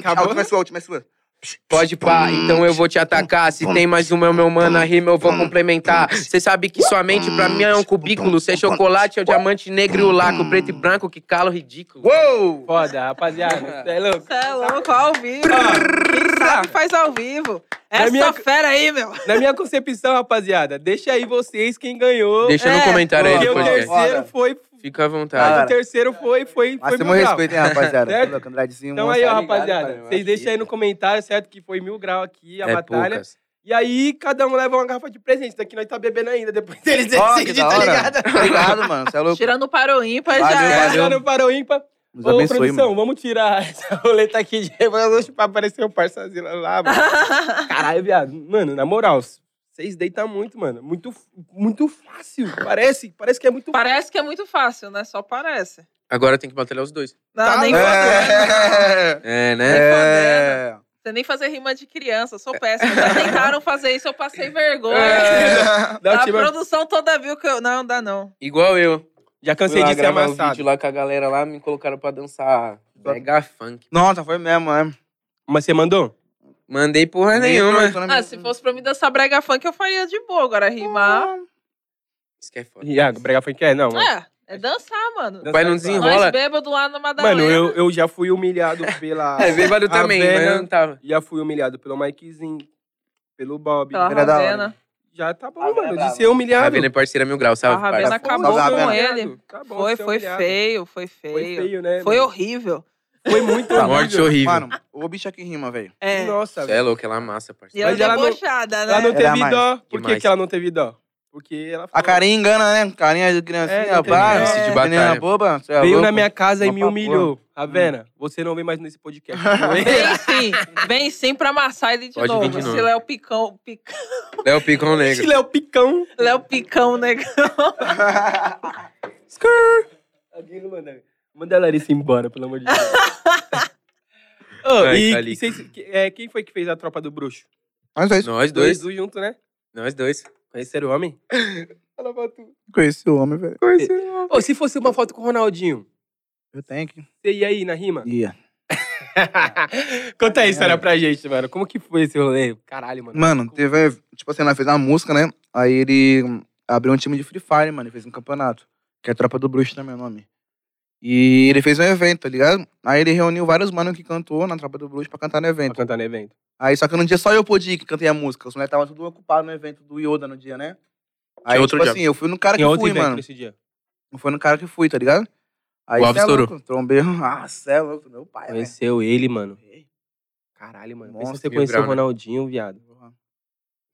a última
né?
é sua, a última é sua.
Pode pá, então eu vou te atacar. Se tem mais uma, meu mano, a rima eu vou complementar. Cê sabe que sua mente pra mim é um cubículo. Cê é chocolate, é o diamante negro e o laco. Preto e branco, que calo ridículo.
Uou!
Foda, rapaziada. Cê é louco.
Você é louco, ao vivo. Quem sabe faz ao vivo. Essa
Ah! É minha-
fera aí, meu.
Na minha concepção, rapaziada, deixa aí vocês quem ganhou.
Deixa no
É,
comentário aí
Porque
do
o
podcast.
terceiro foi.
Fica à
Mas
vontade.
o terceiro foi, foi, foi
Mas
mil
meu
grau.
respeito, hein, rapaziada.
Certo?
Tá louco, Andradezinho,
Então
moça.
aí, ó,
ligado,
rapaziada,
pai,
vocês
mas
deixam aí
fica.
no comentário, certo? Que foi mil grau aqui a
É
batalha.
poucas.
E aí, cada um leva uma garrafa de presente. Daqui nós tá bebendo ainda, depois eles
Ó, que
decidem,
da
tá
hora.
ligado?
Obrigado, mano. Você é louco.
Tirando o paroim, pai, já é.
Valeu,
era.
valeu.
Agora parou ímpar.
Nos
Ô,
abençoe,
produção,
mano.
vamos tirar essa roleta aqui de revanche pra aparecer o parçazila lá, mano. Caralho, viado. Mano, na moral, vocês deitam muito, mano. Muito, muito fácil. Parece, parece que é muito
Parece que é muito fácil, né? Só parece.
Agora tem que batalhar os dois.
Não,
Tá
nem fodendo.
É.
É, né?
É.
Você nem fazer rima de criança, sou péssima. Já tentaram fazer isso, eu passei vergonha.
É. Dá o
a
time-
produção toda viu que eu. Não, dá não.
Igual eu.
Já cansei
Fui lá
de ser
gravar um
amassado.
vídeo lá com a galera lá, me colocaram pra dançar mega funk.
Nossa, foi mesmo, né?
Mas você mandou?
Mandei porra nenhuma.
Ah, se fosse pra mim dançar brega funk, eu faria de boa. Agora rimar.
Isso que é foda.
Iago, brega foi que é? Não. mano.
É, é dançar, mano.
O pai não desenrola.
Nós bêbado lá na Madalena.
Mano, eu, eu já fui humilhado pela...
É, bêbado
A
também, mas
Vera-
eu não tava.
Já fui humilhado pelo Mikezinho, pelo Bob.
Pela
Era da hora.
Ravena.
Já tá bom,
A Vera é
mano, de
brava.
ser
A
humilhado.
Vena é parceira mil graus, salve,
A tá Ravena
parça.
acabou
Salve,
com
Ravena.
ele.
Tá bom
Foi,
ser
foi
humilhado.
feio, foi
Foi
feio.
feio, né?
Foi
mano?
horrível.
Foi muito
A morte
horrível.
horrível.
Mano, o bicho aqui rima, velho.
É.
Nossa,
Cê é
velho.
louco, ela amassa, parça.
E ela
Mas ela não-
debochada, né?
Ela não
Era
teve
mais.
dó. Por que,
Demais.
que ela não teve dó? Porque ela
A carinha engana, né? Carinha de criancinha,
É, não tem
pá.
jeito.
de
É.
Menina
Batalha.
boba. cê é
veio
louco.
na minha casa e
Uma
me
papoa.
humilhou. Ravena, você não vem mais nesse podcast.
Vem sim, vem sim pra amassar ele de
Pode vir
novo.
de
Esse
novo.
Léo Picão. Pic...
Léo Picão Negro.
Esse é o picão.
Léo Picão né? Negão.
Alguém não manda. Manda a Larissa embora, pelo amor de Deus. Ô,
Vai,
e
Cali.
vocês- que- é, quem foi que fez a tropa do bruxo?
Mas é isso.
Nós dois.
Dois juntos, né?
Nós dois.
Conheceram o homem? Fala pra tu.
Conheci o homem, velho.
Ô, se fosse uma foto com o Ronaldinho,
Eu tenho que.
você ia aí na rima?
Ia.
Conta a história pra gente, mano. Como que foi esse rolê? Caralho, mano.
Mano, teve. Tipo assim, ela fez uma música, né? Aí ele hum, abriu um time de Free Fire, mano. Ele fez um campeonato. Que é Tropa do Bruxo também é o nome. E ele fez um evento, tá ligado? Aí ele reuniu vários manos que cantou na Tropa do Bruxo pra cantar no
Pra
evento.
cantar no evento.
Aí só que no dia só eu podia ir que cantei a música. Os moleques estavam tudo ocupados no evento do Yoda no dia, né? Aí,
Tinha outro
tipo
dia.
assim, eu fui no cara que
Tinha outro
fui,
evento
mano.
nesse dia.
Não foi no cara que fui, tá ligado? Aí,
O Alves
cê é
estourou.
louco, Trombei. Ah, cê é louco, meu pai, velho.
Conheceu ele, mano. Caralho, mano. Pensa
Nossa,
você
mil
conheceu
grau,
o
né?
Ronaldinho, viado.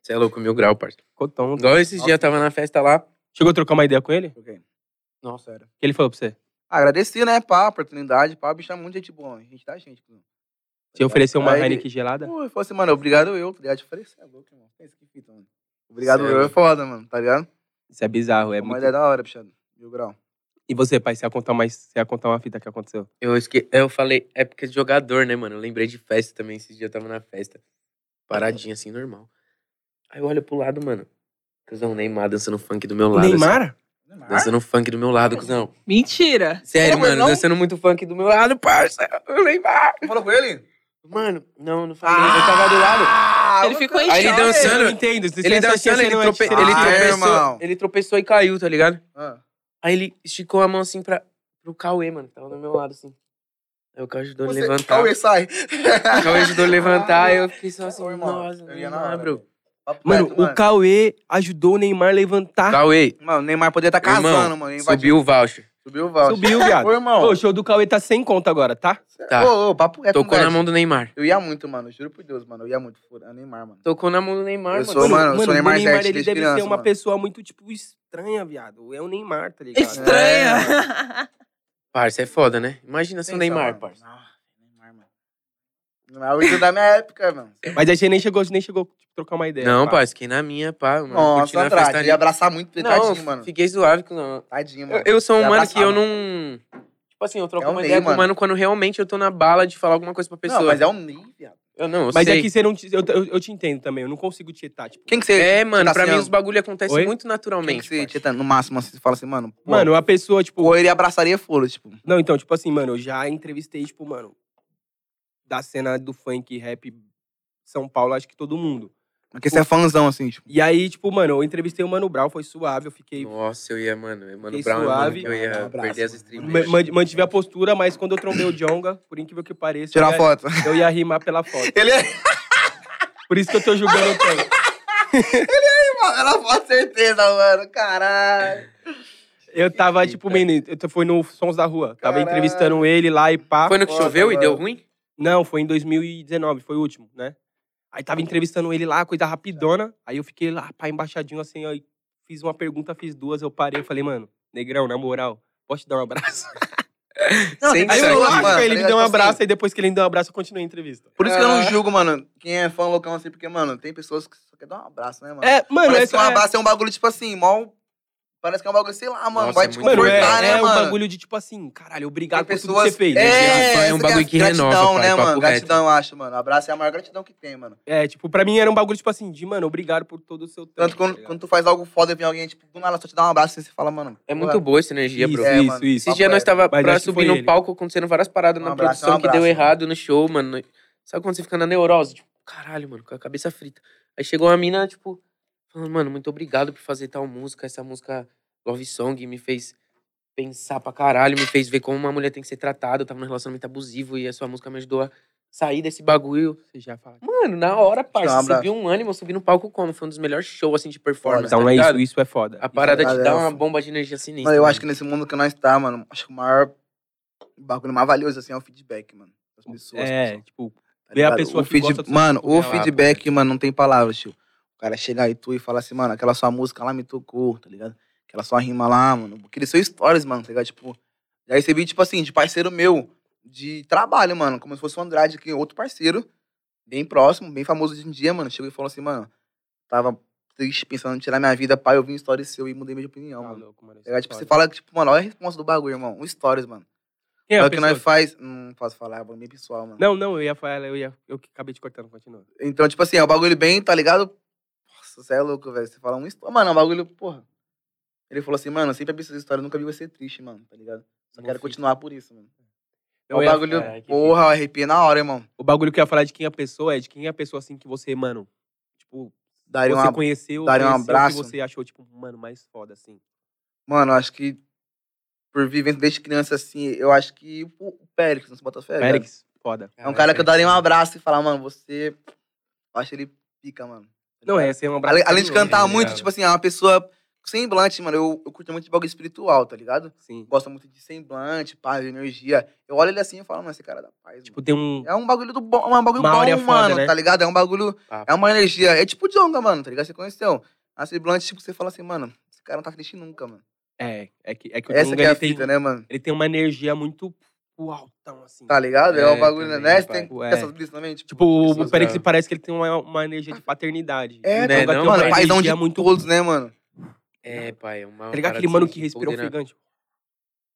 Você é louco, mil grau, parça.
Ficou tonto.
Igual esses dias eu tava na festa lá.
Chegou a trocar uma ideia com ele? O
Ok.
Nossa.
Sério.
que ele falou pra você?
Agradeci, né, pá, a oportunidade, pá, o bicho é muito gente boa, gente da gente. pô.
Você ofereceu uma
Aí ele-
Heineken gelada?
Pô, eu falei assim, mano, obrigado eu, tá ligado? Eu falei, cê é louco, irmão. Pensa que fita, mano. Obrigado
Sério?
eu é foda, mano, tá ligado?
Isso é bizarro, é
É uma
muito...
ideia da hora, bichado. Mil grau.
E você, pai, você ia contar mais, você ia contar uma fita que aconteceu?
Eu, esque... eu falei, é porque de jogador, né, mano? Eu lembrei de festa também. Esses dias eu tava na festa. Paradinha assim, normal. Aí eu olho pro lado, mano. Cusão, Neymar dançando funk do meu lado.
Neymar?
assim. dançando funk do meu lado, cuzão.
Mentira.
Sério,
É,
Pô, mas
mano,
não?
dançando muito funk do meu lado, parça. O Neymar.
Falou com ele?
Mano, não, não falei. eu tava do lado.
Ah,
Ele ficou em
Aí ele
choque.
dançando.
Eu não entendo. se
Ele
Ah! você
dançando,
achar que
ele,
não é
trope-
diferente.
ele tá-
Ah,
tropeçou.
irmão.
Ele tropeçou e caiu, tá ligado?
Ah.
Aí ele esticou a mão assim pra, pro Cauê, mano, que tava do meu lado, assim. Aí o Cauê ajudou ele a
Você-
levantar.
Cauê, sai.
O Cauê ajudou ele a levantar, aí eu fiquei só
Ô,
assim,
irmão,
nossa,
eu ia na
não
hora,
abro.
Papo
Mano,
reto,
o Cauê ajudou o Neymar a
Ah,
levantar.
Cauê,
Mano, o Neymar poderia estar
Irmão,
casando, mano.
subiu
invadiu.
o voucher.
Subiu o Valdir.
Subiu, viado.
Ô, irmão.
Ô, o show do Cauê tá sem conta agora, tá?
Tá.
Ô, ô, papo reto.
Tocou
moleque.
na mão do Neymar.
Eu ia muito, mano. Juro por Deus, mano. Eu ia muito. Fura, Neymar, mano.
Tocou na mão do Neymar,
Eu
mano.
sou, mano, eu sou
o
Neymar
Neymar
Zete
ele
desde
deve ser
criança,
uma
mano.
pessoa muito, tipo, estranha, viado. É o Neymar, tá ligado?
Estranha.
Parça, é foda, né? Imagina se o Neymar, parça.
Nossa, Neymar, mano. Não é o ídolo da minha época, mano.
É. Mas a gente nem chegou, nem chegou tipo, trocar uma ideia.
Não,
pá.
parça, fiquei na minha, pá, mano.
Nossa,
Curtindo a
Andrade.
festa
Ele ia abraçar muito,
Não,
tadinho, mano.
fiquei suave com... Eu,
Tadinho, mano.
eu sou um
Ia
mano
abraçar,
que eu
mano.
não... Tipo assim, eu troco
É um
uma ideia
Ney,
com o
mano.
mano quando realmente eu tô na bala de falar alguma coisa pra pessoa.
Não, mas é um Ney, viado.
Eu não, eu
Mas
sei.
é que você não. te- Eu, eu, eu te entendo também, eu não consigo tietar, tipo.
Quem que você...
É, mano,
tá
pra mim
assim, ó,
os bagulho acontecem
Oi?
muito
Quem que
naturalmente.
você...
parça.
tita- No máximo, assim, você fala assim, mano... pô,
Mano, a pessoa, tipo.
Ou ele abraçaria e foda, tipo...
Não, então, tipo assim, mano, eu já entrevistei, tipo, mano. Da cena do funk, rap, São Paulo, acho que todo mundo.
Porque você é fãzão, assim, tipo...
E aí, tipo, mano, eu entrevistei o Mano Brown, foi suave, eu fiquei.
Nossa, eu ia, mano. eu- Mano,
Fiquei
Brown,
suave.
suave, eu ia
Um abraço,
perder as
mano.
streams.
ma- man- Mantive a postura, mas quando eu trombei o Jonga, por incrível que pareça. eu
Tirar
ia-
foto.
Eu ia rimar pela foto.
Ele é...
Por isso que eu tô julgando tanto.
Ela pode certeza, mano. Caralho.
Eu tava, tipo,
Eita.
menino, eu t- foi no Sons da Rua. Tava
Caralho.
entrevistando ele lá e pá.
Foi no que
foda,
choveu e
mano.
deu ruim?
Não, foi em 2019, foi o último, né? Aí tava entrevistando ele lá, coisa rapidona. Aí eu fiquei lá, pá, embaixadinho assim, aí fiz uma pergunta, fiz duas, eu parei, eu falei, mano, negrão, na moral, posso te dar um abraço?
Não,
Sem
tem
Aí
Isso
eu
aí,
pessoas,
lá,
mano,
cara, ele
tá
me deu um
ligado? Tipo
abraço,
assim,
e depois que ele me deu um abraço, eu continuei a entrevista.
Por isso que eu não
Ah.
julgo, mano, quem é fã loucão assim, porque, mano, tem pessoas que só quer dar um abraço, né, mano?
É, mano,
Parece
essa
que um abraço é um bagulho, tipo assim, mó. Parece que é um bagulho, sei lá, mano.
Nossa,
vai
é
te
muito
Mano, é,
confortar, né,
é um
mano?
bagulho de tipo assim, caralho, obrigado
Tem
por tudo que você fez. né?
É, é um
essa
bagulho que
gratidão,
renova, pai,
né,
papo
mano?
reto.
Gratidão, eu acho, mano. Abraço é a maior gratidão que tem, mano.
É, tipo, pra mim era um bagulho tipo assim, de mano, obrigado por todo o seu tempo.
Tanto
tá
quando,
ligado?
quando tu faz algo foda e vem alguém, tipo, do nada só te dá um abraço e você fala, mano.
É
porra,
muito boa essa energia,
Isso,
bro.
É,
isso,
mano.
isso.
Esses dias nós tava
Mas
pra
acho que foi
subir no
ele.
palco, acontecendo várias paradas
Um
na
abraço,
produção
um
que deu
abraço,
errado no show, mano. Sabe quando você fica na neurose? Tipo, caralho, mano, com a cabeça frita. Aí chegou uma mina, tipo, falando, mano, muito obrigado por fazer tal música. Essa música Love Song me fez pensar pra caralho, me fez ver como uma mulher tem que ser tratada. Eu tava num relacionamento abusivo e a sua música me ajudou a sair desse bagulho.
Você já fala.
Mano, na hora,
Te dá um
parça,
abraço.
subiu um ânimo, eu subi no palco como? Foi um dos melhores shows, assim, de performance,
Então é
tá ligado?
isso, isso é foda.
A parada te
Valeu.
dá uma bomba de energia sinistra. né?
Mano, eu
mano.
acho que nesse mundo que nós tá, mano, acho que o maior bagulho mais valioso, assim, é o feedback, mano. Das pessoas.
É, tipo,
Tá
Ver a
ligado?
pessoa
o
que gosta do seu é
Mano, o
material.
feedback, mano, não tem palavras, tio. O cara chega aí tu e fala assim, mano, aquela sua música lá me tocou, tá ligado? Aquela sua rima lá, mano. Aquele seu stories, mano, tá ligado? Tipo, já recebi, tipo assim, de parceiro meu, de trabalho, mano. Como se fosse o Andrade, que é outro parceiro, bem próximo, bem famoso hoje em dia, mano. Chegou e falou assim, mano, tava triste pensando em tirar minha vida, pai, eu vi um stories seu e mudei minha opinião,
tá
mano.
louco, mano.
Tá ligado? Tipo, você fala, tipo, mano, olha a resposta do bagulho, irmão. Um stories, mano.
Quem
É,
é a
o que nós
pessoa?
faz. Não posso falar, é bem pessoal, mano.
Não, não, eu ia falar, eu ia. Eu que acabei te cortando, continua.
Então, tipo assim, é um bagulho bem, tá ligado? Nossa, você é louco, velho. Você fala um história. Mano, é um bagulho, porra. Ele falou assim, mano, eu sempre vi essas histórias, nunca vi você triste, mano, tá ligado? Só
Não
quero
fica.
continuar por isso, mano. É
Eu
um
ia- é,
bagulho,
Caralho, que
porra, eu arrepiei na hora, irmão.
O bagulho que eu ia falar de quem é a pessoa é de quem é a pessoa assim que você, mano. Tipo,
Daria
você
uma.
conheceu,
daria um
conheceu
abraço.
que você achou, tipo, mano, mais foda, assim.
Mano, eu acho que. Por vivendo desde criança, assim, eu acho que. O o Périx, não se bota fé, velho.
Félix, foda.
É um cara que eu daria um abraço e falar, mano, você. Eu acho ele pica, mano.
Não, é, esse é um abraço.
Tá Ale- Além de
carinhoso,
cantar
tá
muito,
ligado?
tipo assim, é uma pessoa semblante, mano. Eu, eu curto muito de bagulho espiritual, tá ligado?
Sim.
gosta muito de semblante, paz, de energia. Eu olho ele assim e falo, mano, esse cara é da paz.
Tipo,
mano.
tem um.
É um bagulho do bom, é um bagulho
Uma
bom,
áurea foda,
mano,
né? Ah.
tá ligado? É um bagulho,
Papo.
é uma energia. É tipo Jonga, mano, tá ligado? Você conheceu. A semblante, tipo, você fala assim, mano, esse cara não tá triste nunca, mano.
É, é que, é que o
Essa
Dunga,
que é a
ele tem-
fita, né, mano?
Ele tem uma energia muito tipo, altão, assim.
Tá ligado? É, um
É,
bagulho,
também,
né? Você
pai.
tem
Ué.
essas brisas também, tipo...
Tipo, o
Pessoas
Perix
da-
parece que ele tem uma, uma energia de paternidade.
É,
O
né,
Dunga
não,
tem uma
mano, paizão de
energia muito.
todos, né, mano?
É, pai, é uma.
Tá ligado
parada
aquele mano
assim,
que respira
empodera-
ofegante?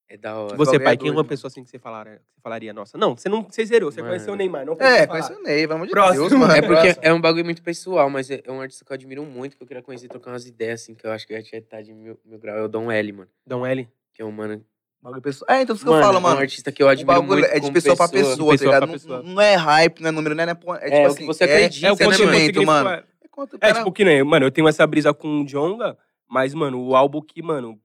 É da hora.
Você,
Alguém é
pai, quem é uma
doido,
pessoa assim que você falaria, que você falaria nossa? Não, você não, você zerou, você
Mano.
conheceu o Neymar, não
É,
falar.
condicionei, pelo amor de
Próximo.
Deus, mano.
É
Próximo.
porque é um bagulho muito pessoal, mas é é um artista que eu admiro muito, que eu queria conhecer e trocar umas ideias, assim, que eu acho que eu já tinha estar de mil, mil grau. É o Dom L, mano.
Dom L.
Que é um mano
Bagulho pessoal. É, então isso que
Mano,
eu falo,
É um
mano.
artista que eu
O
admiro
bagulho
muito
é de
como
pessoa, pra pessoa,
De
tá
pessoa pra
ligado?
pessoa.
Não, não é hype, não é número, não é. não É,
É,
tipo
o que
assim,
você acredita,
É o
né, mano?
sentimento, mano.
mano.
É quanto-
É,
cara-
tipo, que nem, mano, eu tenho essa brisa com o Jonga, mas, mano, o álbum que, mano,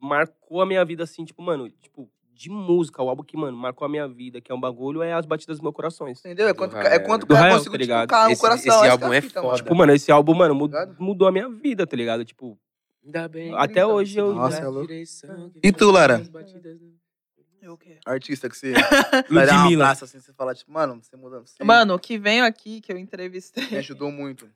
marcou a minha vida, assim, tipo, mano, tipo, de música, o álbum que, mano, marcou a minha vida, que é um bagulho, é As Batidas dos Meus Corações.
Entendeu? É quanto,
Do
é
Rael.
quanto o
Do
cara
Rael,
consigo
tá ligado?
tocar o
Esse-
coração.
esse
essa que é a
álbum é
fita, mano.
foda.
Tipo, mano, esse álbum, mano, mu-
Ligado?
mudou a minha vida, tá ligado? Tipo,
Ainda bem.
Até hoje eu-
Nossa, é louco.
E
tu, Lara?
né?
Eu o quê?
Artista que você. vai dar um
Ludmilla. tá
abraço assim, você fala, tipo, mano, você mudou. Você
Mano, o que veio aqui, que eu
me
entrevistei.
ajudou muito.
O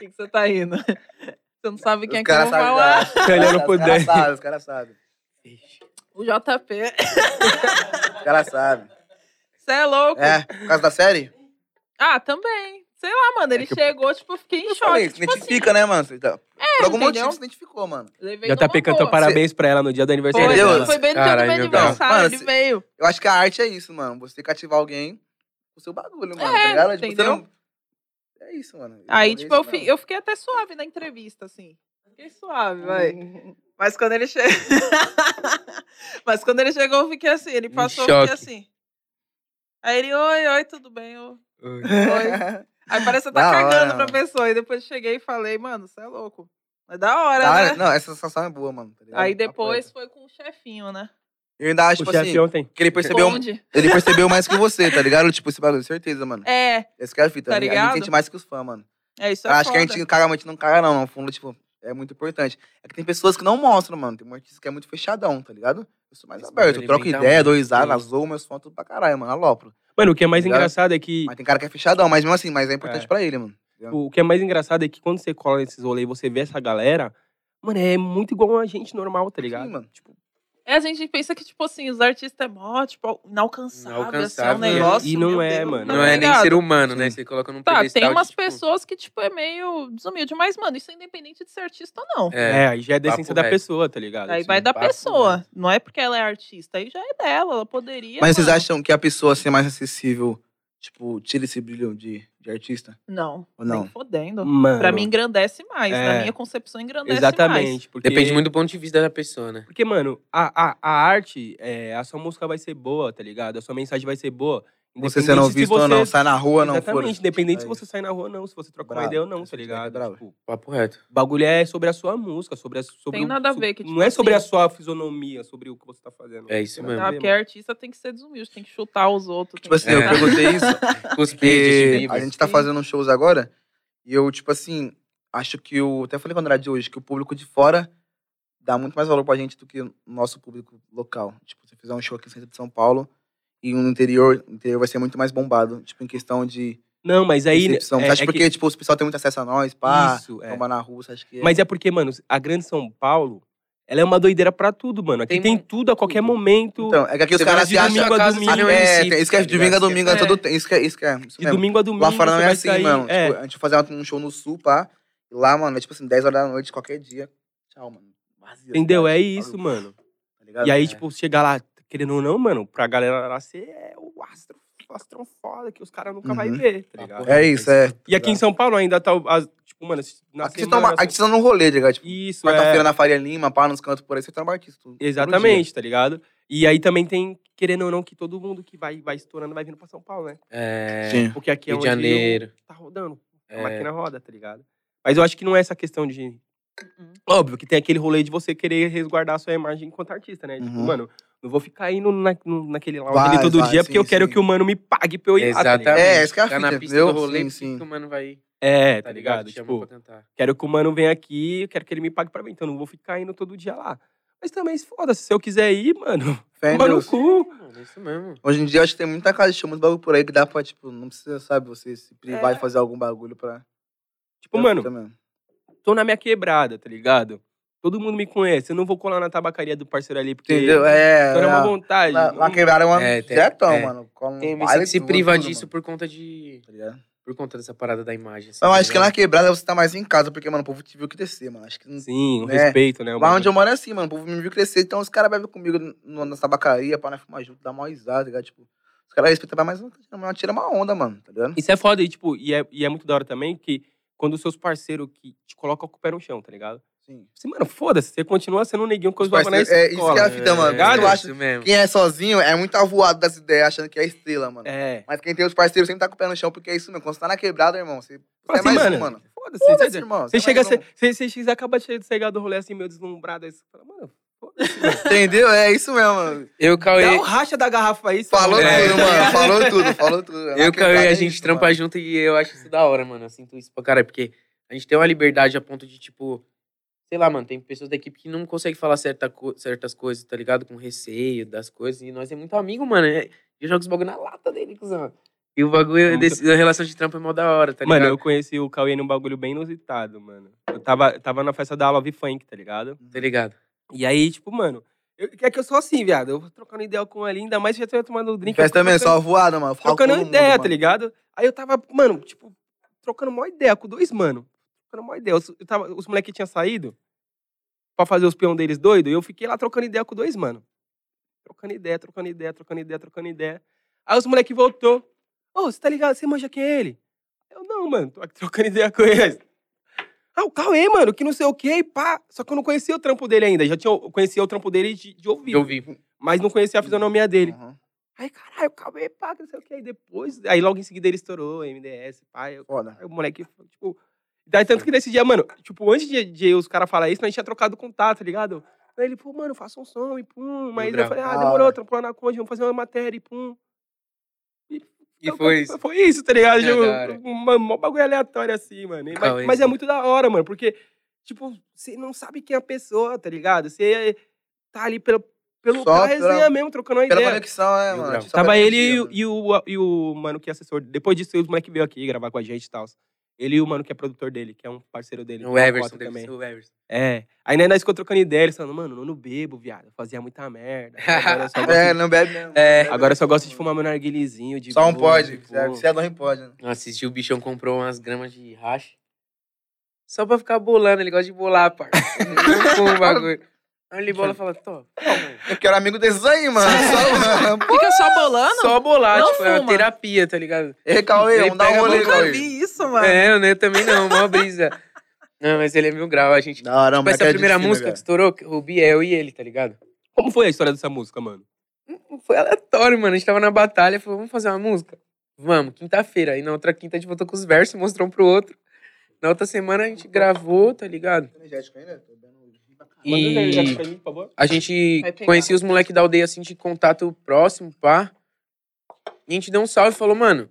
que que você tá indo? Você não sabe quem é
os
que eu
caras
vou
sabem.
falar.
Se ele não
Os
puder.
caras sabem, os caras sabem.
O JP.
Os caras sabem.
Você é louco?
É, por causa da série?
Ah, também. Sei lá, mano. Ele chegou, tipo, eu fiquei em choque.
Falei, se
Tipo assim, É,
identifica, né, mano? Você tá- Por algum
entendeu?
motivo se identificou, mano.
tipo, levei numa
JP cantou
boa.
tá parabéns pra ela no dia do
Foi,
aniversário
Entendeu?
dela.
Foi bem no dia do
Caralho,
meu
meu Deus.
aniversário,
Mano,
ele
se-
veio.
Eu acho que a arte é isso, mano. Você cativar alguém com o seu bagulho, mano.
É,
tá ligado? Tipo, você
entendeu?
não- É isso, mano.
Aí,
É
tipo,
isso
eu, fi-
mesmo.
eu fiquei até suave na entrevista, assim. Fiquei suave, vai. Mas quando ele chegou. Mas quando ele chegou, eu fiquei assim. Ele passou, eu fiquei
choque.
assim. Aí ele, oi, oi, tudo bem? Eu, oi. Aí parece que você tá
Da
cagando
hora,
pra
mano.
pessoa. E depois cheguei e falei, mano, você é louco. É da hora,
Da hora-
né?
Não, essa sensação é boa, mano. tá ligado?
Aí depois
Apoio.
foi com o chefinho, né?
Eu ainda acho,
O
tipo
chefe
assim,
ontem.
que ele percebeu,
Conde.
ele percebeu mais que você, tá ligado? Tipo, esse bagulho, certeza, mano.
É,
Esse que é a fita.
Tá
a gente- A
ligado?
gente sente mais que os fãs, mano.
é isso
Eu
é
acho que a
foda.
gente caga, mas a gente não caga, não. No fundo, tipo, é muito importante. É que tem pessoas que não mostram, mano. Tem um artista que é muito fechadão, tá ligado? Eu sou mais
Esse
aberto.
bagulho
Eu troco
inventa
ideia,
muito,
dou risada,
sim.
azou meus fãs tudo pra caralho, mano. Alopro.
Mano, o que é mais
Obrigado.
engraçado é que.
Mas tem cara que é fechadão, mas mesmo assim, mas é importante
É.
pra ele, mano.
O que é mais engraçado é que quando você cola nesses rolês e você vê essa galera, mano, é muito igual a gente normal, tá ligado?
Sim, mano. Tipo,
É, a gente pensa que, tipo assim, os artistas é mó, tipo, inalcançável,
Inalcançável,
assim, é
né?
um negócio.
E não
meu
é,
Deus,
mano.
Não,
tá
é nem
ligado?
ser
um
humano, né?
Sim.
Você coloca num
Tá,
pedestal
tem umas
de, tipo,
pessoas que, tipo, é meio desumilde, mas, mano, isso é independente de ser artista ou não.
É,
É, aí já é da
Papo
essência da
reto.
pessoa, tá ligado?
aí
Assim,
vai da
né?
papo,
pessoa. Não é porque ela é artista, aí já é dela, ela poderia.
mas vocês
mano.
acham que a pessoa ser mais acessível, tipo, tira esse brilho de, de artista?
Não,
Ou não?
nem fodendo.
Tipo, Mano,
Pra mim engrandece mais,
É.
na minha concepção engrandece mais.
exatamente. Porque,
Depende muito do ponto de vista da pessoa, né?
Porque, mano, a, a, a arte, é, a sua música vai ser boa, tá ligado? A sua mensagem vai ser boa.
Você
independente
sendo
se
visto
você-
ou não, sai na rua ou não,
Exatamente,
foda-se.
independente
É
se
isso.
você sair na rua ou não, se você trocar uma
Bravo.
ideia ou não,
Esse
tá
feedback é
ligado?
bravo.
Tipo,
Papo reto.
o bagulho é sobre a sua música, sobre a sobre
Tem
o-
nada a
so-
ver, que, tipo
Não é sobre a
assim-
sua fisionomia, sobre o que você tá fazendo.
É isso
Tem
mesmo.
nada a
Ah,
ver,
porque
mano.
artista tem que ser desumilde, tem que chutar os outros.
Tipo assim,
tem que
eu
chutar-
perguntei isso
Cuspir,
Porque a
desvio.
gente tá
Sim.
fazendo uns shows agora e eu, tipo assim, acho que o. Até falei com o Andrade hoje que o público de fora dá muito mais valor pra gente do que o nosso público local. Tipo, se eu fizer um show aqui no centro de São Paulo e um no interior, o interior vai ser muito mais bombado. Tipo, em questão de
Não, mas aí.
recepção.
é-
você acha
é que-
porque, tipo, o pessoal tem muito acesso a nós, pá,
Isso, é.
tomar na rua, você acha que. é-
Mas é porque, mano, a Grande São Paulo, ela é uma doideira pra tudo, mano. Aqui
Tem
tem,
mu-
tudo a qualquer
tudo.
momento.
então, é que aqui os
Você
caras
vai
se
de
acham.
domingo a
casa
domingo.
no
É,
município,
tem- isso que é
tá
de
ligado?
domingo a domingo, é
É.
todo tempo. Isso que é. Isso que é isso
de
mesmo.
domingo a domingo.
Lá fora não
você
é
vai
assim,
sair-
mano.
É,
Tipo, a gente fazia um show no sul, pá. E lá, mano, é tipo assim, 10 horas da noite, qualquer dia. Tchau, mano. Vazio,
entendeu?
tá
É
ligado?
isso, mano.
Tá ligado?
E aí,
É.
tipo, chegar lá, querendo ou não, mano, pra galera lá, você é o astro, o astrão foda que os caras nunca vão vai
Uhum.
ver, tá ligado?
É isso, é.
E aqui em
né?
São Paulo ainda tá. o- as- tipo, mano, na
Aqui você
semana,
toma,
assim,
aqui você tá num rolê, tá ligado? Tipo,
Isso,
quarta-feira
é.
na Faria Lima, pá, nos cantos por aí, você tá no artista. todo dia.
Exatamente, tá ligado? E aí também tem, querendo ou não, que todo mundo que vai, vai estourando vai vindo pra São Paulo, né?
É,
Sim.
Porque aqui é
Rio de
onde
Janeiro.
tá rodando. A
É.
máquina roda, tá ligado? Mas eu acho que não é essa questão de.
Uhum.
Óbvio que tem aquele rolê de você querer resguardar a sua imagem enquanto artista, né? Tipo,
Uhum.
mano, não vou ficar indo na, no- naquele lounge
Vai,
ali todo
vai,
dia porque
sim,
eu quero
sim.
que o mano me pague pra eu ir lá, tá ligado?
Exatamente.
É, essa que é a
Tá na
fita,
pista do
entendeu?
rolê,
Sim,
por que
sim.
que o mano vai,
É,
tá
tá
ligado?
ligado?
Te chamou
Tipo,
pra cantar.
quero que o mano venha aqui, eu quero que ele me pague pra mim, então eu não vou ficar indo todo dia lá. Mas também, se foda-se, se eu quiser ir, mano,
Fé em
toma no
Deus.
cu.
Mano, é isso mesmo.
Hoje em dia, eu acho que tem muita casa de show, muito bagulho por aí que dá pra, tipo, não precisa, sabe, você se privar
É.
de fazer algum bagulho pra.
Tipo, mano,
Também.
tô na minha quebrada, tá ligado? Todo mundo me conhece, eu não vou colar na tabacaria do parceiro ali, porque
Entendeu? É.
tô na má
lá-
vontade.
Lá, lá
Hum,
quebraram uma
É, tem-
diretão,
é.
mano. Como
Tem
vale
MC que se
tudo,
priva
tudo,
disso
mano,
por conta de...
tá ligado?
Por conta dessa parada da imagem. assim,
Eu
tá
acho que na
ligado?
quebrada você tá mais em casa, porque, mano, o povo te viu crescer, mano. Acho que não-
Sim, o
né?
respeito, né? o
Lá
bagulho.
onde eu moro é assim, mano. O povo me viu crescer, então os caras bebem comigo no, na tabacaria, pra nós fumar junto, dar uma risada, tá ligado? Tipo, os caras respeitam mais, mas não tira uma onda, mano, tá ligado?
Isso é foda, e, tipo, e é, e é muito da hora também que quando os seus parceiros que te colocam com o pé no chão, tá ligado?
Sim.
Assim, mano, foda-se, você continua sendo um neguinho que eu usava na
Parceiro,
escola.
é isso que é a fita, mano.
tá
Quando
ligado?
tu acha,
isso mesmo.
quem é sozinho é muito avoado das ideias, achando que é estrela, mano.
É.
Mas quem tem os parceiros sempre tá com o pé no chão, porque é isso mesmo. Quando você tá na quebrada, irmão, você, você
Fala
é mais
assim,
um,
mano.
mano.
Foda-se,
Foda-se,
você-
irmão.
Você
é
chega,
mais um.
você, você, você acaba de chegar do rolê assim, meio deslumbrado. Aí você fala, mano,
Entendeu? É isso mesmo, mano.
Eu, Cauê,
um
dá o racha da garrafa aí. seu
Falou
moleque.
tudo, mano. Falou tudo, falou tudo.
eu,
Na
Cauê,
quebrada
a
é
gente
isso,
trampa
mano.
junto e eu acho isso da hora, mano. Eu sinto isso pra caralho, porque a gente tem uma liberdade a ponto de, tipo, sei lá, mano, tem pessoas da equipe que não conseguem falar certa co- certas coisas, tá ligado? Com receio das coisas. E nós é muito amigo, mano. é- Eu jogo os bagulho na lata dele, cuzão. E o bagulho
Muito.
desse- da relação de trampa é mó da hora, tá ligado?
Mano, eu conheci o Cauê num bagulho bem inusitado, mano. Eu tava, tava na festa da Love Funk, tá ligado?
Tá ligado?
E aí, tipo, mano, eu, é que eu sou assim, viado. Eu vou trocando ideia com ele, ainda mais que já tinha tomado um drink. eu
Festa
fico
também,
trocando-
só voada, mano. Fala com
Trocando
todo mundo,
ideia,
mano.
tá ligado? Aí eu tava, mano, tipo, trocando uma ideia com dois, mano. Trocando uma ideia. Os- Eu tava, os moleques tinham saído pra fazer os peão deles doido, e eu fiquei lá trocando ideia com dois, mano. Trocando ideia, trocando ideia, trocando ideia, trocando ideia. Aí os moleques voltou. Ô, você tá ligado? Você manja quem é ele? Eu, não, mano, tô aqui trocando ideia com ele. Ah, o Cauê, mano, que não sei o quê, e pá. Só que eu não conhecia o trampo dele ainda. Já tinha, eu conhecia o trampo dele de, de ouvido.
Eu vi.
Mas não conhecia a fisionomia dele.
Uhum.
Aí, caralho, Cauê, pá, que não sei o que. Aí depois, aí logo em seguida ele estourou, MDS, pá. Eu,
Foda.
aí o moleque, tipo. Daí tanto que nesse dia, mano, tipo, antes de, de os caras falar isso, a gente tinha trocado contato, tá ligado? Aí ele, pô, mano, faça um som e pum. Mas eu
bravo.
falei, ah,
Da
demorou,
hora.
trampou lá na Conde, vamos fazer uma matéria e pum.
E
Então,
foi isso.
Foi isso, tá ligado?
É,
Tipo,
da hora.
uma, um bagulho aleatório assim, mano. E-
Cauê.
Mas, mas é muito da hora, mano, porque, tipo, você não sabe quem é a pessoa, tá ligado? Você tá ali pelo, pelo,
Só
pela
pela-
resenha mesmo, trocando uma
Pela
ideia.
conexão, é,
Eu
mano.
gravo.
Só
Tava
pela
ele e,
energia,
o- e o, e o mano que é assessor. Depois disso, os moleque veio aqui gravar com a gente e tal. Ele e o mano que é produtor dele, que é um parceiro dele. que
O
é uma
Everson,
cota
deve ser o Everson.
É. Aí né, nós ficou trocando ideia, eles falando, mano, eu não bebo, viado. Eu fazia muita merda. Agora eu só gosto,
É,
de,
não bebe mesmo.
É.
agora eu só gosto de fumar meu narguilizinho. De
Só um
boa, de
pode.
boa.
Se é não pode, né?
Assisti o bichão comprou umas gramas de racha. Só pra ficar bolando, ele gosta de bolar, parça. Ele não come o bagulho. Aí ele bola e fala, tô.
Eu quero amigo desses aí, mano. Só, mano.
Fica só bolando?
Só bolar,
Ah, Não
tipo, é uma
fuma.
terapia, tá ligado?
Ei, Cauê,
Ele
vamos dar um
Tá
pega
rolê,
muito
Nunca
Cauê.
vi isso, mano.
É, eu né, também não, mó brisa. Não, mas ele é mil grau, a gente.
Da hora,
Tipo,
mano.
essa primeira música que estourou, que o Bi é eu e ele, tá ligado?
Como foi a história dessa música, mano?
Foi aleatório, mano. A gente tava na batalha, falou, vamos fazer uma música? Vamos, quinta-feira. Aí na outra quinta a gente voltou com os versos, mostrou um pro outro. Na outra semana a gente gravou, tá ligado?
um
E
mim, por favor.
a gente
Vai pegar.
conhecia os moleques da aldeia, assim, de contato próximo, pá. E a gente deu um salve e falou, mano.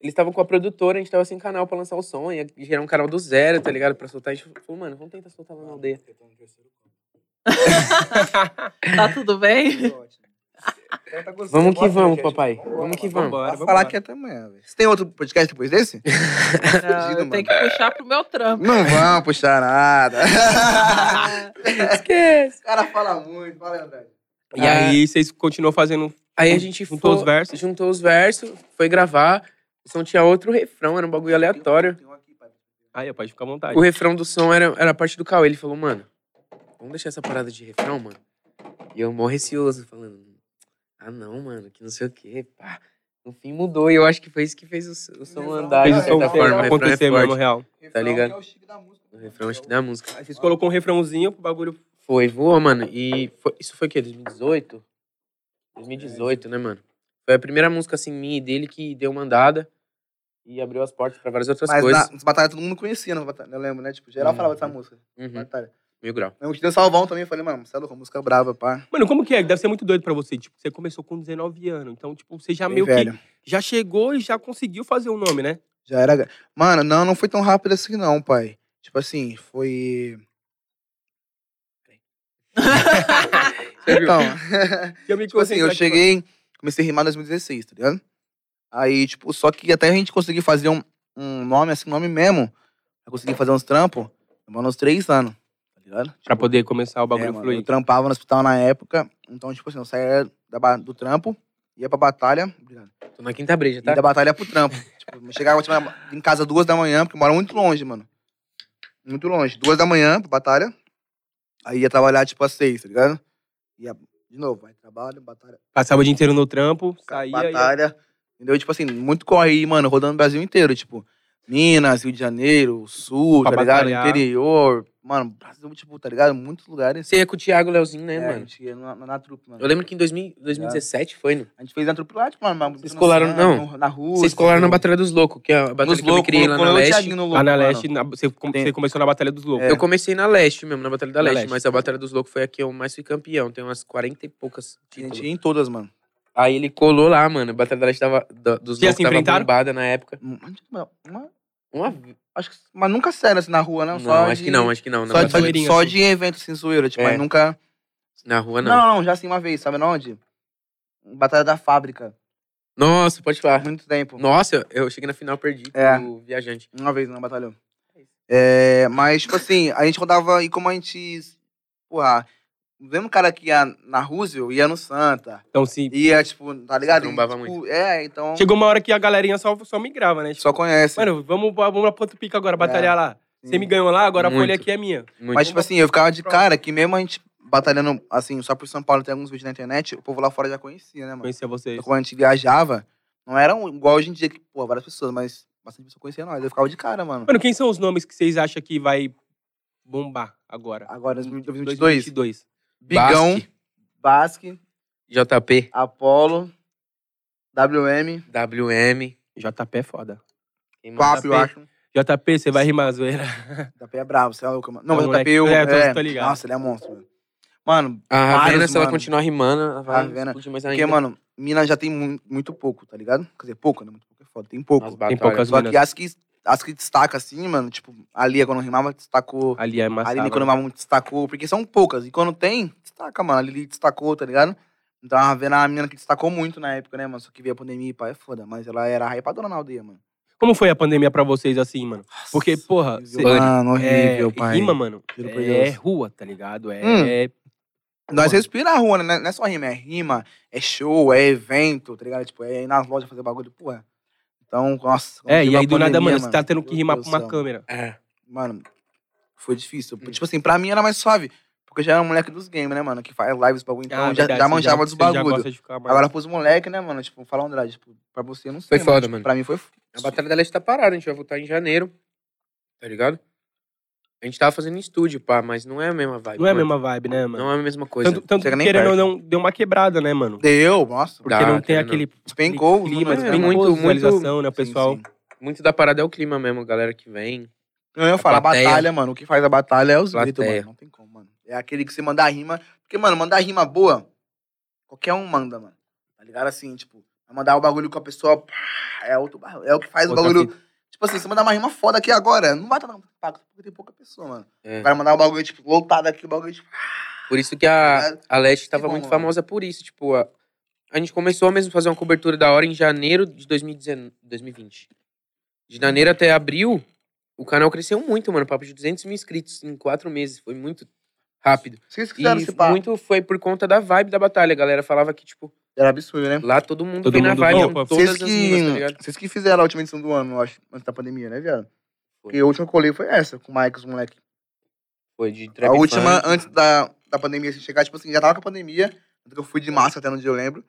Eles estavam com a produtora, a gente tava sem canal pra lançar o som, ia gerar um canal do zero, tá ligado? Pra soltar. A gente falou, mano, vamos tentar soltar lá na aldeia.
É.
Tá tudo bem?
Vamos que vamos, papai. Vamos que vamos.
Vambora,
Bora,
vambora.
falar que é até amanhã, velho. Você tem outro podcast depois desse?
Não, eu
mano.
tenho que puxar pro meu trampo.
Não vão puxar nada.
Ah,
Esquece.
O cara fala muito, fala, André.
E
Ah.
aí, vocês continuam fazendo. um
Aí a gente
Juntou
foi-
os versos.
Juntou os versos, foi gravar. O som tinha outro refrão, era um bagulho aleatório. Tá
Aí, pode ficar à vontade.
O refrão do som era, era a parte do Cauê. Ele falou, mano, vamos deixar essa parada de refrão, mano? E eu morro receoso, falando, ah não, mano, que não sei o quê, pá. No fim mudou e eu acho que foi isso que fez o, s- o som andar
Fez
de
o som
certa
Não,
forma. O refrão é
acontecer mesmo,
forte.
real.
Tá ligado?
que é o chique da música.
O refrão acho que dá música.
Aí vocês colocou um refrãozinho pro bagulho.
Foi, voou, mano. E foi- isso foi o quê? 2018? 2018, né, mano? Foi a primeira música, assim, minha e dele que deu uma andada e abriu as portas pra várias outras
Mas
coisas.
na, nas batalhas todo mundo conhecia, nas batalhas, eu lembro, né? Tipo, geral
Uhum.
falava dessa música.
Uhum,
Batalha.
mil grau.
Eu te deu salvão também, eu falei, mano, você é louco, música brava,
Tá
pá.
Mano, como que é? Deve ser muito doido pra você. Tipo, você começou com 19 anos. Então, tipo, você já
Bem
meio
velho.
que. Já chegou e já conseguiu fazer o nome, né?
Já era. gra- Mano, não, não foi tão rápido assim, não, pai. Tipo assim, foi. Então.
Eu me
tipo assim,
concentrar aqui,
eu
mano.
cheguei. Comecei a rimar em 2016, tá ligado? Aí, tipo, só que até a gente conseguir fazer um, um nome, assim, nome mesmo. Eu consegui fazer uns trampos, demorou uns três anos, tá ligado?
Pra poder começar o bagulho
É,
é,
mano, eu trampava no hospital na época, então, tipo assim, eu saía da ba- do trampo, ia pra batalha, obrigado,
Tô na quinta breja,
ia da
tá?
batalha pro trampo. tipo, eu chegava tipo, na- em casa duas da manhã, porque eu moro muito longe, mano. Muito longe. Duas da manhã pra batalha, aí ia trabalhar, tipo, às seis, tá ligado? Ia, de novo, vai trabalho, batalha,
Passava o dia inteiro no trampo, saía.
batalha, entendeu? Tipo assim, muito corre, mano, rodando o Brasil inteiro, tipo. Minas, Rio de Janeiro, Sul,
Pra
tá ligado?
batalhar.
Interior. Mano, Brasil, tipo, tá ligado? Muitos lugares.
Você ia com o Thiago Leozinho, né,
É, a
mano?
gente ia na, na- na trupe, mano.
Eu lembro que em 2000, 2017 foi, né?
A gente fez na trupe lá, tipo, mano. mas
Vocês
na
colaram-
cena,
não.
no- Na rua.
Vocês colaram na
entendeu?
Batalha dos Loucos, que é a batalha
Nos
que eu me
loucos,
criei lá na
colou o
Leste.
Thiago no
Lá
louco,
Ah, na
mano.
Leste, na- você, com-
Tem-
você começou na Batalha dos Loucos.
É.
Eu comecei na Leste mesmo, na Batalha da
Na
Leste,
Leste.
mas a Batalha dos Loucos foi a que eu mais fui campeão. Tem umas 40 e poucas
A gente
títulos.
ia em todas, mano.
Aí ele colou lá, mano. A Batalha da Leste tava, da- dos
Que
Loucos
se
tava
enfrentaram?
bombada na época.
Hum, Uma- uma-
Uma...
acho que, mas nunca sério, assim, na rua, não.
Não,
só
acho
de,
que não, acho que não. Na,
Só,
batalha-
de,
zoeirinha,
só
assim.
de evento, assim, zoeira. Tipo,
É.
mas nunca...
na rua, não.
Não. não, já assim, uma vez. Sabe onde? Batalha da Fábrica.
Nossa, pode
Há
falar.
muito tempo.
Nossa, eu cheguei na final, perdi
É.
pro Viajante.
Uma vez não batalhou. É, mas, tipo assim, a gente rodava. E como a gente. Porra, o mesmo cara que ia na Roosevelt ia no Santa.
Então, sim.
Ia, tipo, tá ligado? E,
trombava
tipo, É, então.
Chegou uma hora que a galerinha só, só migrava, né? Tipo,
Só conhece.
Mano, vamos, vamos lá pro outro pico agora, batalhar lá.
Sim.
Você me ganhou lá, agora a
Muito.
folha aqui é minha.
Muito.
Mas, tipo assim, eu ficava de cara que mesmo a gente batalhando, assim, só por São Paulo tem alguns vídeos na internet, o povo lá fora já conhecia, né, mano?
Conhecia vocês.
Então, Quando a gente viajava, não era um- igual hoje em dia, que, pô, várias pessoas, mas bastante pessoas conheciam nós. Eu ficava de cara, mano.
Mano, quem são os nomes que vocês acham que vai bombar agora?
Agora, é 2022,
2022.
Bigão,
Basque,
Basque,
JP,
Apollo, WM,
WM.
JP é foda.
quem mais?
Papo, eu
JP.
acho.
JP, você vai rimar a zoeira.
JP é bravo, você é louco, mano. Não,
É,
mas o
moleque.
JP eu.
É, tô-
é,
tô ligado.
Nossa, ele é monstro, mano. Mano,
A Ravena,
Vários,
se ela
mano.
continuar rimando, ela vai
Ravena.
explodir mais
porque,
ainda.
mano, Minas já tem mu- muito pouco, tá ligado? Quer dizer, pouco, né? Muito pouco é foda, tem pouco.
Nas
Tem
batalhas.
poucas
Só que
minas.
as que, as que destaca assim, mano, tipo, a Lia quando rimava, destacou.
Ali é
A
massa.
Aline quando rimava, muito destacou. Porque são poucas. E quando tem, destaca, mano. A Lili destacou, tá ligado? Então a Ravena é uma menina que destacou muito na época, né, mano? Só que veio a pandemia e pá, é foda. Mas ela era hypadona na aldeia, mano.
Como foi a pandemia pra vocês, assim, mano? Porque, porra, cê-
Mano,
Mano, horrível,
é,
pai.
rima, mano,
Juro por
é
Deus.
rua, tá ligado? É,
Hum.
é-
Nós
Mano.
respira a rua, né? Não é só rima, é rima, é show, é evento, tá ligado? Tipo, é ir nas lojas fazer bagulho, porra. Então, nossa. quando
é, e
chegou a
aí do nada,
pandemia,
mano, você tá tendo que
meu
rimar
Deus
pra uma
do céu.
câmera. Hum.
É.
Mano, foi difícil. Tipo assim, pra mim era mais suave. Porque eu já era um moleque dos games, né, mano? Que faz lives, bagulho. Então
Ah,
já,
verdade,
já
você
manjava dos
você já
bagulhos.
gosta de ficar mais-
Agora pros moleques, né, mano? Tipo, falar Andrade, tipo, pra você eu não sei.
Foi foda,
tipo,
mano.
Pra mim foi.
A Batalha da Leste tá parada, a gente vai voltar em janeiro. Tá ligado? A gente tava fazendo em estúdio, pá, mas não é a mesma vibe.
Não é a
mano.
mesma vibe, né, mano?
Não é a mesma coisa.
Tanto, tanto
chega
que,
nem
querendo ou
perto.
não, deu uma quebrada, né, mano?
Deu, nossa.
Porque
Dá,
não tem
querendo
aquele
Despencou o
clima,
número, né,
despencou
mano?
muito-
a
muito-
visualização, né? O
Sim,
pessoal...
sim.
Muito da parada é o clima mesmo, a galera que vem.
Não, eu falo, a
plateia.
batalha, mano. O que faz a batalha é os gritos,
Plateia.
mano. Não tem como, mano. É aquele que você mandar a rima. Porque, mano, mandar a rima boa, qualquer um manda, mano. Tá ligado? Assim, tipo, vai mandar o bagulho com a pessoa. pá, É, outro, bar- é o que faz
Outra
o bagulho. Tipo assim, você mandar uma rima foda aqui agora, não vai estar na pago, porque tem pouca pessoa, mano.
É.
Vai mandar o bagulho, tipo, lotado aqui, o bagulho, tipo.
Por isso que a,
Obrigado.
a Leste tava
bom,
muito
mano.
famosa por isso. Tipo, a, a gente começou a mesmo fazer uma cobertura da hora em janeiro de 2019, 2020. De janeiro até abril, o canal cresceu muito, mano. Papo de 200 mil inscritos em quatro meses. Foi muito rápido.
Se vocês
E
quiseram se pá.
muito foi por conta da vibe da batalha. A galera falava que, tipo,
Era absurdo, né?
lá todo mundo
Todo
vem na
mundo
vibe.
vem.
em
Opa,
todas
Vocês
as línguas, tá
que,
ligado?
vocês que fizeram a última edição do ano, eu acho, antes da pandemia, né, viado?
Foi.
Porque a última que eu colei foi essa, com o Mike, os moleque.
Foi de trap
A última,
funk.
antes da, da pandemia assim, chegar, tipo assim, já tava com a pandemia, tanto que eu fui de máscara até no dia eu lembro.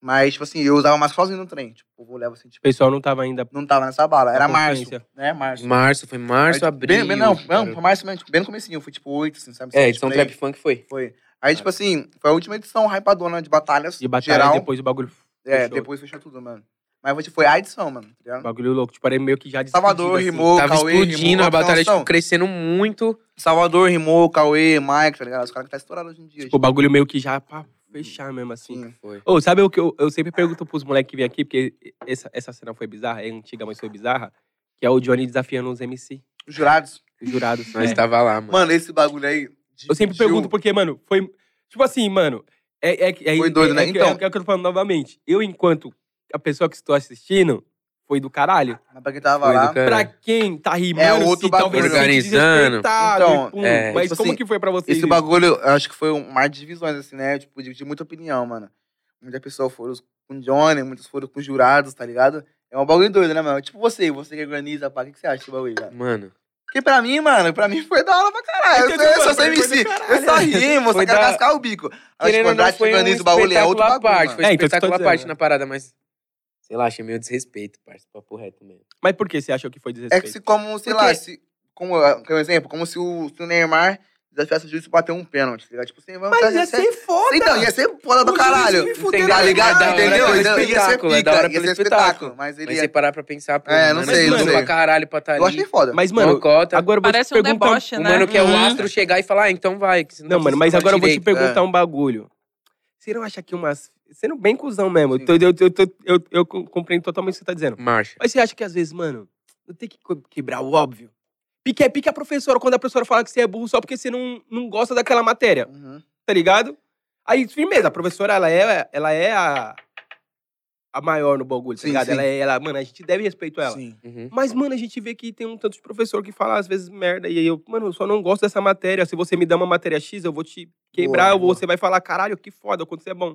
Mas, tipo assim, eu usava máscara sozinho no trem. Tipo, eu vou levar assim,
O
tipo,
pessoal não tava ainda...
não tava nessa bala. Era
Na
março,
consciência.
né? Março.
Março, foi março,
Aí, tipo,
abril.
Bem, bem- não, não,
cara.
foi março mesmo, tipo, bem no comecinho, foi tipo oito, assim, sabe?
É,
Sete
edição
por aí.
trap funk foi.
Foi. Aí, tipo assim, foi a última edição hypadona de batalhas.
De batalha,
geral.
depois o bagulho...
é,
fechou.
depois fechou tudo, mano. Mas tipo, foi a edição, mano, tá ligado?
Bagulho louco. Tipo, era meio que já despedido,
Salvador,
assim.
rimou,
Tava
Cauê,
explodindo,
rimou,
a batalha
Noção.
tipo, crescendo muito.
Salvador, rimou, Cauê, Mike, tá ligado? Os caras que tá estourado hoje em dia. tipo
Tipo, o bagulho meio que já pra fechar mesmo, assim.
Sim.
Foi.
Ô, sabe o que eu, eu sempre pergunto pros moleques que vêm aqui, porque essa, essa cena foi bizarra, é antiga, mas foi bizarra, que é o Johnny desafiando os MC,
Os jurados.
os jurados.
Nós
tá
É.
tava lá, mano.
Mano, esse bagulho aí.
Eu sempre
dividiu.
pergunto porque, mano, foi... Tipo assim, mano, é, é, é,
Foi doido,
é-
né?
é que-
Então-
É, o que eu tô falando novamente. Eu, enquanto a pessoa que estou assistindo, foi do caralho.
Mas pra quem tava
Foi do
lá.
cara. é
Pra quem tá rimando,
É. outro
se talvez
bagulho. né?
se sente
Organizando.
desrespeitado,
Então,
pum,
é,
mas
tipo
como
assim,
que foi pra vocês?
Esse
isso?
bagulho, eu acho que foi um mar de divisões, assim, né? Tipo, dividiu muita opinião, mano. Muita pessoa foram com o Johnny, muitos foram com os jurados, tá ligado? É um bagulho doido, né, mano? Tipo você, você que organiza, pá, o que, que você acha desse bagulho, cara?
Mano,
Porque pra mim, mano, pra mim foi da hora pra caralho. Eu,
Então,
sou- eu
tipo,
sou
mano, foi
MC,
do
eu só rimo, só
Foi
quero
da-
cascar o bico.
querendo
Aí, tipo,
ou não,
Andrade que
foi um
organiza o bagulho, é
espetáculo
outro
à
bagulho,
parte.
mano.
Foi
É, então isso que eu tô
espetáculo à
dizendo,
parte
né?
na parada, mas Sei lá, achei meio desrespeito, parça. Papo reto mesmo.
Mas por que você achou que foi
É
desrespeito?
que se como, sei
Por
lá,
quê?
se, como, que é um exemplo, como se o, se o Neymar desafiasse o juiz pra bater um pênalti, tá ligado? Tipo, sem vantagem.
Mas ia
sem-
ser foda.
Então, ia ser foda pra
O juiz
caralho.
me
Tem
fudeu
da
Tá
na
ligado?
da
cara.
hora
Entendeu?
pelo
Então, ia ser
espetáculo, é da
pica,
hora
ia
pelo
ser espetáculo.
espetáculo.
Mas ele
Mas
ia...
você parar pra pensar, pô.
É, não
mano,
sei, não
estudou
sei.
pra caralho pra tá
Eu
ali.
achei foda.
Mas,
Mano,
mano,
Então,
cota.
agora eu vou te
Parece um
perguntar.
deboche,
o
né?
mano que é o
Uhum.
astro chegar e falar, ah, então vai. que você
Não,
tá
mano, mas
participando
agora eu vou te
direito.
perguntar um bagulho. Você não acha que umas. Sendo bem cuzão mesmo, eu, tô- eu, tô- eu, tô- eu, eu compreendo totalmente o que você tá dizendo.
Marcha.
Mas você acha que às vezes, mano, não tem que co- quebrar o óbvio? Pique é pique a professora quando a professora fala que você é burro só porque você não, não gosta daquela matéria,
Uhum.
tá ligado? Aí, firmeza, a professora, ela é, ela é a, a maior no bagulho, tá
Sim,
ligado?
sim.
Ela é, ela, mano, a gente deve respeito a ela.
Sim.
Uhum.
Mas, mano, a gente vê que tem um tanto de professor que fala às vezes merda. E aí eu, mano, eu só não gosto dessa matéria. Se você me dá uma matéria X, eu vou te quebrar.
Boa,
ou
boa.
você vai falar, caralho, que foda, quando você é bom.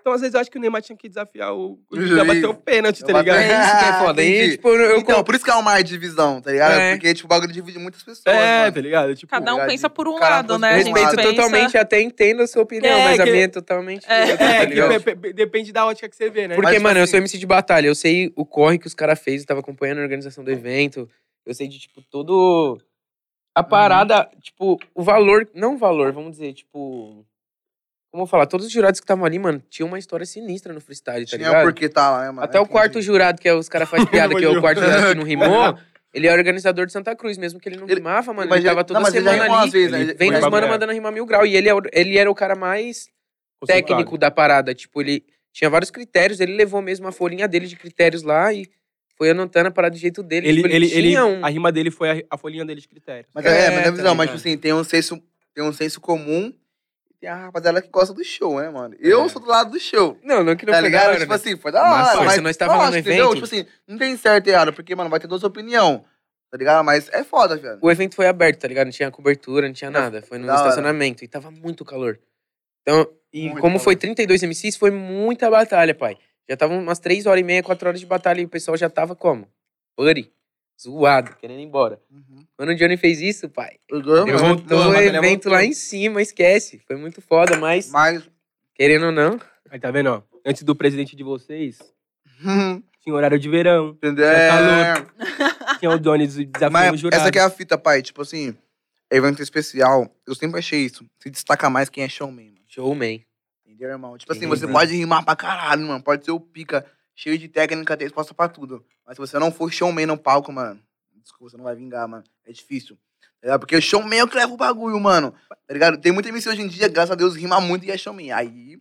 Então, às vezes, eu acho que o Neymar tinha que desafiar o.
O
o Já
juiz.
bateu o pênalti, tá
Eu bateu-
ligado?
É isso que é foda. E,
Entendi.
tipo, eu
Então,
compro.
por isso que é um mar de divisão, tá ligado?
É.
Porque, tipo, o bagulho divide muitas pessoas,
É,
mano.
tá ligado? Tipo,
Cada
Cada um
um
pensa por um
cada um
lado,
pensa
né?
por um
A gente
Respeito
pensa-
totalmente, até entendo a sua opinião,
É,
mas a
que-
minha é totalmente.
É.
outra, tá
É, que
ligado?
pe- pe- depende da ótica que você vê, né?
Porque,
Mas, tipo
mano, eu
assim-
sou MC de batalha, eu sei o corre que os caras fez, eu tava acompanhando a organização do
É.
evento, eu sei de, tipo, todo...
Uhum.
A parada, tipo, o valor, não o valor, vamos dizer, tipo... Como eu falar, todos os jurados que estavam ali, mano, tinha uma história sinistra no freestyle, tá
Tinha
ligado?
porque tá lá, né, mano?
Até o quarto jurado, que é os caras fazem piada, que é o quarto jurado que não rimou, ele é organizador de Santa Cruz, mesmo que ele não
Ele-
rimava, mano,
mas
ele
ele-
tava toda
não, mas ele já
semana
rimou
ali.
umas vezes, né?
ele
Ele-
vem
mas
os
ele-
mano mandando rimar mil grau, e ele, é o- ele era o cara mais técnico da parada. Tipo, ele tinha vários critérios, ele levou mesmo a folhinha dele de critérios lá e foi anotando a parada do jeito dele.
Ele,
tipo,
ele, ele,
tinha um.
a rima dele foi a, a folhinha dele de critério.
Mas é,
É,
mas
tá
é visão, mas
ligado?
tipo assim, tem um senso, tem um senso comum e tem a rapaziada que gosta do show, né, mano? Eu
É.
sou do lado do show.
Não, não que não
Tá
foi
ligado?
da hora,
tipo
né?
assim, foi da
Mas,
hora.
parça,
Mas,
nós tava
eu
lá no
acho, entendeu?
evento.
Tipo assim, não tem certo e errado, porque, mano, vai ter duas opiniões. Tá ligado? Mas é foda, velho.
O evento foi aberto, tá ligado? Não tinha cobertura, não tinha
Não,
nada. Foi no
da hora.
estacionamento e tava muito calor. Então, e
Muito
como
calor.
foi 32 MCs, foi muita batalha, pai. Já tava umas 3 horas e meia, 4 horas de batalha e o pessoal já tava como? Buddy, zoado, querendo ir embora.
Uhum.
Quando o Johnny fez isso, pai,
Entendeu? Mas-
levantou
a
o
batalha
evento
voltou.
lá em cima, esquece. Foi muito foda, mas,
Mas.
querendo ou não,
Aí tá vendo, ó? Antes do presidente de vocês, tinha horário de verão,
hum, Entendeu?
Já
É,
tinha o Donis desafiando o
mas
jurado.
essa que é a fita, pai. Tipo assim, evento especial, eu sempre achei isso. Se destaca mais quem é showman, mano.
showman.
Entendeu, irmão? Tipo assim,
Sim,
você
sim.
pode rimar pra caralho, mano. Pode ser o pica, cheio de técnica, tem resposta pra tudo. Mas se você não for showman no palco, mano, desculpa, você não vai vingar, mano. É difícil. Tá ligado? Porque showman é o que leva o bagulho, mano. Tá ligado? Tem muita MC hoje em dia, graças a Deus, rima muito e é showman. Aí.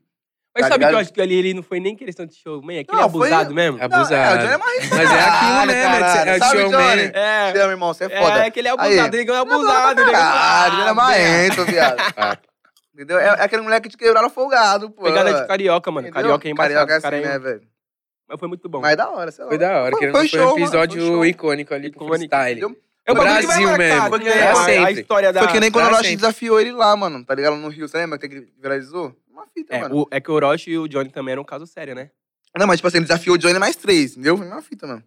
Mas
tá
sabe que eu
ligado?
acho que ali ele não foi nem questão de showman, é aquele
Não, foi-
abusado mesmo?
É Abusado.
Não, é, o Johnny é mais
Mas é aquilo, né, mano?
Caralho,
É o
sabe,
showman.
Johnny?
É,
Chama, irmão, você é
é,
foda.
é que ele é abusado, ele ganha abusado. ele ganha-
Caralho, o Johnny é marrento, viado.
Ah.
Entendeu? É, é aquele moleque de quebrada folgado, pô.
Pegada de carioca, mano.
Entendeu?
Carioca é embaçado.
Carioca é
cara
assim,
é-
né, velho?
Mas foi muito bom.
Mas é da hora, sei lá.
Foi da hora,
Foi-
querendo
foi
ou não, foi
show,
um
mano, foi
episódio
show.
icônico ali pro
Icônico.
freestyle.
é um bagulho que vai
Brasil
marcar,
mesmo.
porque
Pra
é a- a,
sempre.
história da...
Foi que nem quando o
Pra
Orochi
sempre.
desafiou ele lá, mano. Tá ligado? No Rio, você lembra que ele viralizou? Uma fita,
É,
mano.
o- é que o Orochi e o Johnny também eram um caso sério, né?
Não, mas tipo assim, ele desafiou o Johnny mais três, entendeu? Uma fita, mano.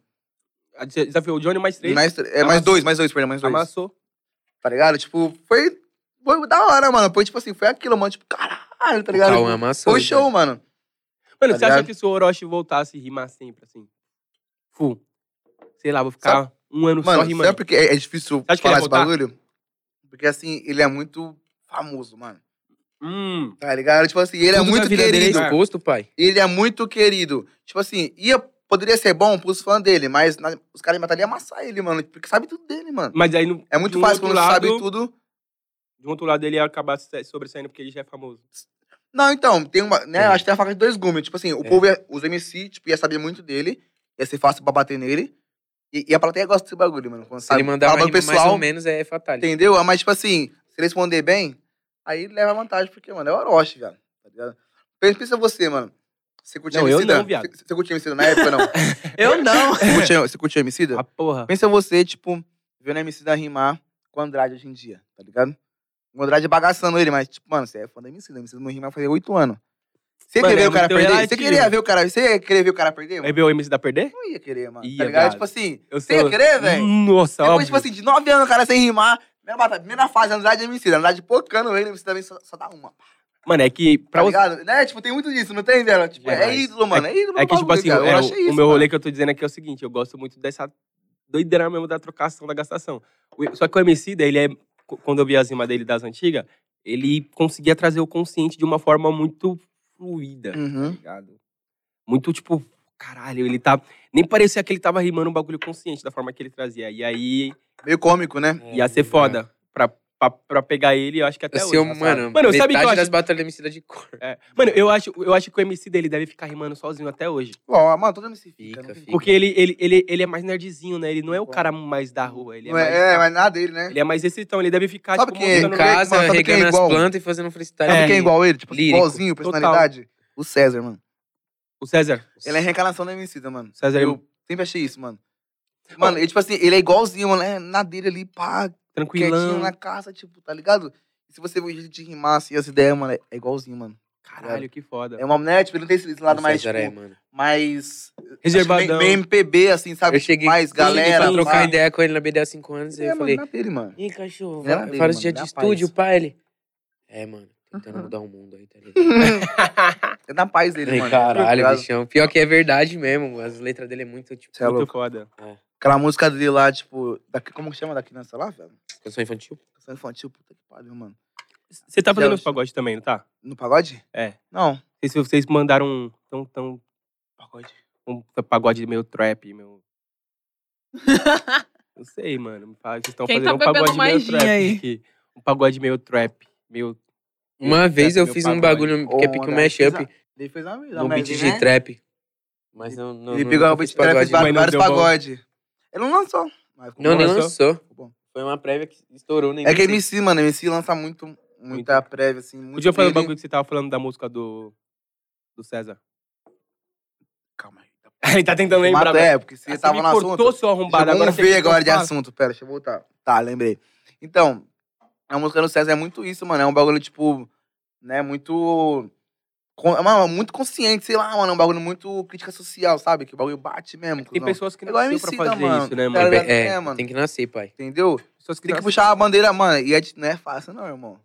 A- Desafiou o Johnny mais três,
Mais, tre- é, mais dois, mais dois, perdão, mais dois.
amassou.
Tá ligado? Tipo, foi, foi da hora, mano. Foi tipo assim, foi aquilo, mano. Tipo, caralho, tá ligado?
Cauã amassou,
foi show, mano.
Mano,
Tá
você acha
ligado?
que se o Orochi voltasse e rimar sempre, assim? Fu. Sei lá, vou ficar um ano
Mano,
só rimando.
sabe por que é, é difícil
acha que ele
falar
ia
esse
voltar?
bagulho? Porque assim, ele é muito famoso, mano.
Hum.
Tá ligado? Tipo assim, ele é
Tudo na
muito
vida dele é
querido.
exposto, pai.
Ele é muito querido. Tipo assim, ia, poderia ser bom pros fãs dele, mas na- os caras mataram e amassar ele, mano. Porque sabe tudo dele, mano.
Mas aí, no-
É muito
de um
fácil
outro
quando
lado,
sabe tudo.
De um outro lado, ele ia acabar se- sobressaindo porque ele já é famoso.
Não, então, tem uma. Né,
É.
Acho que tem a faca de dois gumes. Tipo assim, o
É.
povo, ia, os MC, tipo, ia saber muito dele, ia ser fácil pra bater nele. E, e a plateia gosta desse bagulho, mano. Quando
Se ele mandar
fala
uma
pro
rima mais ou menos, é fatal.
Entendeu? Mas, tipo assim, se ele responder bem, aí leva vantagem, porque, mano, é o Orochi, velho. Tá ligado? Pensa- Pensa você, mano. Você curtia
Não, eu
MC Dan?
não, viado.
Você- Você curtia MC Dan na época, não? Você
Eu não.
curtia, você curtia MC Dan?
A Ah, porra.
Pensa você, tipo, vendo a MC da rimar com o Andrade hoje em dia, tá ligado? O Andrade bagaçando ele, mas, tipo, mano, você é fã da MC, da MC não rima faz oito anos. Você
Mano,
quer ver
é
o cara
muito
perder? Você
relativo.
queria ver o cara. Você ia querer ver o cara perder?
Aí
Mano?
veio o MC da perder?
Não ia querer, mano.
Ia,
tá ligado?
viado.
Tipo assim,
Eu
você ia querer, velho?
Nossa,
Depois,
óbvio.
tipo assim, de nove é anos o cara sem rimar, primeira, batalha, primeira fase, Andrade e MC, Andrade pocando ele, MC também só, só dá uma.
Mano, é que pra
tá
você.
ligado? Né? Tipo, tem muito disso, não tem, velho? Tipo, é,
Demais.
ídolo, mano. É, ídolo
É que,
no
tipo
bagulho,
assim,
cara.
é,
eu
o-
achei isso.
o meu
mano.
rolê que eu tô dizendo é que é o seguinte, eu gosto muito dessa doideira mesmo da trocação, da gastação. O- Só que o MC, dele é, qu- quando eu vi as rimas dele das antigas, ele conseguia trazer o consciente de uma forma muito fluida, tá
Uhum.
ligado? Muito, tipo, caralho, ele tá... Nem parecia que ele tava rimando um bagulho consciente da forma que ele trazia. E aí,
Meio cômico, né?
É, ia ser foda pra, pra, pra pegar ele, eu acho que até
Eu sei,
um,
hoje.
mano,
Mano,
metade
sabe que eu acho-
das batalhas da MC de cor.
É. Mano, eu acho, eu acho que o MC dele deve ficar rimando sozinho até hoje.
Bom, mano, todo mundo se fica.
Fica,
não tem-
fica.
Porque ele, ele, ele, ele é mais nerdzinho, né? Ele não é o cara mais da rua. Ele é,
Não
mais,
é, é, mas nada dele, né?
ele é mais esse então. Ele deve ficar,
Sabe
tipo,
quem é?
montando
Em
no-
Cara,
casa,
mano, sabe quem é
regando as
igual?
plantas e fazendo freestyle.
Sabe
É.
quem é igual ele? Tipo,
Lírico.
igualzinho,
Total.
personalidade? O César, mano.
O César.
Ele é a reencarnação do MC, da, mano.
César é
Eu sempre achei isso, mano. Mano, ele, tipo assim, ele é igualzinho, mano. É na dele ali, pá, quietinho
tranquilão.
na casa, tipo, tá ligado? E se você ver o jeito de rimar, assim, as ideias, mano, é é igualzinho, mano.
Caralho, que foda.
É uma, né, tipo, ele não tem esse lado mais, tipo,
é, mano.
mais...
Reservadão.
um- acho que Meio meio MPB, assim, sabe?
Eu cheguei
mais
eu cheguei
galera,
pra trocar
pá.
ideia com ele na BD há 5 anos e
É,
eu
mano,
falei,
na dele, mano.
Ih, cachorro,
Era
vai-
dele,
vários
mano, ele
dias de
é
estúdio,
rapaz.
pai. Ele. É, mano, tentando mudar o mundo aí, tá ligado?
É na paz
Eu
dele,
falei,
mano.
Caralho,
Tá ligado?
bichão. Pior que é verdade mesmo. As letras dele é muito, tipo,
Cê é
Muito
louco.
foda.
Aquela música dele lá, tipo, da, como que chama da criança lá, velho?
canção infantil.
Canção infantil, tipo, puta que pariu, mano.
Você tá fazendo
Já-
os pagodes também, não tá?
No pagode?
É.
Não.
Não sei se vocês mandaram um... Tão, tão, pagode. Um pagode meio trap, meu... Não sei, mano. Me fala, Vocês estão
Quem
fazendo
tá
um pagode
bebendo mais
meio
gin
trap
aí?
aqui. Um pagode meio trap. Meio...
Uma vez eu
meu
fiz um
pagode.
bagulho que é pique um mashup
Ele fez uma vez,
no
uma
beat
vez,
de
né?
trap. Mas eu não.
Ele
não-
pegou
não
o beat
fiz
de trap
pagode.
fez vários
Mas não
vários
deu bom.
pagode. Ele não lançou. mas ficou
Não,
bom.
nem
Lançou?
lançou.
Ficou Tá bom.
Foi uma prévia que estourou. Nem
É que
nem sei.
MC, mano, MC lança muito, muita prévia, assim. Muito
Podia falar um
dele.
bagulho que você tava falando da música do... Do César.
Calma aí.
Ele tá tentando lembrar.
Mato,
velho.
é, porque você
Aí
tava
Assim, me
no
cortou,
assunto.
seu arrombado.
Chegou um
Agora você Ah,
V
quer que eu
agora de
fale?
assunto, pera, deixa eu voltar. Tá, lembrei. Então, a música do César é muito isso, mano. É um bagulho, tipo, né, muito. con- Mano, muito consciente, sei lá, mano. É um bagulho muito crítica social, sabe? Que o bagulho bate mesmo.
Tem
cuzão.
pessoas que
É igual
nasceu pra
MC, tá,
fazer
mano?
isso, né,
Cara,
mano?
ligado?
É,
É, mano.
tem que nascer, pai.
Entendeu?
Pessoas que
Tem que
nascem-
puxar a bandeira, mano. E é de- não é fácil, não, irmão.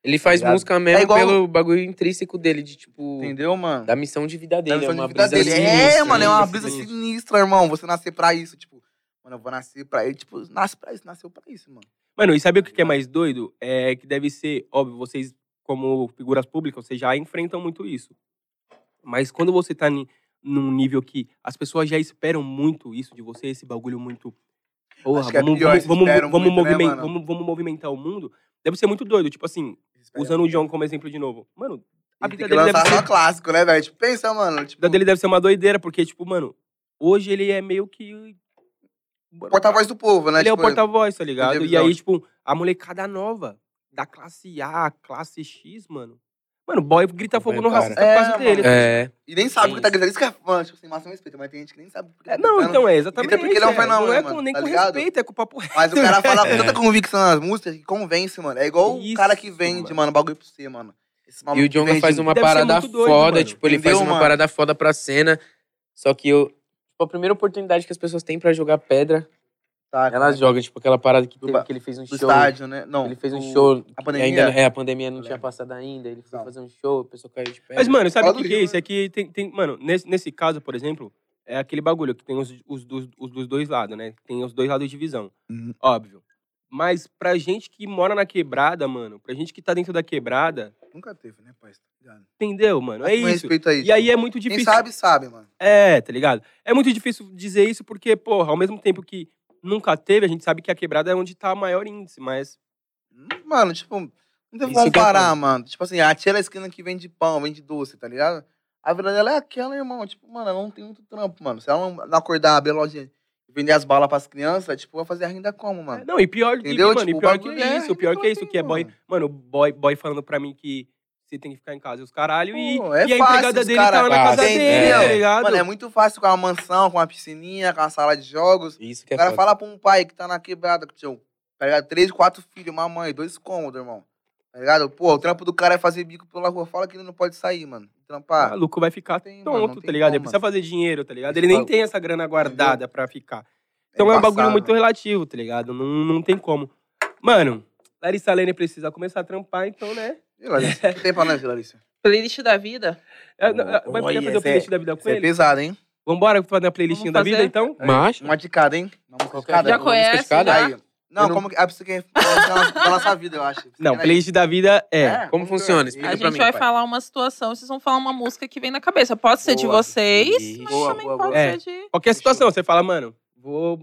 Ele faz
Obrigado.
música mesmo
É igual-
pelo bagulho intrínseco dele, de tipo.
Entendeu, mano?
Da missão de vida dele.
Dando
é
som
uma
de vida
brisa
dele.
sinistra,
É, mano, é uma
sinistra,
brisa
sinistra.
sinistra, irmão. Você nascer pra isso, tipo. Mano, eu vou nascer pra ele. Tipo, nasce pra isso, nasceu pra isso, mano.
Mano, e sabe o que que é mais doido? É que deve ser, óbvio, vocês, como figuras públicas, vocês já enfrentam muito isso. Mas quando você tá ni- num nível que as pessoas já esperam muito isso de você, esse bagulho muito. Porra,
que é
vamos,
pior,
vamos,
se
vamos,
esperam
vamos
muito, né,
movimen-
mano?
vamos- vamos movimentar o mundo, deve ser muito doido. Tipo assim, usando o John como exemplo de novo. Mano, a
É,
vida
Ele tem que
dele deve
lançar
ser
só é clássico, né, velho? Tipo, pensa, mano.
A
Tipo,
vida dele deve ser uma doideira, porque, tipo, mano, hoje ele é meio que.
porta-voz do povo, né?
Ele é o
tipo,
porta-voz, tá ligado? E
televisão,
aí, tipo, a molecada nova, da classe A, classe X, mano. Mano, boy grita fogo no
Acompanha o
racista
cara.
por causa
É,
dele.
mano.
É.
E nem sabe
Tem
o que tá
isso.
gritando. Isso que é fã, tipo, sem máximo respeito. Mas tem gente que nem sabe o que tá
É, Não,
gritando.
então é exatamente.
porque ele é um fenômeno,
não é
né,
com,
mano?
nem
Tá
com
ligado?
respeito, é com papo reto.
Mas o cara fala com
É.
tanta convicção nas músicas que convence, mano. É igual
Isso,
o cara que vende,
mano.
mano, bagulho pra você, mano. Esse
E
maluco
o
que
Jonga
vende-
faz uma
Deve ser
parada
muito doido,
foda,
mano.
tipo, ele
Entendeu,
faz uma
mano?
parada foda pra cena. Só que eu. Tipo, a primeira oportunidade que as pessoas têm pra jogar pedra,
Tá,
elas jogam, tipo, aquela parada que,
Do
teve,
ba-
que ele fez um
Do
show.
estádio, né? Não.
Ele fez um
o-
show.
A
e
pandemia.
ainda, é, a pandemia não
Eu
tinha
lembro.
passado ainda. Ele foi
Não.
fazer um show, a pessoa caiu de pedra.
Mas, mano, sabe o
Fala
que,
do
que é
Rio,
isso? É que tem, tem- Mano, nesse, nesse caso, por exemplo, é aquele bagulho que tem os, os, dos- os dos dois lados, né? Tem os dois lados de visão.
Uhum.
Óbvio. Mas pra gente que mora na quebrada, mano, pra gente que tá dentro da quebrada,
Nunca teve, né, pai? Tá ligado?
entendeu, mano? É
Mas com
isso.
respeito aí.
E aí é muito difícil.
Quem sabe, sabe, mano.
É, tá ligado? É muito difícil dizer isso porque, porra, ao mesmo tempo que nunca teve, a gente sabe que a quebrada é onde tá o maior índice, mas.
Mano, tipo, não tem
Isso
como
que é
parar,
foda.
mano. Tipo assim, a tia da esquina que vende pão, vende doce, tá ligado? A vida dela é aquela, irmão. Tipo, mano, ela não tem muito trampo, mano. Se ela não não acordar, abrir a lojinha e vender as balas pras crianças, tipo, vai fazer a renda como, mano?
Não, e pior, e,
Entendeu?
mano,
Tipo,
e
o
pior que
bagulho é
isso, o pior que é isso, que é boy.
mano.
Mano, boy, boy falando pra mim que você tem que ficar em casa e os caralho, e,
Pô, é
e a
fácil
empregada
os
dele
cara-
tá na casa
Ah,
dele,
entendeu?
tá ligado?
Mano, é muito fácil com uma mansão, com uma piscininha, com uma sala de jogos.
Isso que é
O cara
foda.
fala pra um pai que tá na quebrada, que tinha, tá ligado? Três, quatro filhos, uma mãe, dois cômodos, irmão. Tá ligado? Pô, o trampo do cara é fazer bico pela rua. Fala que ele não pode sair, mano.
O
Trampar.
maluco vai ficar
não tem, mano,
tonto,
não tem
tá ligado? Ele
como,
precisa
mano.
fazer dinheiro, tá ligado?
Esse
Ele nem
bagulho-
tem essa grana guardada pra ficar. Então é, um
embaçado,
bagulho muito
mano.
relativo, tá ligado? Não, não tem como. Mano, Larissa Lene precisa começar a trampar, então, né?
E, Larissa? O que tem pra nós, Larissa?
Playlist da vida?
É, não, é, Vai
Olha,
poder fazer a
Zé.
playlist da vida com
Isso é
ele?
pesado, hein?
Vambora fazer a playlistinha da vida,
Vamos fazer?
então?
Mas.
Uma de cada, hein? Uma música de cada.
Já
Uma música de
conhece, né?
cada.
já?
Aí. Não,
Eu não-
como que. Ah, você quer falar da nossa vida, eu acho. Você
Não,
quer-
playlist da vida é.
Como funciona?
que é?
A
Explica
gente
pra mim,
vai
pai.
falar uma situação, vocês vão falar uma música que vem na cabeça. Pode ser de
Boa.
vocês,
Ixi.
mas
Boa,
também
boa,
pode
boa. É.
ser de.
Qualquer situação, você fala, mano, vou.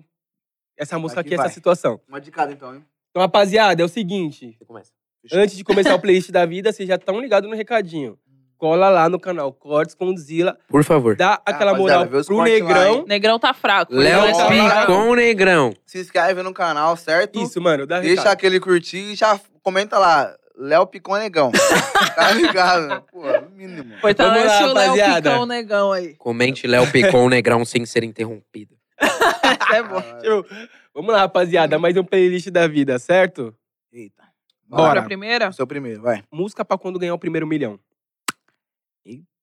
Essa música
Aqui
aqui, essa
vai.
situação.
Uma de cada, então, hein?
Então, rapaziada, é o seguinte.
Você começa.
Antes de começar o playlist da vida, vocês já estão ligados no recadinho. Cola lá no canal Cortes com Zila,
Por favor.
dá aquela
rapaziada,
moral
vê os
pro
cortes lá,
negrão.
hein?
Negrão tá fraco.
Léo
Negrão tá
Pi-
fraco.
Picon Negrão.
Se inscreve no canal, certo?
Isso, mano, dá
Então, Deixa
recado.
aquele curtir e já comenta lá. Léo Picon Negão. tá ligado? Pô, no mínimo.
Vamos lá,
Fortalece o Léo
rapaziada.
Picão Negão aí.
Comente Léo Picon Negrão sem ser interrompido.
É bom.
Show. Vamos lá, rapaziada, mais um playlist da vida, certo?
Eita.
Bora.
Bora pra primeira?
O seu primeiro, vai.
Música pra quando ganhar o primeiro milhão.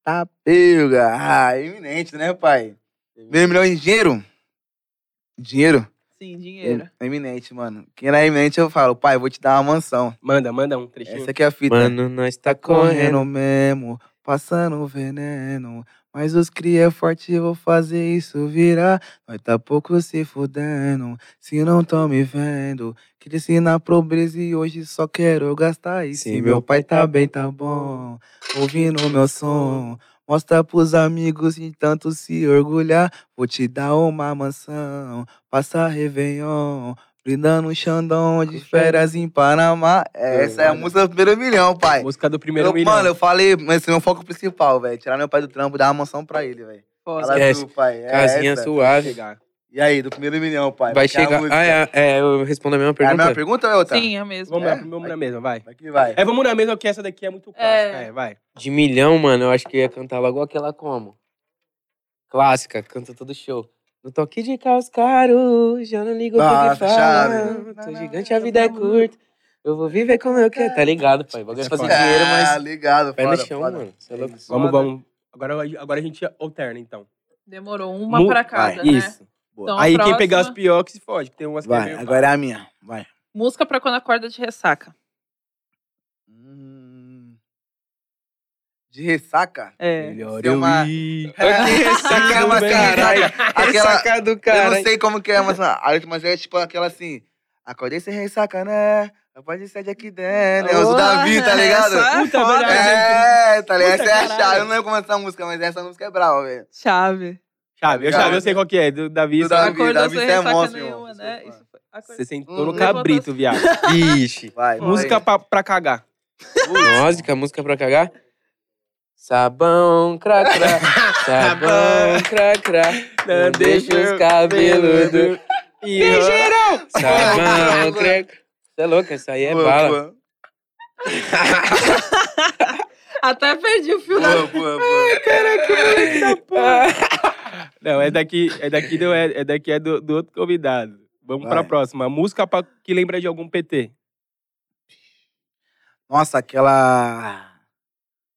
Tapeuga. Ah, iminente, né, pai? Meio milhão em dinheiro? Dinheiro?
Sim, dinheiro.
É iminente, mano. Quem era iminente, eu falo, pai, vou te dar uma mansão.
Manda, manda um trechinho.
Essa aqui é a fita.
Mano, nós tá correndo.
Correndo mesmo, passando veneno. Mas os cria é forte, vou fazer isso virar. Nós tá pouco se fudendo, se não tão me vendo. Cresci na pobreza e hoje só quero gastar. E se meu pai tá bem, tá bom. Ouvindo meu som, mostra pros amigos e tanto se orgulhar. Vou te dar uma mansão, passar Réveillon. Brindando um Xandão de férias em Panamá. Essa é a música do primeiro milhão, pai.
Música do primeiro
Eu-
milhão.
é. Então, mano, eu falei, mas esse é meu foco principal, velho. Tirar meu pai do trampo, dar uma mansão pra ele, velho.
Foda.
Fala
Esquece.
tu, pai. É
Casinha
essa.
suave.
Chegar.
E aí, do primeiro milhão, pai.
Vai
que é a
chegar.
música.
Ah, é, é, eu respondo a mesma
É a
pergunta.
minha pergunta ou é outra?
Sim, é mesmo.
Vamos lá,
É?
vamos na mesma, vai.
Vai que vai.
É, vamos na mesma, que essa daqui é muito clássica.
É.
É, vai.
De milhão, mano, eu acho que eu ia cantar logo aquela como. Clássica, canta todo show. No toque de caos caro, já não ligo pro que
Nossa,
falam.
chave.
Tô gigante, a vida é curta. Eu vou viver como eu quero. Tá ligado, pai. Vou ganhar
Essa
fazer
foda.
dinheiro,
Ah,
mas
ligado,
pé no
foda,
chão,
foda.
mano. Você é louco.
Vamos,
Foda.
vamos. Agora, agora a gente alterna, então.
Demorou uma
Mu-
pra cada, né?
Isso.
Então, a
Aí quem
próxima,
pegar os pior que se fode, que tem umas que é
Vai,
meio-
agora é a minha. Vai.
Música pra quando acorda de ressaca.
Hum. De ressaca?
É.
Melhor
Tem
eu
uma-
ir.
Olha que É, ressaca
Aquela
do
assim,
caralho.
Aquela,
Ressaca do
Eu
caralho.
não sei como que é, mas, a- mas é tipo aquela assim. Acordei sem ressaca, né? Não Pode sair daqui dentro. É o Davi, tá ligado?
Essa é
Puta,
foda.
verdade.
É, tá ligado?
Puta,
Essa é a
caralho.
chave. Eu não lembro como é essa música, mas essa música é brava, velho.
Chave.
Chave, eu, chave, eu sei qual que é. Do Davi,
Do
só-
Davi,
Acordou
Davi,
sem
você é
ressaca
monstro,
nenhuma,
irmão.
né?
Você
Isso foi- acordou-
você sentou
Hum.
no cabrito, viado.
Ixi.
Vai, vai.
Música pra, pra cagar.
Música, música é pra cagar. Sabão, cracra, sabão, cracra, não deixa os cabeludos
Ligeira!
é Sabão, creco. Você é louco, essa aí é
Boa,
bala.
boa.
Até perdi o fio da.
Boa, boa, boa.
Ah,
Não, é daqui, é daqui, não é, é daqui é do, do outro convidado. Vamos pra
Vai.
próxima. Música pra, que lembra de algum PT.
Nossa, aquela.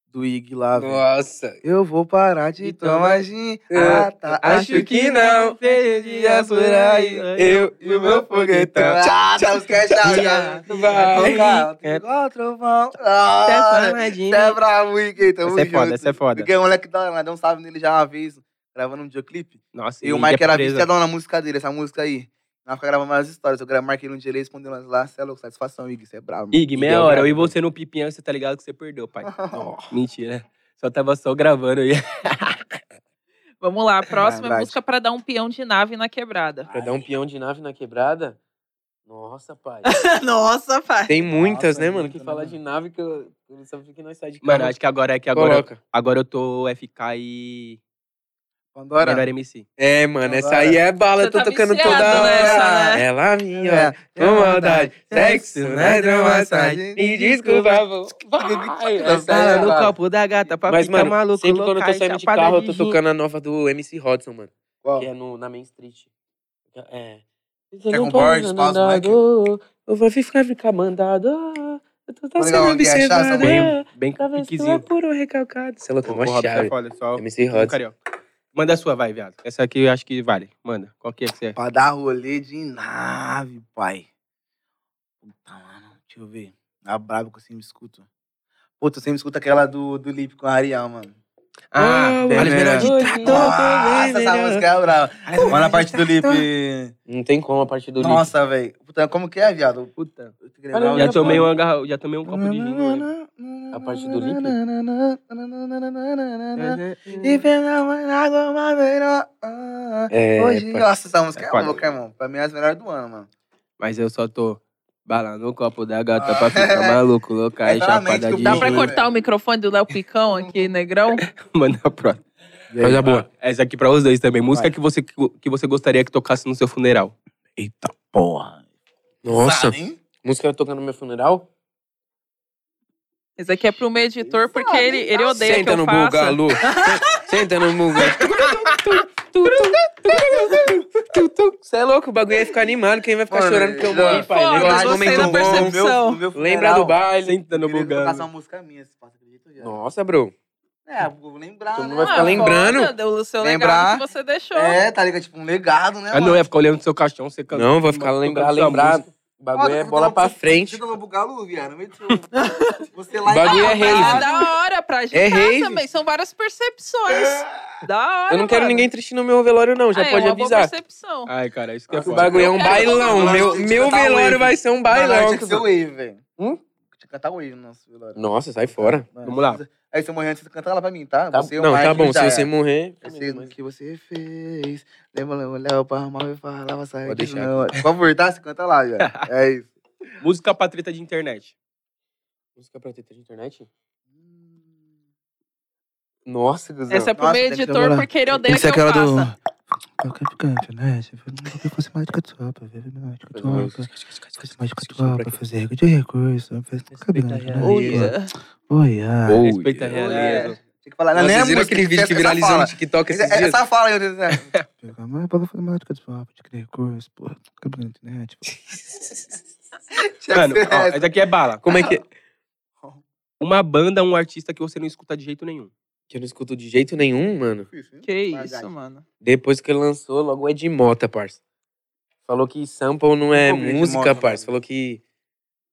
Do Ig lá, velho.
Nossa.
Eu vou parar de
Então,
tomar gin. Ah, tá.
acho que não.
Tem
dias por aí.
Eu e o meu foguetão.
Tchau, tchau, esquece, tchau, tchau.
Vai.
Cara, Igual trovão. Ah, Até bravo, Ike, tamo
Essa é foda,
junto.
essa é foda.
Porque o moleque da hora, deu um salve nele já uma vez, gravando um videoclipe.
Nossa,
E o
Ig é
Mike era
presa.
viciadão na música dele, essa música aí. Nós fica gravando várias histórias. Eu gra- marquei ele um dia, ele respondeu nós lá. Cê é louco, satisfação, Ig, você é bravo. mano."
Ig, meia
Ig é
hora.
brabo.
Eu e você no pipinha, você tá ligado que você perdeu, pai. Mentira. Só tava só gravando aí.
Vamos lá, a próxima é
Verdade.
música pra dar um peão de nave na quebrada.
Pra dar um peão de nave na quebrada? Nossa, pai.
Nossa, pai.
Tem muitas,
Nossa,
né,
é
mano?
muito,
Que
né,
fala
mano?
de nave que eu. eu Só vi que nós sai de carro.
Mano, acho que agora é que agora,
Coloca.
agora eu tô FK e Melhor
Pandora.
MC.
É, mano, essa
Agora.
aí é bala.
Você
Eu tô
tá
tocando
viciado
toda hora. É.
nessa, né?
Ela
É,
minha,
É,
ó. Com maldade. Sexo, né? Dramassagem. Me desculpa, vô. Vai, essa aí é
Fala no
bala.
copo da gata pra
Mas,
ficar
mano,
maluco.
sempre quando eu
louca
tô
e
saindo de
chapada
carro, eu tô
gin.
tocando a nova do MC Hodson, mano.
Qual?
Que é no, na Main Street. É.
Quer com Borges, Paulo, Mike?
Eu vou ficar, ficar mandado. Eu tô tá
Vou
sendo
ligar um uma guiacha,
observado.
Bem, bem
Talvez tu
piquezinho.
apuro recalcado. Sei lá,
Ô,
como uma
Robson,
chave.
é foda, só
MC
do
Hodson.
carioca. Manda a sua, vai, viado. Essa aqui eu acho que vale. Manda. Qual que é que você é?
Pra dar rolê de nave, pai. Puta, mano. Deixa eu ver. A brava que eu sempre escuto. Pô, tu sempre escuta aquela do, do Lip com a Ariel, mano.
Ah,
Olha,
Alice Meirelles.
Nossa, essa música é brava. Mano, a parte do Lip.
Não tem como a partir do livro.
Nossa, velho. Puta, como que é, viado? Puta. eu tenho que lembrar
Olha,
o
Já
nome.
tomei, uma garra... Já tomei um copo de vinho. né?
A parte do Lip?
E pela água madeira. ah,
É,
Hoje,
parça.
nossa, essa música
É
é
quase.
louca, irmão. Pra mim é as melhores do ano, mano.
Mas eu só tô balando o copo da gata pra ficar maluco, louca.
Mas
Aí
tá na mente
chapada
que
de
dá
é
Dá pra
junho.
cortar o microfone do Léo Picão aqui, negrão?
Manda a próxima. Ah,
Coisa é boa.
Essa aqui pra os dois também. Música que você, que você gostaria que tocasse no seu funeral.
Eita porra.
Nossa,
Sabe, hein?
música tocando no meu funeral?
Esse aqui é pro meu editor, porque ele, ele odeia que
Senta
eu
no
faça.
buga, Lu. Senta no buga. Você é louco, o bagulho ia ficar animado. Quem vai ficar
Mano,
chorando porque eu
já-
morri, pai?
Pô,
Lembra
mas
um
eu
dos
sei
momentos
da
bons.
percepção.
No no
um Lembra do
funeral,
baile.
Sentando
eu queria que eu tocasse
Tá bugando.
uma música minha, se passa, acredito, viado.
Nossa, bro.
É, vou lembrar,
Tu não
né?
vai
Ah,
ficar lembrando.
foda, O seu
Lembrar.
legado que você deixou.
É, tá ligado? Tipo, um legado, né,
Ah,
é
não, ia ficar olhando pro seu caixão, você cantando.
Não, vai ficar
tocando
lembrar,
sua
lembrar.
música.
O bagulho é bola pra frente.
Tenta tá no Bugalu, viado. meio tu- Você lá
O bagulho é
Itabá.
rave.
Ah, da hora pra gente
É rave.
também. São várias percepções. Da hora.
Eu não quero
mano.
ninguém triste no meu velório, não. Já
Ah, é
pode
uma boa
avisar.
percepção.
Ai, cara, isso que é
Nossa,
O
foda.
bagulho é um
Eu quero
bailão.
botar
Meu,
wave.
meu
Botar
velório
wave.
vai ser um
Não,
bailão.
tinha que ser o Wave, velho.
Hum?
Tinha que cantar Wave no nosso velório.
Nossa, sai fora.
Mano,
Vamos lá.
Aí se eu morrer antes, você canta lá pra mim, tá?
Tá-
Você e o
não, tá
Mike,
bom.
já
Se você
é.
morrer.
Eu sei do que você fez. Lembra o Léo pra arrumar e falava sair
Pode
disso,
deixar.
não. Por favor, tá? Você canta lá, velho. É isso.
um-
Música pra treta de internet.
Música pra teta de internet? Nossa, Guzão.
Essa é pro
Nossa,
meu
deve
editor,
demorar.
porque ele odeia
é
que eu faça.
Eu quero ficar na internet, eu nunca que eu fosse mais de catuaba, velho. Mais de catuaba, fosse mais de catuaba, fazer regra de recurso, fez nunca vi
é
na
Olha. é.
Oi, ah.
Oi.
Respeita a realeza.
Tem que falar, não,
Nossa,
nem a
Vocês viram
música,
aquele vídeo
essa-
que
essa
viralizou no
fala. é
TikTok esses
Essa,
dias?
essa fala aí, Deus.
Pegar mais bagulho matemática de swap, de criar curso, porra, nunca brinquei na internet. Pô.
Mano, ó, essa aqui é bala.
Como é que.
Uma banda, um artista que você não escuta de jeito nenhum.
Que eu não escuto de jeito nenhum, mano.
Que isso, mano.
Depois que ele lançou, logo é de mota, parça. Falou que sample não é
Nunca ouvi Ed
música,
Mota,
parça.
mano.
Falou que.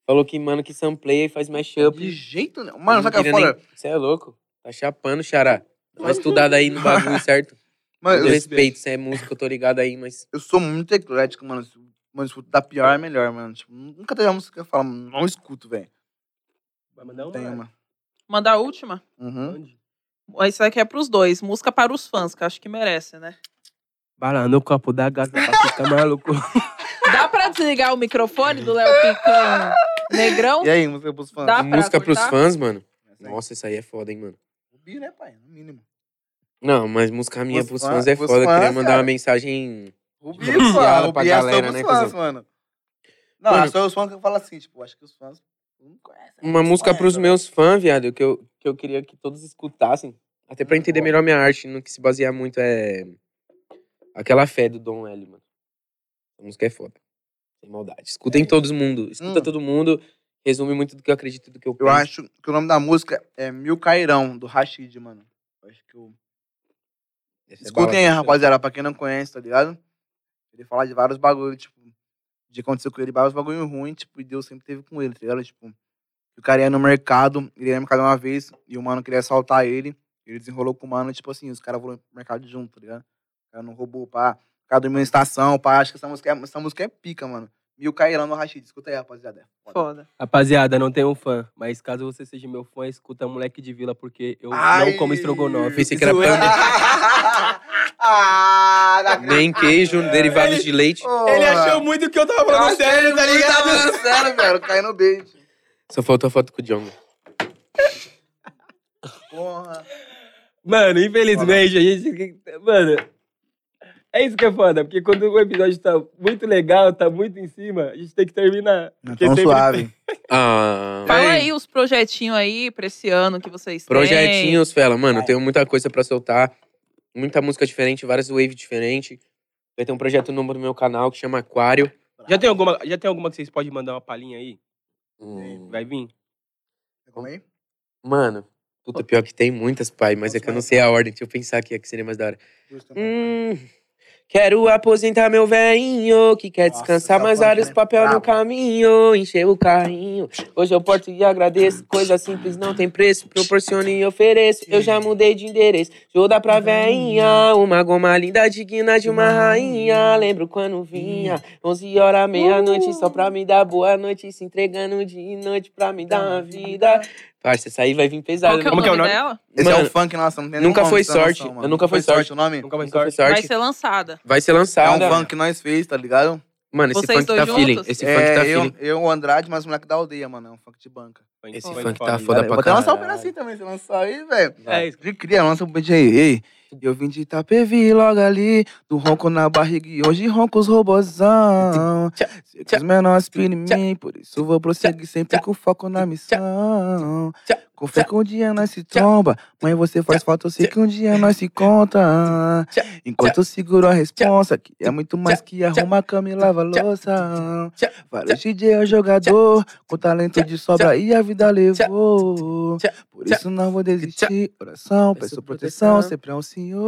Falou que, mano, que sampleia e faz mashup.
De jeito nenhum. Mano, sabe que é
queria
foda?
nem- Você é louco. Tá chapando, xará. Dá uma estudada aí no bagulho, certo?
Mano,
Eu
eu,
respeito, você é músico, eu tô ligado aí, mas.
eu sou muito eclético, mano. Se- Mano, escuto da pior é melhor, mano. Tipo, nunca teve uma música que eu falo, mano, não escuto, velho.
Vai mandar uma?
Tem uma.
Mandar a última?
Uhum.
Isso aqui é pros dois. Música para os fãs, que eu acho que merece, né?
Bala no copo da gata pra ficar maluco.
Dá pra desligar o microfone do Léo Picão Negrão?
E é aí, música pros fãs?
Então Dá pra
música pros
cortar?
fãs, mano.
Essa aí.
Nossa, isso aí é foda, hein, mano.
Bi, né, pai? No mínimo.
Não, mas música minha
Os
pros
fã-
fãs é
os
foda. Eu
fãs,
queria mandar
cara.
uma mensagem.
Rubi,
Obrigado
fã.
pra
Rubi é
galera,
só pros
né,
fãs,
cuzão?
mano. Não,
Mano-
só os fãs que eu falo assim, tipo, acho que os fãs não conhecem.
Uma
não
música pros
conhecem,
meus fãs, viado, que eu, que eu queria que todos escutassem. Até pra
Hum,
entender
boa.
melhor minha arte, no que se basear muito é. Aquela fé do Dom L, mano. A música é foda. Sem maldade. Escutem todo mundo. Escuta
É. Hum.
todo mundo. Resume muito do que eu acredito e do que eu
Eu
penso.
acho que o nome da música é Mil Cairão, do Rashid, mano. Eu Acho que eu...
Essa é
Escutem aí,
bala.
rapaziada, pra quem não conhece, tá ligado? Ele fala de vários bagulhos, tipo, de acontecer com ele, vários bagulhos ruins, tipo, e Deus sempre teve com ele, tá ligado? Tipo, que o cara ia no mercado, ele ia no mercado uma vez, e o mano queria assaltar ele, ele desenrolou com o mano, tipo assim, os caras foram pro mercado junto, tá ligado? O cara não roubou, pá. O cara dormiu na estação, pá. Acho que essa música é, essa música é pica, mano. Mil Cairão no Rashid, escuta aí, rapaziada. é foda.
Foda.
Rapaziada, não tenho um fã, mas caso você seja meu fã, escuta Moleque de Vila, porque eu
Ai,
Tipo, não como estrogonofe.
Pensei que era
zoeira. ah, não acredito.
Nem queijo, derivados de leite.
Ele achou muito que eu tava falando
Nossa,
sério, tá
Ele tá
ligado?
falando sério, velho. Caiu no bait.
Só faltou a foto com o Django.
Porra.
Mano, infelizmente, a gente. Mano. É isso que é foda, porque quando o episódio tá muito legal, tá muito em cima, a gente tem que terminar. Porque
é Tão
sempre
suave.
Ah.
Fala
Ei,
aí os projetinhos aí pra esse ano que vocês têm.
Projetinhos, Fela. Mano, eu tenho muita coisa pra soltar. Muita música diferente, várias waves diferentes. Vai ter um projeto novo no meu canal que chama Aquário.
Já tem, alguma, já tem alguma que vocês podem mandar uma palhinha aí? Vai vir?
Como aí?
Mano, puta, é pior que tem muitas, pai, mas é que eu não sei a ordem. Deixa eu pensar aqui, a que seria mais da hora.
Justo, né?
Hum. Quero aposentar meu velhinho, que quer
Nossa,
descansar
essa
mais
voz
vários
é
papel no
braba.
caminho, encher o carrinho. Hoje eu porto e agradeço, coisa simples não tem preço, proporciono e ofereço. Eu já mudei de endereço, vou dar pra velhinha, uma goma linda digna de uma rainha. Lembro quando vinha, 11 horas, meia-noite, só pra me dar boa noite, se entregando de noite pra me dar uma vida. Parça, essa aí vai vir pesada.
Qual que é o
Como
nome
que é o nome?
dela?
Esse é
Mano,
o funk, nossa, não tem nenhum
nunca
nome
foi
essa noção,
sorte,
mano.
eu nunca fui sorte.
o nome?
Nunca vai
Nunca foi
sorte.
sorte.
Vai ser lançada.
Vai ser
É
lançada.
um funk que nós fez, tá ligado?
Mano, esse
Vocês
funk tá
dois
feeling.
juntos?
Esse funk
É,
tá
eu,
feeling.
eu, o Andrade, mas o moleque da aldeia, mano. É um funk de banca.
Esse
Esse
funk
funk
tá
tá
foda.
foda.
Cara,
pra
Vou até lançar um
caralho.
pedacinho também, se lançar aí, velho.
É isso.
De cria, lança um beat aí. Ei, eu vim de Itapevi logo ali, do ronco na barriga e hoje ronco os robozão.
Tchá,
Sei que
tchá,
os menores aspiram em mim, por isso vou prosseguir sempre
tchá,
com foco na missão.
tchá,
Com fé
tchá,
que um dia nós se
tchá,
tromba, mãe você faz falta, eu sei que um dia nós se conta.
tchá,
Enquanto eu seguro a responsa, que é muito mais
tchá,
que arrumar a cama e lavar
tchá,
louça.
tchá,
Vários DJ é jogador, com talento de sobra e a vida levou.
tchá,
Por
tchá,
isso não vou desistir. Oração,
Peço
peço proteção,
proteção.
sempre é um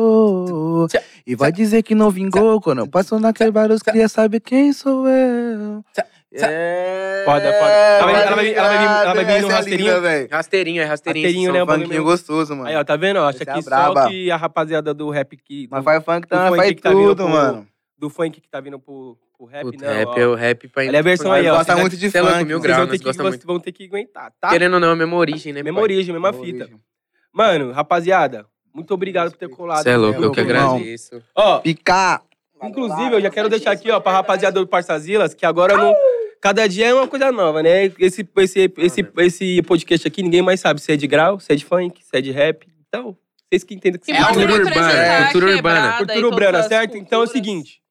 senhor.
Tchá,
E vai dizer que não vingou quando eu passo na quebrada, os
tchá.
cria sabe quem sou eu.
Tchá, tchá.
É,
Foda, foda. Ela vai- ela vai- ela vai vir- ela vai vir no
essa é a
rasteirinho.
linda, velho.
Rasteirinho, é rasteirinho.
Rasteirinho, né?
É
o
um
bagulho
banquinho
meio-
gostoso,
Aí, ó,
mano.
tá vendo? Ó, acho
Essa é
aqui
a
só
braba.
que a rapaziada do rap que. Do,
Mas faz funk também,
funk
faz
que tá vindo
tudo,
pro-
mano.
do funk que tá vindo pro, pro rap,
Puta,
não.
rap
ó.
é o rap pra
Ela é a versão
pra-
aí, ó.
Gosta
Vocês
muito de
Você é louco,
funk.
mil
Vocês
mano.
graus,
vão ter,
nós
que, vocês
gostamos muito.
vão ter que aguentar, tá?
Querendo ou não, é mesma origem, né?
mesma
pai?
origem, mesma fita. Mano, rapaziada, muito obrigado por ter colado.
Você é louco,
Meu
eu que
irmão.
agradeço.
Ó,
Picar.
inclusive, eu já quero deixar aqui, ó, pra rapaziada do Parçazilas, que agora não. Cada dia é uma coisa nova, né? Esse, esse, esse, esse podcast aqui, ninguém mais sabe se é de grau, se é de funk, se é de rap. Então, vocês que entendem o que
Que
vocês
É
pode
fazem.
cultura
representar
urbana,
a
é cultura urbana.
quebrada e
Cultura
todas
urbana,
as
certo? Então é o
culturas.
seguinte.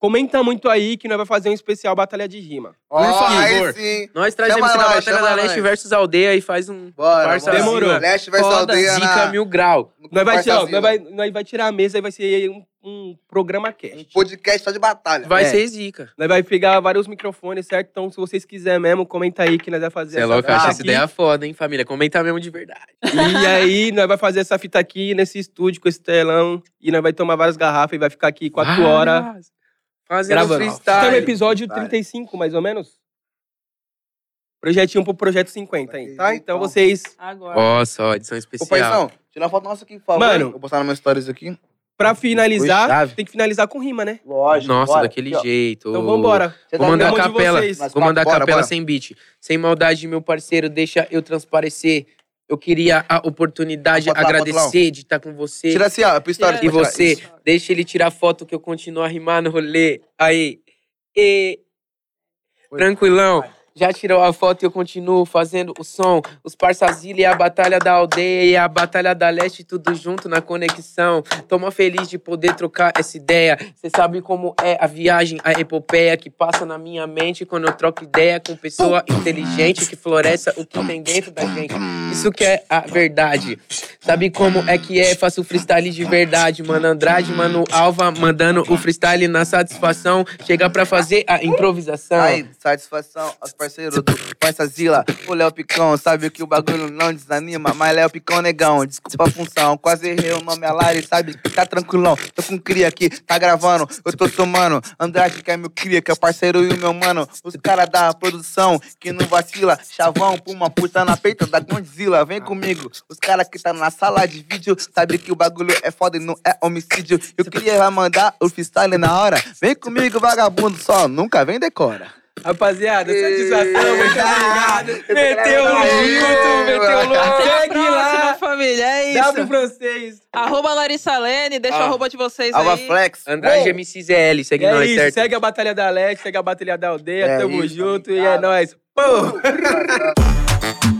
Comenta muito aí que nós vamos fazer um especial Batalha de Rima.
Ó,
favor.
aí sim.
Nós trazemos
Chama
na
lá,
Batalha
chama
da
lá.
Leste versus Aldeia e faz um
Bora.
Parça
bora.
Demorou.
Leste versus
Foda.
aldeia
zica
na...
mil grau.
Nós vai, tirar, ó,
Parçazila.
nós, vai, nós vai tirar a mesa e vai ser um, um programa
Um
cast.
podcast só de batalha.
Vai
É.
ser zica.
Nós vai pegar vários microfones, certo? Então, se vocês quiserem mesmo, comenta aí que nós vai fazer
Você é
essa
louco, eu
fita
achei
aqui.
essa ideia foda, hein, família? Comenta mesmo de verdade.
E aí, nós vai fazer essa fita aqui nesse estúdio com esse telão. E nós vai tomar várias garrafas e vai ficar aqui quatro horas
Várias. Ah, Fazendo
gravando.
freestyle.
Então, episódio
Freestyle.
35, mais ou menos. Projetinho pro projeto 50, hein? Tá? Então,
Então.
vocês...
Agora.
Ó, só, edição
Ô,
especial.
paizão, tira uma foto nossa aqui, por favor.
Mano.
Vou postar nas minhas stories aqui.
Pra
Oi,
finalizar,
chave.
tem que finalizar com rima, né?
Lógico.
Nossa,
bora.
daquele
Aqui, ó.
jeito.
Então vambora.
Você
Vou
tá
mandar
na mão de
capela.
vocês.
Vou mandar
Bora,
capela
bora.
sem beat. Sem maldade, meu parceiro, deixa eu transparecer. Eu queria a oportunidade,
Bota lá, bota lá, ó.
agradecer de estar com você.
Tira assim, ó. Pro stories.
E
pode tirar.
você,
Isso.
deixa ele tirar foto que eu continuo a rimar no rolê. Aí. E...
Oi.
Tranquilão. Já tirou a foto e eu continuo fazendo o som. Os parçazilha e a batalha da aldeia e a batalha da leste, tudo junto na conexão. Tô mó feliz de poder trocar essa ideia. Cê sabe como é a viagem, a epopeia que passa na minha mente quando eu troco ideia com pessoa inteligente que floresça o que tem dentro da gente. Isso que é a verdade. Sabe como é que é? Faço freestyle de verdade. Mano Andrade, mano Alva, mandando o freestyle na satisfação. Chega pra fazer a improvisação.
Aí, satisfação aos parceiros do Parçazila. O Léo Picão sabe que o bagulho não desanima, mas Léo Picão negão, desculpa a função. Quase errei o nome, a Lari sabe que tá tranquilão. Tô com cria aqui, tá gravando, eu tô tomando. Andrade que é meu cria, que é parceiro e o meu mano. Os caras da produção que não vacila. Chavão, puma, puta na peita da Godzilla. Vem comigo, os caras que tá na sala de vídeo sabe que o bagulho é foda e não é homicídio. Eu queria vai mandar o freestyle na hora. Vem comigo, vagabundo, só nunca vem decora.
Rapaziada, satisfação, muito obrigado. Meteu um
Meteu um
o louco,
junto,
meteu o
meteu
louco.
Até a
Segue
próxima,
lá.
família. É
Dá pro
isso.
francês.
Arroba Larissa Lene, deixa o
Ah.
arroba de vocês
Alva
aí.
Flex.
Andrade MCZL, segue
é
nós,
isso,
certo?
segue a Batalha da Leste, segue a Batalha da Aldeia,
É
tamo
isso,
junto e é
obrigado.
nóis. Pô!
Uou!